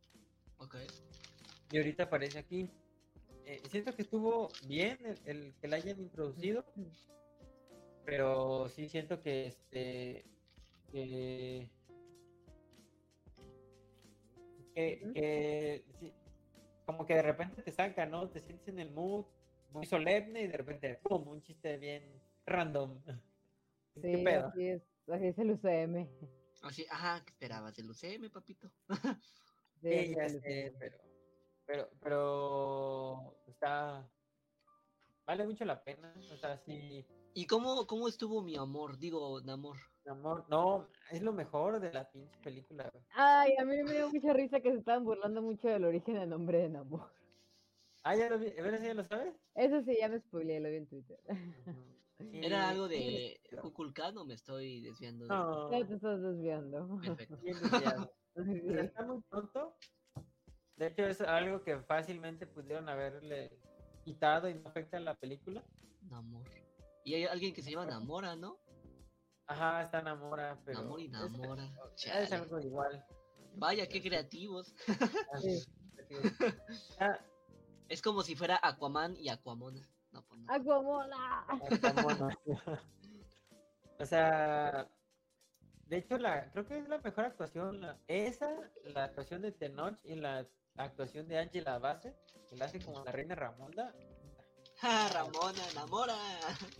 S2: Ok.
S1: Y ahorita aparece aquí. Eh, siento que estuvo bien el, el que la hayan introducido, pero sí siento que este que, que,
S3: Ujú.
S1: que sí, como que de repente te saca, ¿no? Te sientes en el mood muy solemne y de repente pum, un chiste bien random. <laughs> ¿Qué
S3: Sí,
S1: pedo?
S3: así es, así es el UCM.
S2: Así, ajá, ¿qué esperabas? El UCM, papito.
S3: Sí,
S1: Sí,
S3: así
S1: ya
S3: es el
S1: sé,
S3: UCM.
S1: pero, pero, pero está vale mucho la pena, o sea, sí
S2: ¿Y cómo, cómo estuvo mi amor? Digo, Namor.
S1: Mi amor, no, es lo mejor de la pinche película, güey.
S3: Ay, a mí me dio mucha risa que se estaban burlando mucho del origen del nombre de Namor.
S1: Ah, ya lo vi, ¿a ver si ya lo sabes?
S3: Eso sí, ya me spoileé, lo vi en Twitter.
S1: Ah. Sí.
S2: ¿Era algo de Kukulkan o me estoy desviando? de-
S1: Eh, No,
S3: Ya te estás
S1: <laughs>
S3: desviando.
S2: Perfecto.
S1: bien desviado. O sea,
S3: Sí.
S1: está muy pronto. De hecho, es algo que fácilmente pudieron haberle quitado y no afecta a la película.
S2: Namor. Y hay alguien que se llama Namora, ¿no?
S1: Ajá, está Namora, pero.
S2: Namor y
S1: es-
S2: Namora,
S1: es-
S2: chale.
S1: Es algo igual.
S2: <laughs> Vaya, qué creativos.
S1: Ah, Ah,
S2: Es como si fuera Aquaman y Aquamona. No, pues <laughs> no.
S3: ¡Aguamola!
S1: está mono. o sea, de hecho, la, creo que es la mejor actuación. la- esa, la actuación de Tenoch y la actuación de Angela Bassett, que la hace como la reina Ramonda.
S2: ¡Ja, Ah, Ramona, Namora.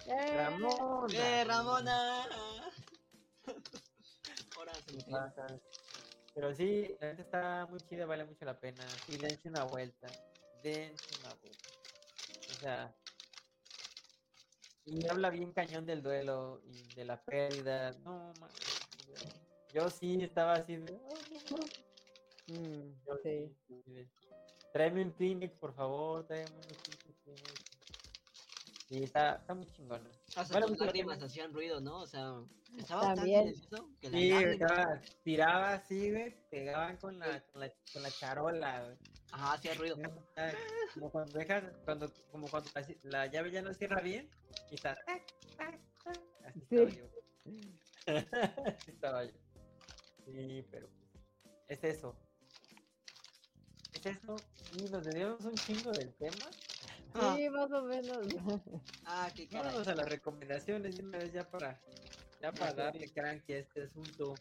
S3: ¡Eh!
S1: Ramona.
S2: ¡Eh, Ramona! <laughs> Ahora eh. se me cae.
S1: Ajá. Pero sí, la neta está muy chida, vale mucho la pena. Sí, dense una vuelta. Dense una vuelta. O sea. Y habla bien cañón del duelo y de la pérdida. No, ma- Yo sí estaba así de.
S3: Mm,
S1: Yo
S3: sí.
S1: sí, así de, Tráeme un Kleenex, por favor. Tráeme un Kleenex. Sí, está, está muy chingona.
S2: Hasta
S1: Vale
S2: tus
S1: mucho la
S2: lágrimas
S1: pena.
S2: hacían ruido, ¿no? O sea, estaba tan
S3: También.
S2: silencioso que las
S1: Sí,
S2: lágrimas-
S1: estaba, tiraba así, güey, pegaban con la, con la, con la charola, güey.
S2: Ajá, hacía ruido.
S1: Ya, ah, Como cuando dejas, cuando, como cuando la, ci- la llave ya no cierra bien, y está. tac, tac, tac. Así
S3: Sí.
S1: estaba yo. <laughs> Así estaba yo. Sí, pero es eso. Es eso. Y nos debemos un chingo del tema.
S2: Ah,
S3: Sí, más o
S1: <laughs>
S3: menos.
S2: ah, qué caray.
S1: Vámonos a las recomendaciones de una vez ya para, ya para darle cranky a este asunto.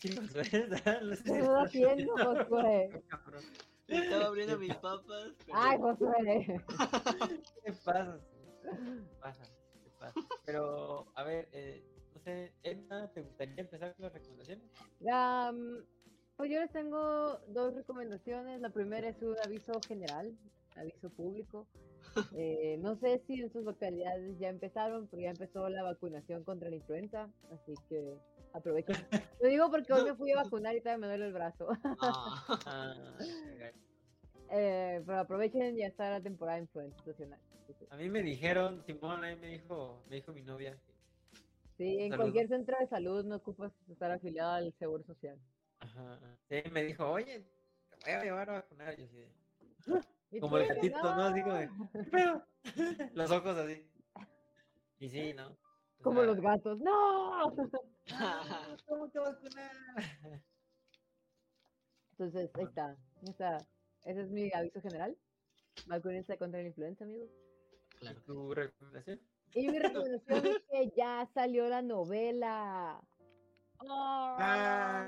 S1: Chicos, ¿verdad? Lo
S3: ¿Qué
S1: siento,
S3: estás haciendo, Josué?
S1: cabrón.
S2: Estaba abriendo mis papas. <laughs> pero-
S3: ¡Ay, Josué!
S1: ¿Qué pasa? ¿Qué pasa? ¿Qué pasa? Pero, a ver, eh, no sé, Edna, ¿te gustaría empezar con las <laughs> recomendaciones?
S3: La, mm, pues yo les tengo dos recomendaciones. La primera es un aviso general,
S1: <laughs>
S3: aviso público. Eh, no sé si en sus localidades ya empezaron, pero ya empezó la vacunación contra la influenza, así que
S1: <laughs>
S3: aprovechen. Lo digo porque hoy me fui a vacunar y todavía me duele el brazo. <laughs>
S2: Ah,
S1: Ah,
S3: Eh, pero aprovechen, ya está la temporada de influenza estacional. Así que,
S1: a mí me dijeron, Simón, ahí me dijo, me dijo mi novia.
S3: Sí, en
S1: Saludos.
S3: cualquier centro de salud no ocupas estar afiliado al Seguro Social.
S1: Ajá. Sí, me dijo, oye, te voy a llevar a vacunar. Yo así de-
S3: Y
S1: como el
S3: tú,
S1: gatito, ¿no? Así como de,
S3: "No".
S1: "¿Qué pedo?". <laughs> Los ojos así. Y sí, ¿no? O
S3: Como
S1: sea,
S3: los gatos. ¡No!
S1: "Ah, <laughs> ¿Cómo te vacunar?
S3: Entonces, ahí está. ahí está. Ese es mi aviso general. Vacúnense contra la influenza, amigos.
S1: ¿Y
S2: <laughs> claro.
S1: ¿Tu recomendación?
S3: Y mi recomendación es que ya salió la novela.
S1: Ah,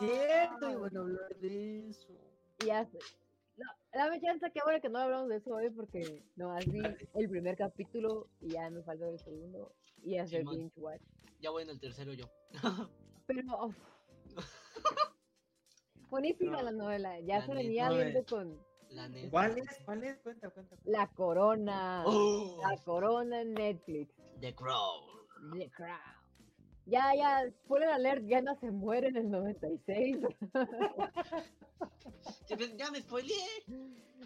S1: sí, es cierto. Y bueno, hablar de eso.
S3: Ya sé. No, dame chance, qué bueno que no hablamos de eso hoy porque no así el primer capítulo y ya nos falta el segundo y hacer
S2: Simón.
S3: binge watch.
S2: Ya voy en el tercero yo.
S3: Pero uf. buenísima
S1: No.
S3: la novela, ya
S2: La
S3: se
S2: neta,
S3: venía
S1: güey.
S3: viendo con
S2: La neta.
S1: ¿Cuál es? ¿Cuál es? Cuenta, cuenta. cuenta.
S3: La Corona,
S2: Oh,
S3: La Corona en Netflix.
S2: The Crow.
S3: The Crown. Ya, ya, spoiler alert, Gana se muere en el 96.
S2: Ya me- Ya me spoileé.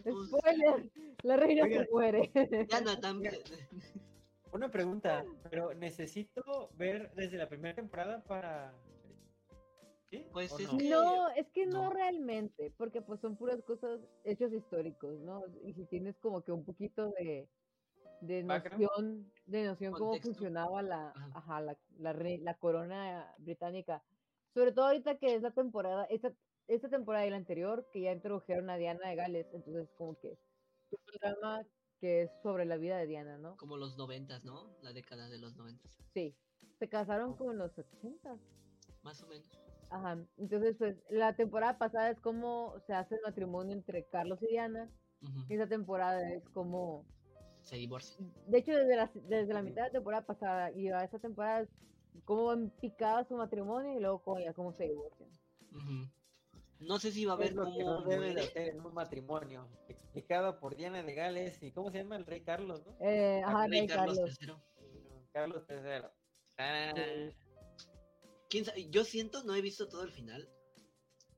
S2: Pues-
S3: Spoiler, la reina
S1: Oigan.
S3: se muere.
S2: Ya no, <laughs> también.
S1: Una pregunta, pero necesito ver desde la primera temporada para. ¿Sí?
S2: Pues
S1: ¿O
S2: es
S1: no?
S2: que-
S3: No, es que no,
S2: No.
S3: realmente, porque pues son puras cosas, hechos históricos, ¿no? Y si tienes como que un poquito de, de
S1: Background.
S3: noción, de noción cómo
S2: Contexto.
S3: funcionaba la,
S2: Ajá.
S3: ajá, la, la re- la corona británica. Sobre todo ahorita que es la temporada, esta, esta temporada y la anterior, que ya introdujeron a Diana de Gales, entonces como que es un drama que es sobre la vida de Diana, ¿no?
S2: Como los noventas, ¿no? La década de los noventas.
S3: Sí, se casaron como en los 80.
S2: Más o menos.
S3: Ajá, entonces pues la temporada pasada es como se hace el matrimonio entre Carlos y Diana,
S2: Ujú.
S3: y esta temporada es como,
S2: Se divorcian.
S3: de hecho desde la, desde la
S1: Ujú.
S3: mitad de la temporada pasada y a esta temporada es como van picada su matrimonio y luego como ya como se divorcian.
S2: Ujú. No sé si va a
S1: Es
S2: haber
S1: lo que no
S2: cómo
S1: debe de
S2: muere.
S1: hacer en un matrimonio. Explicado por Diana de Gales y ¿cómo se llama el rey Carlos? no?
S3: Eh, ajá,
S2: Rey
S3: Rey
S2: Carlos
S3: Carlos.
S2: III.
S1: Carlos III. Ah,
S3: Sí.
S2: ¿Quién sabe? Yo siento, no he visto todo el final.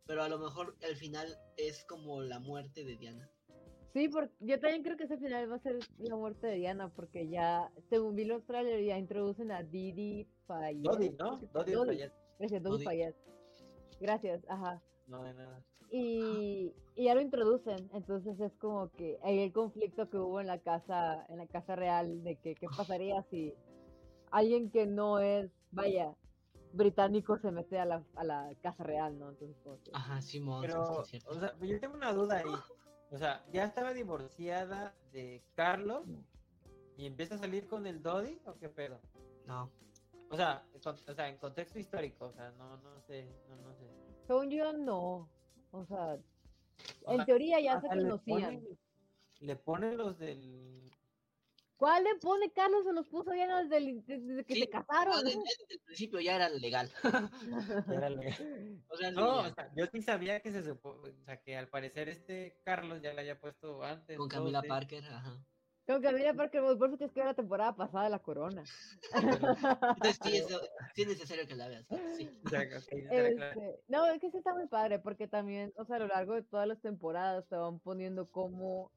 S2: Pero a lo mejor el final es como la muerte de Diana.
S3: Sí, porque yo también creo que ese final va a ser la muerte de Diana, porque ya, según vi los trailers, ya introducen a Didi Fayette.
S1: Dodi, ¿no? Dodi
S3: Dodi,
S1: Fayette.
S3: Gracias, Dodi
S2: Dodi.
S3: Fayette. Gracias, ajá.
S1: No, de nada.
S3: y, y ya lo introducen. Entonces es como que ahí el conflicto que hubo en la casa, en la casa real, de que qué pasaría si alguien que no es, vaya, británico se mete a la, a la casa real, ¿no? Entonces como que-
S2: Ajá, Simón.
S1: Pero,
S2: sí, es
S1: o
S2: cierto.
S1: sea, yo tengo una duda ahí. O sea, ya estaba divorciada de Carlos y empieza a salir con el Dodi o qué pedo.
S2: No,
S1: O sea, en con- o sea, en contexto histórico, o sea, no, no sé, no, no sé.
S3: Según yo, no. O sea,
S1: O
S3: en
S1: sea,
S3: teoría ya se
S1: hasta le
S3: conocían.
S1: ponen- Le ponen los del
S3: ¿Cuál le pone Carlos? Se los puso bien desde, el- desde que
S2: Sí,
S3: se casaron.
S2: Ah, <laughs> desde, desde el principio ya
S1: <laughs>
S2: era legal. O sea,
S1: No,
S2: ya,
S1: o sea, yo sí sabía que se supo, o sea, que al parecer este Carlos ya la había puesto antes.
S2: <laughs> con Camila
S1: Dodi, <laughs>
S2: Parker, ajá.
S3: Tengo que abrir porque por eso que es que era la temporada pasada de la corona.
S2: Entonces sí es, sí es necesario que la veas. Sí.
S1: o sea, ok, ya era claro.
S3: Este, no, es que sí está muy padre porque también, o sea, a lo largo de todas las temporadas te van poniendo como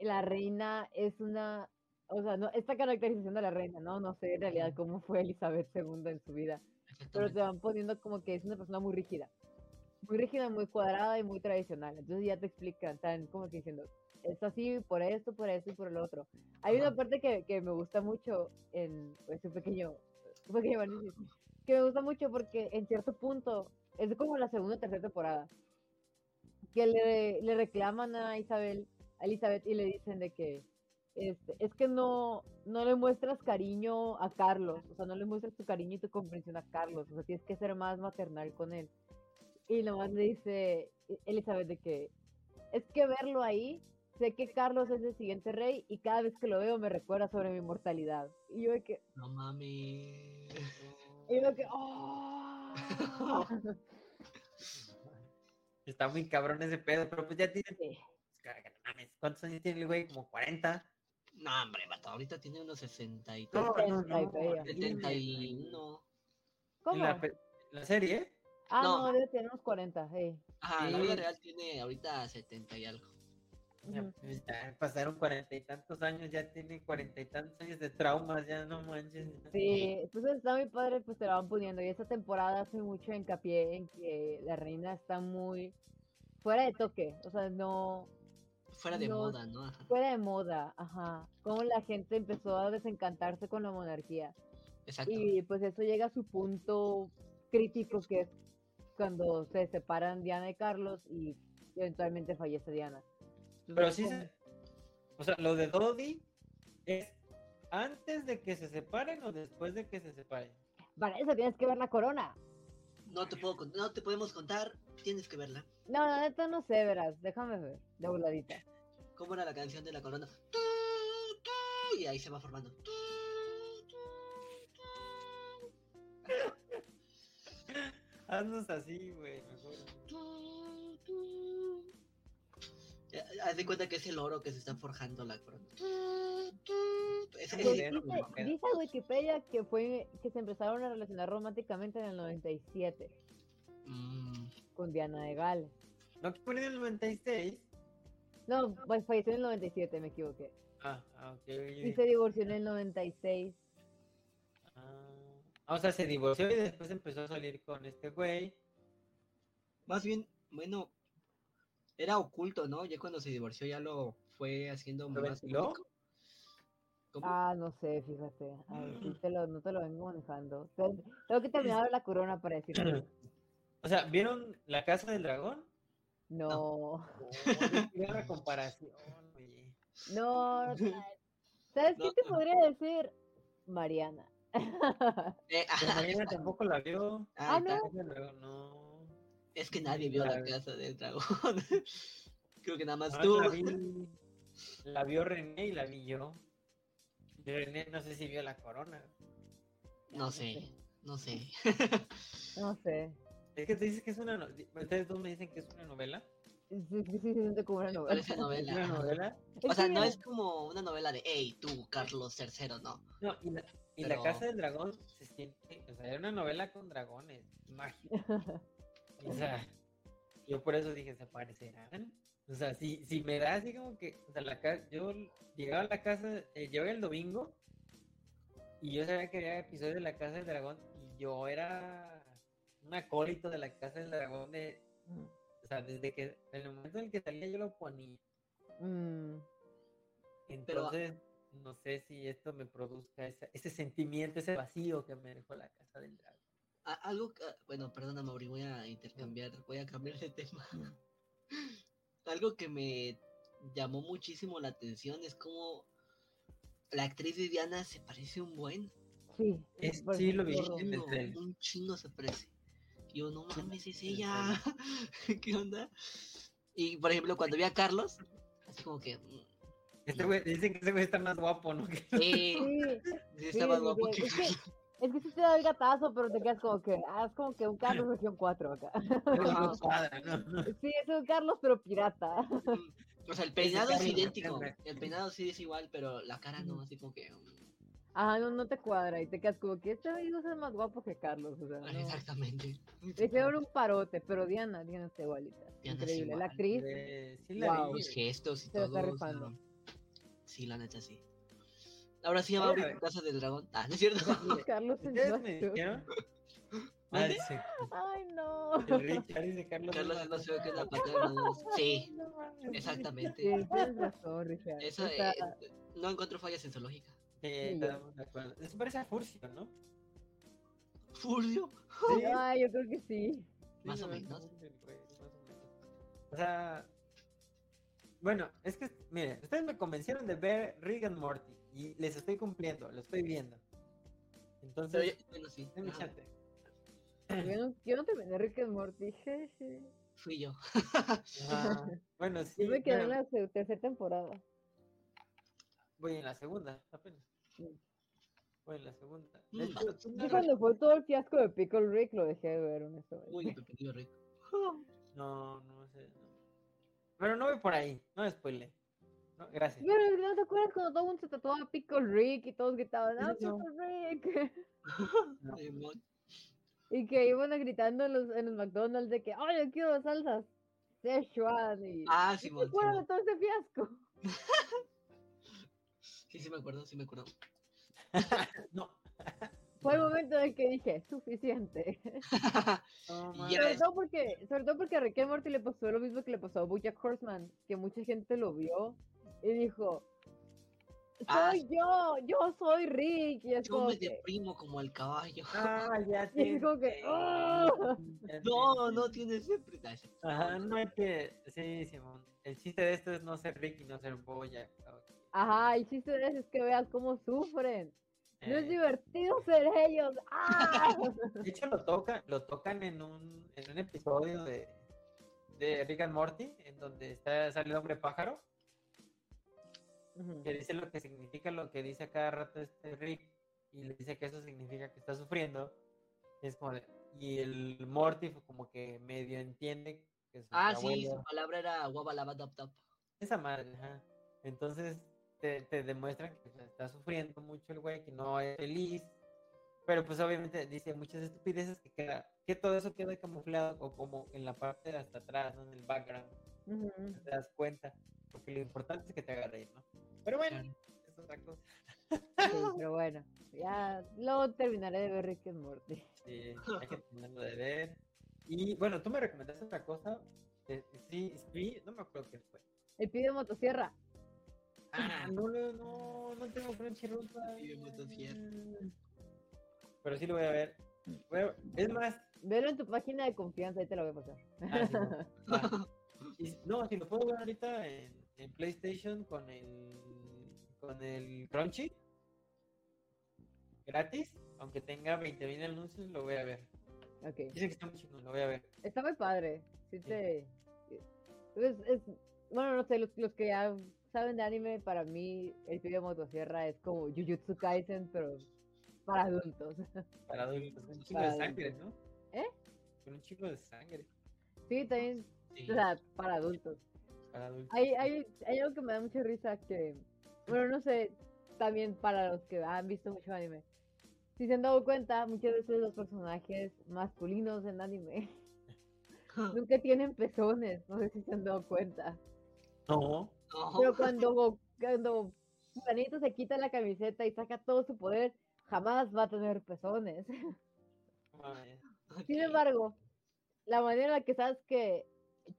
S3: la reina es una, o sea, no, esta caracterización de la reina, ¿no? No sé en realidad cómo fue Elizabeth II en su vida, pero te
S2: Exactamente.
S3: van poniendo como que es una persona muy rígida, muy rígida, muy cuadrada y muy tradicional. Entonces ya te explican, están como que diciendo, es así por esto, por esto y por el otro. Hay una
S2: Ajá.
S3: parte que, que me gusta mucho en es un pequeño, un pequeño paréntesis, que me gusta mucho porque en cierto punto, es como la segunda o tercera temporada, que le, le reclaman a Isabel, a Elizabeth y le dicen de que este, es que no, no le muestras cariño a Carlos, o sea, no le muestras tu cariño y tu comprensión a Carlos, o sea, tienes que ser más maternal con él. Y nomás le dice e- Elizabeth de que es que verlo ahí, sé que Carlos es el siguiente rey y cada vez que lo veo me recuerda sobre mi mortalidad. Y yo de que,
S2: No mames.
S3: y yo de que, ¡oh!
S1: Está muy cabrón ese pedo, pero pues ya tiene.
S3: Sí.
S1: Carga, no mames, ¿Cuántos años tiene el güey? Como 40.
S2: No, hombre, vato, ahorita tiene unos 60 y
S1: No, no, no,
S3: 71.
S1: dime, güey.
S2: 71.
S1: En
S3: ¿Cómo?
S1: la, pe- la serie,
S3: Ah,
S2: no.
S3: no, debe tener unos 40, hey.
S2: Ajá, la vida
S1: Sí.
S2: real tiene ahorita 70 y algo.
S1: o sea, pues, ya pasaron cuarenta y tantos años, ya tiene cuarenta y tantos años de traumas, ya no manches.
S3: Sí, entonces está muy padre, pues te la van poniendo. Y esta temporada hace mucho hincapié en que la reina está muy fuera de toque, o sea, no
S2: Fuera de
S3: No.
S2: moda, ¿no? Ajá.
S3: fuera de moda, ajá. Como la gente empezó a desencantarse con la monarquía.
S2: Exacto.
S3: Y pues eso llega a su punto crítico, que es cuando se separan Diana y Carlos y eventualmente fallece Diana. Entonces,
S1: Pero
S3: es
S1: sí,
S3: como-
S1: se- o sea, lo de Dodi es antes de que se separen o después de que se separen.
S3: Para eso tienes que ver la corona.
S2: No te puedo con- no te podemos contar, tienes que verla.
S3: No, la neta no sé, verás. Déjame ver, de voladita.
S1: <laughs>
S2: ¿Cómo era la canción de la corona? Y ahí se va formando.
S1: Haznos así, güey. mejor.
S2: Eh, Haz de cuenta que es el oro que se está forjando la corona. Ese-
S1: Muy
S3: Pues
S2: ese-
S1: bien,
S3: dice,
S1: muy bien.
S3: dice Wikipedia que fue que se empezaron a relacionar románticamente en el 97
S2: Mm,
S3: con Diana de Gales.
S1: ¿No que ponen el 96?
S3: No, pues falleció en el 97, me equivoqué.
S1: Ah, ah, ok.
S3: Y se divorció en el 96.
S1: Ah, o sea, se divorció y después empezó a salir con este güey.
S2: Más bien, bueno, era oculto, ¿no? Ya cuando se divorció ya lo fue haciendo
S1: ¿Lo
S2: más
S1: ventiló?
S2: público. ¿Cómo?
S3: Ah, no sé, fíjate. A ver, sí te lo, no te lo vengo manejando. Ten- Tengo
S2: <laughs>
S3: que terminar de ver la corona para
S2: <clears throat>
S3: decirlo.
S1: O sea, ¿vieron La Casa del Dragón?
S3: No,
S1: <laughs> Oh, qué perra comparación, oye.
S3: no, no. te- ¿Sabes qué
S2: No,
S3: te
S2: no.
S3: podría decir? Mariana.
S2: Eh,
S1: Pero
S2: ah,
S1: Mariana tampoco la vio.
S3: Ah,
S2: ahí está.
S1: La Casa del Dragón, no.
S2: Es que nadie vio la
S1: Claro. Ah,
S2: casa del dragón. <laughs> Creo que nada más
S1: Nomás
S2: tú.
S1: La, vi- la vio René y la vi yo. Y René no sé si vio la corona.
S2: No sé, no
S3: <laughs>
S2: sé.
S3: No sé.
S1: Es que tú dices que es una no- di- Ustedes dos me dicen que es una novela.
S3: Sí, sí, sí, se siente como una novela.
S2: Parece
S1: ¿Es una
S2: novela.
S1: novela?
S2: O sea,
S3: que
S2: no
S3: mira,
S2: es como una novela de, hey, tú, Carlos III, no.
S1: No, y la, y
S2: Pero-
S1: la Casa del Dragón se siente. O sea, era una novela con dragones. Mágico. O sea, yo por eso dije, ¿se parecerán? O sea, si, si me da así como que. O sea, la ca- yo llegaba a la casa. eh, yo el domingo. Y yo sabía que había episodios de la Casa del Dragón. Y yo era un acólito de la Casa del Dragón de. O sea, desde que en el momento en el que salía yo lo ponía.
S3: Mm,
S1: Entonces, no sé si esto me produzca esa- ese sentimiento, ese vacío que me dejó la casa del dragón.
S2: A- algo, que- bueno, perdona, Mauri, voy a intercambiar, voy a cambiar de tema. <laughs> algo que me llamó muchísimo la atención es como la actriz Viviana se parece un buen.
S3: sí.
S1: Es-
S3: por
S1: sí, lo vi
S3: supuesto.
S1: en el
S2: chingo,
S1: trailer.
S2: un chingo se parece. Y Yo, no
S1: Sí,
S2: mames, es
S1: en el
S2: ella. <laughs> ¿Qué onda? Y por ejemplo, cuando vi a Carlos, así como que. mm,
S1: Este güey, dicen que ese güey está más guapo, ¿no? Que-
S2: <laughs> Eh,
S3: <laughs> Sí.
S2: sí estaba
S3: sí,
S2: guapo
S3: sí, <laughs>
S2: que
S3: es que-
S2: Carlos.
S3: Es que sí te da el gatazo, pero te quedas como que, ah, es como que un Carlos región 4 acá. <laughs>
S1: no cuadra, ¿no?
S3: Sí, es un Carlos, pero pirata.
S2: <laughs>
S3: <laughs>
S2: O sea, el peinado es
S1: Carlos,
S2: idéntico.
S1: siempre.
S2: El peinado sí es igual, pero la cara no, así como que. mm,
S3: Ajá, Ah, no, no te cuadra y te quedas como que este amigo es más guapo que Carlos, o sea, no.
S2: Exactamente.
S3: Le hicieron un parote, pero Diana, Diana está igualita.
S2: Diana es
S3: Increíble.
S2: igual,
S3: La actriz,
S1: Eh, sí la
S3: Wow.
S1: vi.
S2: Los gestos y
S3: Se la
S2: todo.
S3: está
S2: o sea,
S3: rifando.
S2: sí, la neta sí. Ahora sí,
S1: Eh,
S2: va a
S1: a ver.
S2: abrir Casa del Dragón. Ah, ¿no es <laughs> cierto?
S3: <laughs> Carlos en
S1: ¿Ustedes me
S3: Nacho.
S1: dijeron? Ah,
S2: ¿Mande?
S1: dice,
S3: Ay, no.
S1: el Richard dice Carlos.
S2: Carlos es
S1: Eduardo.
S2: más feo que la pata de los dos. Sí,
S1: No mames.
S2: exactamente.
S3: Sí, tienes razón, Richard.
S2: Eso,
S3: Está-
S2: eh, no encuentro fallas en su lógica.
S1: Sí, estamos de acuerdo. Eso parece a Furcio, ¿no?
S2: Furio.
S1: Sí,
S3: Ay, yo creo que sí.
S2: Más o
S1: no, es
S2: menos.
S1: muy del güey, más o menos. O sea, bueno, es que, miren, ustedes me convencieron de ver Rick and Morty y les estoy cumpliendo, lo estoy viendo.
S2: Pero
S1: Entonces,
S2: yo- Ah. bueno, sí.
S1: denme
S2: ajá,
S1: chance.
S3: Yo no, yo no te vendí Rick and Morty. jeje.
S2: Fui yo.
S1: Ah, bueno, sí,
S3: <laughs> Yo me quedé en
S1: bueno,
S3: la se- tercera temporada.
S1: voy en la segunda, apenas.
S3: Sí.
S1: Voy en la segunda.
S2: Mm,
S1: De hecho,
S2: vato,
S1: tú
S3: Yo
S1: no-
S3: cuando fue todo el fiasco de Pickle Rick lo dejé de ver, honestamente.
S2: Uy, <laughs> Pepe Tío Rico.
S1: No, no sé. no. Pero no voy por ahí, no spoile. No, gracias.
S3: Pero ¿no te acuerdas cuando todo el mundo se tatuaba Pickle Rick y todos gritaban, ¡Ah,
S1: Eso.
S3: Pickle Rick! <laughs>
S1: No.
S2: Simón.
S3: Y que iban a gritando en los, en los McDonald's de que, ¡ay, yo quiero salsas! Szechuan y...
S2: Ah,
S3: <laughs> ¿No ¿Te
S2: Simón.
S3: acuerdas de
S2: Simón.
S3: todo ese fiasco?
S2: Sí, sí me acuerdo, sí me acuerdo. <laughs>
S1: No.
S3: Fue el momento en el que dije,
S2: <laughs>
S3: suficiente.
S1: No,
S2: Y
S1: mames.
S2: ya
S3: sobre,
S2: es-
S3: todo porque, sobre todo porque a Rick and Morty le pasó lo mismo que le pasó a Bojack Horseman, que mucha gente lo vio y dijo, soy
S2: Ah,
S3: yo, yo soy Rick. Y es
S2: Yo
S3: como
S2: me
S3: que,
S2: deprimo como el caballo.
S1: Ah, <laughs> ya
S3: <laughs> y es
S1: sé.
S3: como que, "Ah".
S2: No, no tiene siempre. Ah, sí.
S1: Ajá, no hay que. Sí, Simón. El chiste de esto es no ser Ricky, no ser Boya.
S3: Ajá, el chiste de eso es que veas cómo sufren. No
S2: Eh.
S3: es divertido ser
S2: <laughs>
S3: ellos. ¡Ah!
S1: Eh, de hecho, lo, toca, lo tocan en un, en un episodio de, de Rick and Morty, en donde está, sale el hombre pájaro,
S3: Ujú.
S1: que dice lo que significa lo que dice a cada rato este Rick, y le dice que eso significa que está sufriendo. Es como de- y el Morty, fue como que medio entiende que su
S2: Ah, sí,
S1: abuelo-
S2: su palabra era guabalabadaptap.
S1: Esa madre, ajá. Entonces te, te demuestran que pues, está sufriendo mucho el güey, que no es feliz. Pero pues obviamente dice muchas estupideces que queda, que todo eso queda camuflado o como en la parte de hasta atrás, ¿no? en el background,
S3: Ujú.
S1: no te das cuenta. Porque lo importante es que te haga reír, ¿no? Pero bueno, es otra cosa.
S3: Sí, pero bueno, ya luego terminaré de ver Rick and Morty.
S1: Sí, hay que terminarlo de ver. Y bueno, tú me recomendaste otra cosa. eh, Sí, sí, no me acuerdo qué fue.
S3: El pibe de motosierra.
S1: Ah, no, lo- no, no tengo Crunchyroll todavía.
S2: motosierra.
S1: Pero sí lo voy a ver. Voy a- Es más,
S3: Velo en tu página de confianza, ahí te lo voy a pasar.
S1: ah, sí, no. Va. Y- no, si lo puedo ver ahorita en, en PlayStation con el con el Crunchy gratis, aunque tenga 20.000 anuncios, lo voy a ver.
S3: Ok.
S1: Dice que está muy chingón, lo voy a ver.
S3: Está muy padre. Sí
S1: Sí.
S3: te... pues, es- es- Bueno, no sé, los, los que ya saben de anime, para mí el pibe de motosierra es como Jujutsu Kaisen, pero para adultos. <laughs>
S1: Para adultos, con un chico de
S3: Para
S1: sangre, ¿no?
S3: ¿Eh?
S1: Con un chico de sangre.
S3: Sí, también,
S2: Sí.
S3: o
S2: <laughs>
S3: sea, para adultos.
S1: Para adultos.
S3: Hay, hay, hay algo que me da mucha risa que, bueno, no sé, también para los que han visto mucho anime. Si se han dado cuenta, muchas veces los personajes masculinos en anime <laughs> nunca tienen pezones, no sé si se han dado cuenta.
S1: No.
S2: No,
S3: <laughs> Pero cuando, Go- cuando Fulanito se quita la camiseta y saca todo su poder, jamás va a tener pezones. <laughs>
S1: no mames.
S2: ok.
S3: Sin embargo, la manera en la que sabes que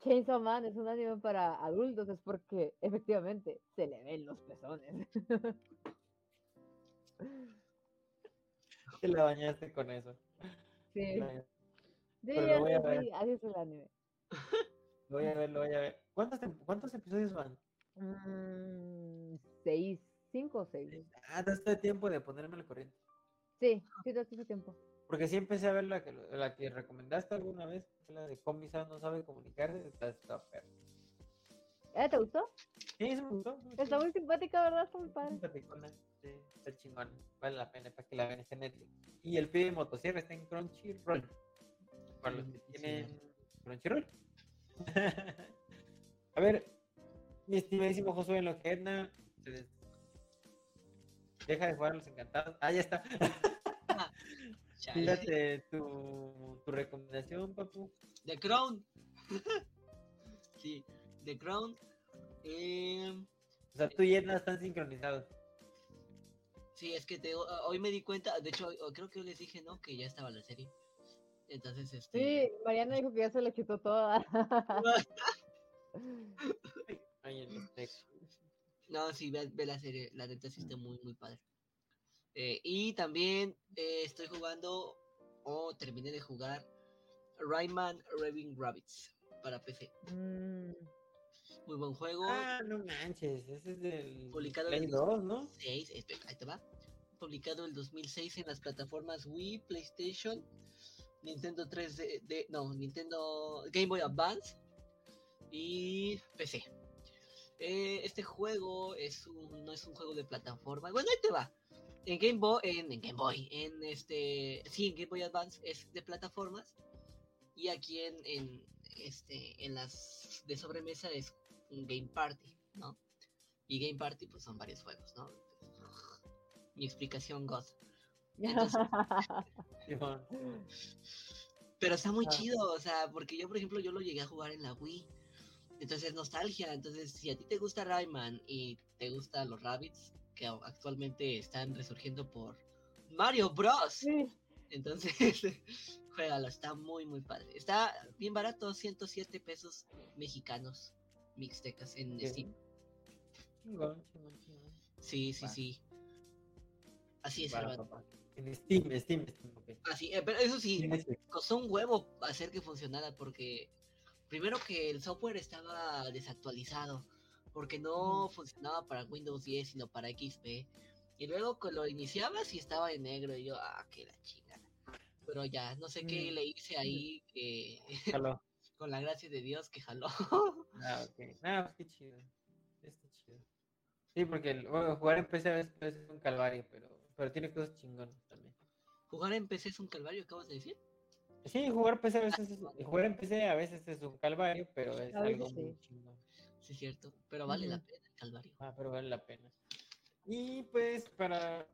S3: Chainsaw Man es un anime para adultos es porque efectivamente se le ven los pezones. <laughs>
S1: Te la bañaste con eso.
S3: Sí,
S1: Te la bañaste.
S3: Sí,
S1: pero lo voy a
S3: así-
S1: ver.
S3: así es el anime.
S1: Lo voy a ver, lo voy a ver. ¿Cuántos, tem- cuántos episodios van?
S3: Mm, seis, cinco o seis.
S1: Ah, no está tiempo de ponerme al corriente.
S3: Sí, sí, todo ese tiempo.
S1: Porque sí empecé a ver la que, la que recomendaste alguna vez, la de Comisan no sabe comunicarse, está está perra.
S3: ¿Eh, ¿Te gustó?
S1: Sí, eso me gustó. me
S3: Está
S1: gustó.
S3: muy simpática, ¿verdad? Está muy
S1: Es
S3: padre.
S1: simpaticona, sí, Está chingona, vale la pena para que la vean está en Netflix. Y el pibe de motosierra está en Crunchyroll. Para los que tienen Crunchyroll. <laughs> a ver, mi estimadísimo Josué en lo que Edna se des- deja de jugar a los encantados. Ah, ya está.
S2: Chale.
S1: Fíjate tu, tu recomendación, papu.
S2: The Crown. <laughs> sí, The Crown. Em,
S1: O sea, tú y Edna están sincronizados.
S2: Sí, es que te, digo, ah, hoy me di cuenta, de hecho, hoy- hoy creo que yo les dije, ¿no? Que ya estaba la serie. Entonces, este...
S3: Sí, Mariana dijo que ya se la quitó toda. <laughs>
S1: Ay, el este,
S2: No, sí, ve, ve la serie, la neta sí está muy, muy padre. Eh, y también eh, estoy jugando, o terminé de jugar, Rayman Raving Rabbits para PC.
S3: Mm,
S2: Muy buen juego.
S1: Ah, no manches, ese es del
S2: Publicado
S1: Play
S2: en-
S1: 2, ¿no?
S2: 2006, espe- este, ahí te va. Publicado el 2006 en las plataformas Wii, PlayStation, Nintendo 3D, de- no, Nintendo Game Boy Advance y PC. Eh, este juego es un, no es un juego de plataforma. Bueno, ahí te va. En Game Boy, en, en Game Boy, en este, sí, en Game Boy Advance es de plataformas y aquí en, en, este, en las de sobremesa es un Game Party, ¿no? Y Game Party, pues son varios juegos, ¿no? Mi explicación, God. Entonces-
S3: <laughs>
S1: Simón.
S2: Pero está muy
S1: Ah.
S2: chido, o sea, porque yo, por ejemplo, yo lo llegué a jugar en la Wii. Entonces, nostalgia. Entonces, si a ti te gusta Rayman y te gustan los Rabbits, que a- actualmente están resurgiendo por Mario Bros.
S3: sí.
S2: Entonces, <laughs> juégalo, está muy, muy padre. Está bien barato, 107 pesos mexicanos, mixtecas en
S1: Sí.
S2: Steam.
S1: Chingón, chingón, chingón.
S2: Sí, sí,
S1: Va.
S2: sí. Así es,
S1: Para
S2: hermano.
S1: papá. En Steam, Steam, Steam, ok.
S2: Así, eh, pero eso sí,
S1: En Netflix.
S2: costó un huevo hacer que funcionara porque primero que el software estaba desactualizado porque no funcionaba para Windows 10 sino para XP y luego que lo iniciabas y estaba en negro y yo ah que la chingada pero ya no sé qué
S1: Mm.
S2: le hice ahí que <laughs>
S1: Jaló.
S2: con la gracia de Dios que jaló <laughs>
S1: Ah, ok. Ah, pues qué chido. Está chido. Sí, porque el- bueno, jugar en PC a veces a veces es un calvario, pero, pero tiene cosas chingonas también.
S2: jugar en PC es un calvario acabas de decir
S1: Sí, jugar PC a veces es, jugar en PC a veces es un calvario, pero es
S3: A veces
S1: algo muy
S3: sí.
S1: chingón.
S2: sí es cierto pero vale la
S3: Ujú.
S2: pena el calvario
S1: Ah, pero vale la pena. Y pues para,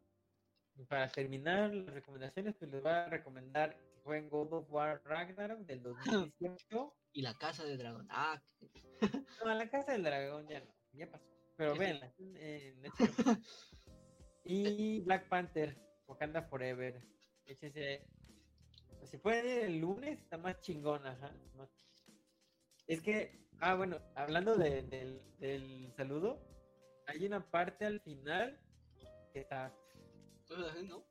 S1: para terminar las recomendaciones, pues les voy a recomendar que jueguen God of War Ragnarok del 2018.
S2: y la casa de dragón ah <laughs> que-
S1: No, a la casa del dragón ya no, ya pasó. Pero
S2: Ya
S1: véanla. eh, en Netflix. y Black Panther, Wakanda Forever. Échense. Si pueden ir el lunes, está más chingón, ajá. más- Es que, ah, bueno, hablando de- del, del saludo, hay una parte al final que está.
S2: no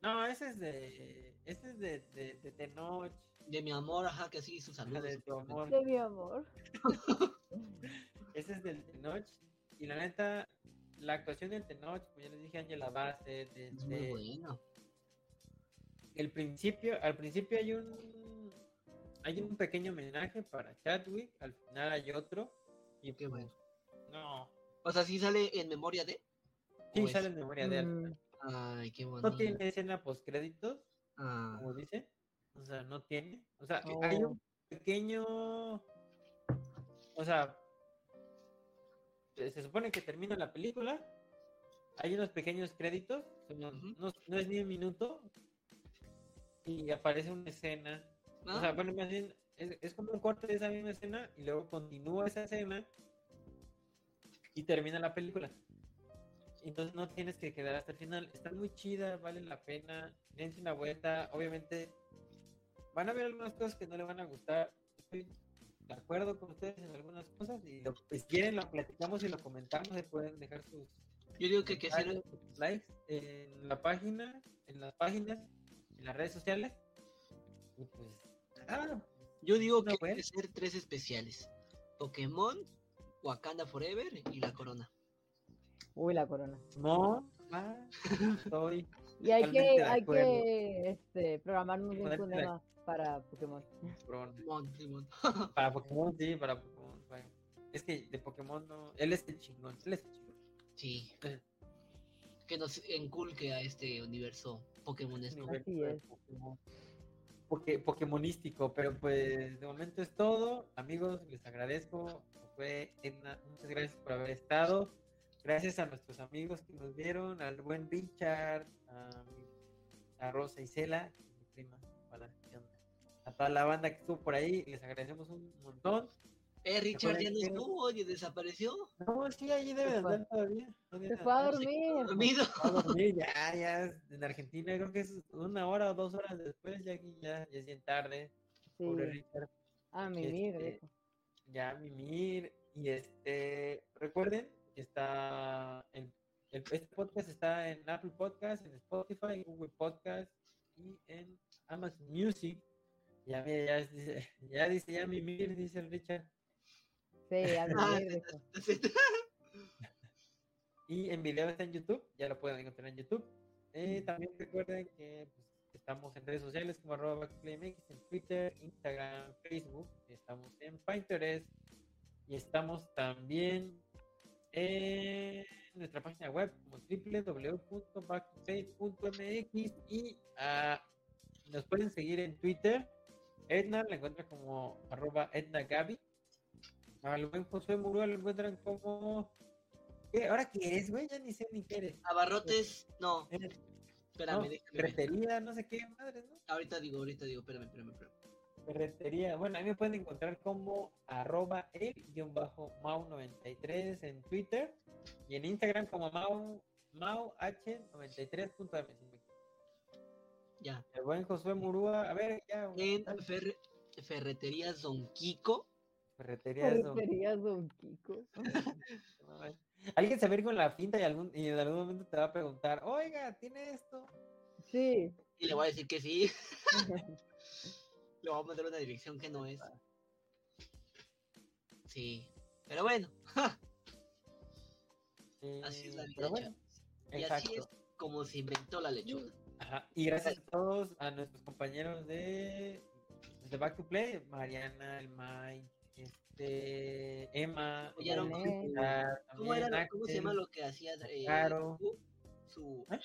S1: No, ese es de. Ese es de, de, de Tenoch,
S2: de mi amor ajá que sí sus saludos
S1: de tu amor.
S3: De mi amor.
S1: Ese es del Tenoch. Y la neta, la actuación del Tenoch, como ya les dije, Angela Bassett,
S2: es muy
S1: este,
S2: bueno
S1: el principio, al principio hay un hay un pequeño homenaje para Chadwick, al final hay otro. Y
S2: Qué bueno.
S1: No.
S2: O sea, sí sale en memoria de.
S1: Sí,
S2: Pues-
S1: sale en memoria de él.
S3: Mm.
S2: Ay, qué bonito.
S1: No tiene escena post créditos,
S2: Ah,
S1: como dice. O sea, no tiene. O sea,
S3: Oh.
S1: hay un pequeño. O sea, se se supone que termina la película. Hay unos pequeños créditos. son unos-
S2: Ujú.
S1: no, no es ni un minuto. Y aparece una escena. O sea,
S2: ah,
S1: bueno, más bien es, es como un corte de esa misma escena y luego continúa esa escena y termina la película. Entonces no tienes que quedar hasta el final. Está muy chida, vale la pena. Dense una vuelta. Obviamente van a ver algunas cosas que no le van a gustar. Estoy de acuerdo con ustedes en algunas cosas y lo- pues, si quieren lo platicamos y lo comentamos, ahí pueden dejar sus
S2: Yo digo que, que sí,
S1: comentarios, sus likes en la página, en las páginas, en las redes sociales. Y pues, ah,
S2: yo digo
S1: No,
S2: que
S1: pues.
S2: hay que ser tres especiales. Pokémon, Wakanda Forever y la corona.
S3: Uy, la corona.
S1: no, ma, estoy
S3: <laughs> Y hay que,
S1: Totalmente de
S3: hay
S1: acuerdo.
S3: que este, programarnos bien
S1: Ponerte
S3: con
S1: de
S3: Emma para Pokémon.
S1: pro-
S2: Mon, Simón.
S1: Para Pokémon, sí, para Pokémon. para- Es que de Pokémon no. Él es el chingón, él es el chingón.
S2: Sí. Que nos enculque a este universo Pokémon.
S1: Es un
S3: Así
S1: universo de
S3: es.
S1: Pokémon. Poké- Pokémonístico, pero pues de momento es todo. Amigos, les agradezco. Fue Edna, muchas gracias por haber estado. Gracias a nuestros amigos que nos vieron, al buen Richard, a, mi- a Rosa Isela, que es mi prima, hola, ¿qué onda? a toda la banda que estuvo por ahí, les agradecemos un montón.
S2: Eh, Richard ya
S1: Recuerden
S2: no
S1: que-
S2: estuvo, y desapareció.
S1: No, sí, allí debe de
S3: Se fue.
S1: andar todavía. no debe
S3: Se
S1: de
S3: fue a
S1: andar.
S3: dormir.
S2: Dormido. <laughs>
S1: a dormir, ya, ya es- en Argentina creo que es una hora o dos horas después, ya aquí ya, ya es bien tarde, pobre
S3: Sí,
S1: Richard,
S3: a mi
S1: este,
S3: mierda.
S1: ya a mimir, y este, recuerden que está, el, el- este podcast está en Apple Podcast, en Spotify, en Google Podcast y en Amazon Music, ya, mira, ya, es- dice, <laughs> ya dice, ya mimir, dice el Richard,
S3: Sí,
S1: <laughs>
S3: a mi
S2: Ah,
S1: este,
S3: mierda.
S1: y en video está en YouTube, ya lo pueden encontrar en YouTube, Eh, también recuerden que pues, estamos en redes sociales como arroba backplaymx, en Twitter, Instagram, Facebook, estamos en Pinterest y estamos también en nuestra página web como www.backstage.mx y ah, nos pueden seguir en Twitter. Edna la encuentra como arroba Edna Gaby. Al buen José Murúa lo encuentran como... ¿Qué? ¿Ahora qué eres, güey? Ya ni sé ni qué eres.
S2: Abarrotes, no,
S1: Eres
S2: espérame,
S1: no,
S2: déjame ver.
S1: Ferretería, no sé qué madres, ¿no?
S2: Ahorita digo, ahorita digo, espérame, espérame, espérame.
S1: Ferretería. Bueno, ahí me pueden encontrar como arroba el-mau93 en Twitter y en Instagram como mau, mauh93.m.
S2: Ya.
S1: El buen Josué Murúa, a ver, ya. güey,
S2: En
S1: dale.
S2: Ferre- Ferreterías Don Kiko.
S1: Ferretería es donde-
S3: Ferreterías Don
S1: <laughs>
S3: Kiko.
S1: no manches. Alguien se va a ir con la finta y, algún, y en algún momento te va a preguntar, oiga, ¿tiene esto?
S3: Sí. <laughs>
S2: Y le voy a decir que sí. Le voy a mandar una dirección que no es. Sí. Pero bueno,
S1: Sí,
S2: Así es la
S1: Eh,
S2: vida,
S1: pero bueno,
S2: y
S1: exacto.
S2: así es como se inventó la lechuga.
S1: Ajá, Y gracias a todos, a nuestros compañeros de, pues, de Back to Play, Mariana, el Mike, este, Emma,
S2: Oye, no,
S1: Elena,
S3: ¿cómo-
S1: también
S2: ¿Cómo, era, lo- ¿Cómo se
S1: Axel.
S2: llama lo que hacía eh,
S1: Claro.
S2: Goku? Su...
S1: ¿Eh?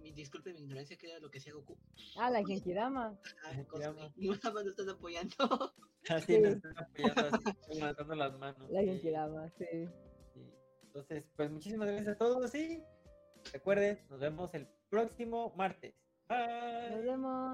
S2: Mi, disculpe mi ignorancia, ¿qué era lo que hacía Goku?
S3: Ah, la Genkidama.
S2: Ah,
S1: Ay,
S2: cosas
S1: caramba.
S2: <laughs> que nada más lo están apoyando.
S1: Así Ah, nos están apoyando,
S2: <laughs>
S1: así, levantando las manos.
S3: La
S1: sí,
S3: Genkidama, sí.
S1: sí. Entonces, pues muchísimas gracias a todos y recuerden, nos vemos el próximo martes. Bye.
S3: Nos vemos.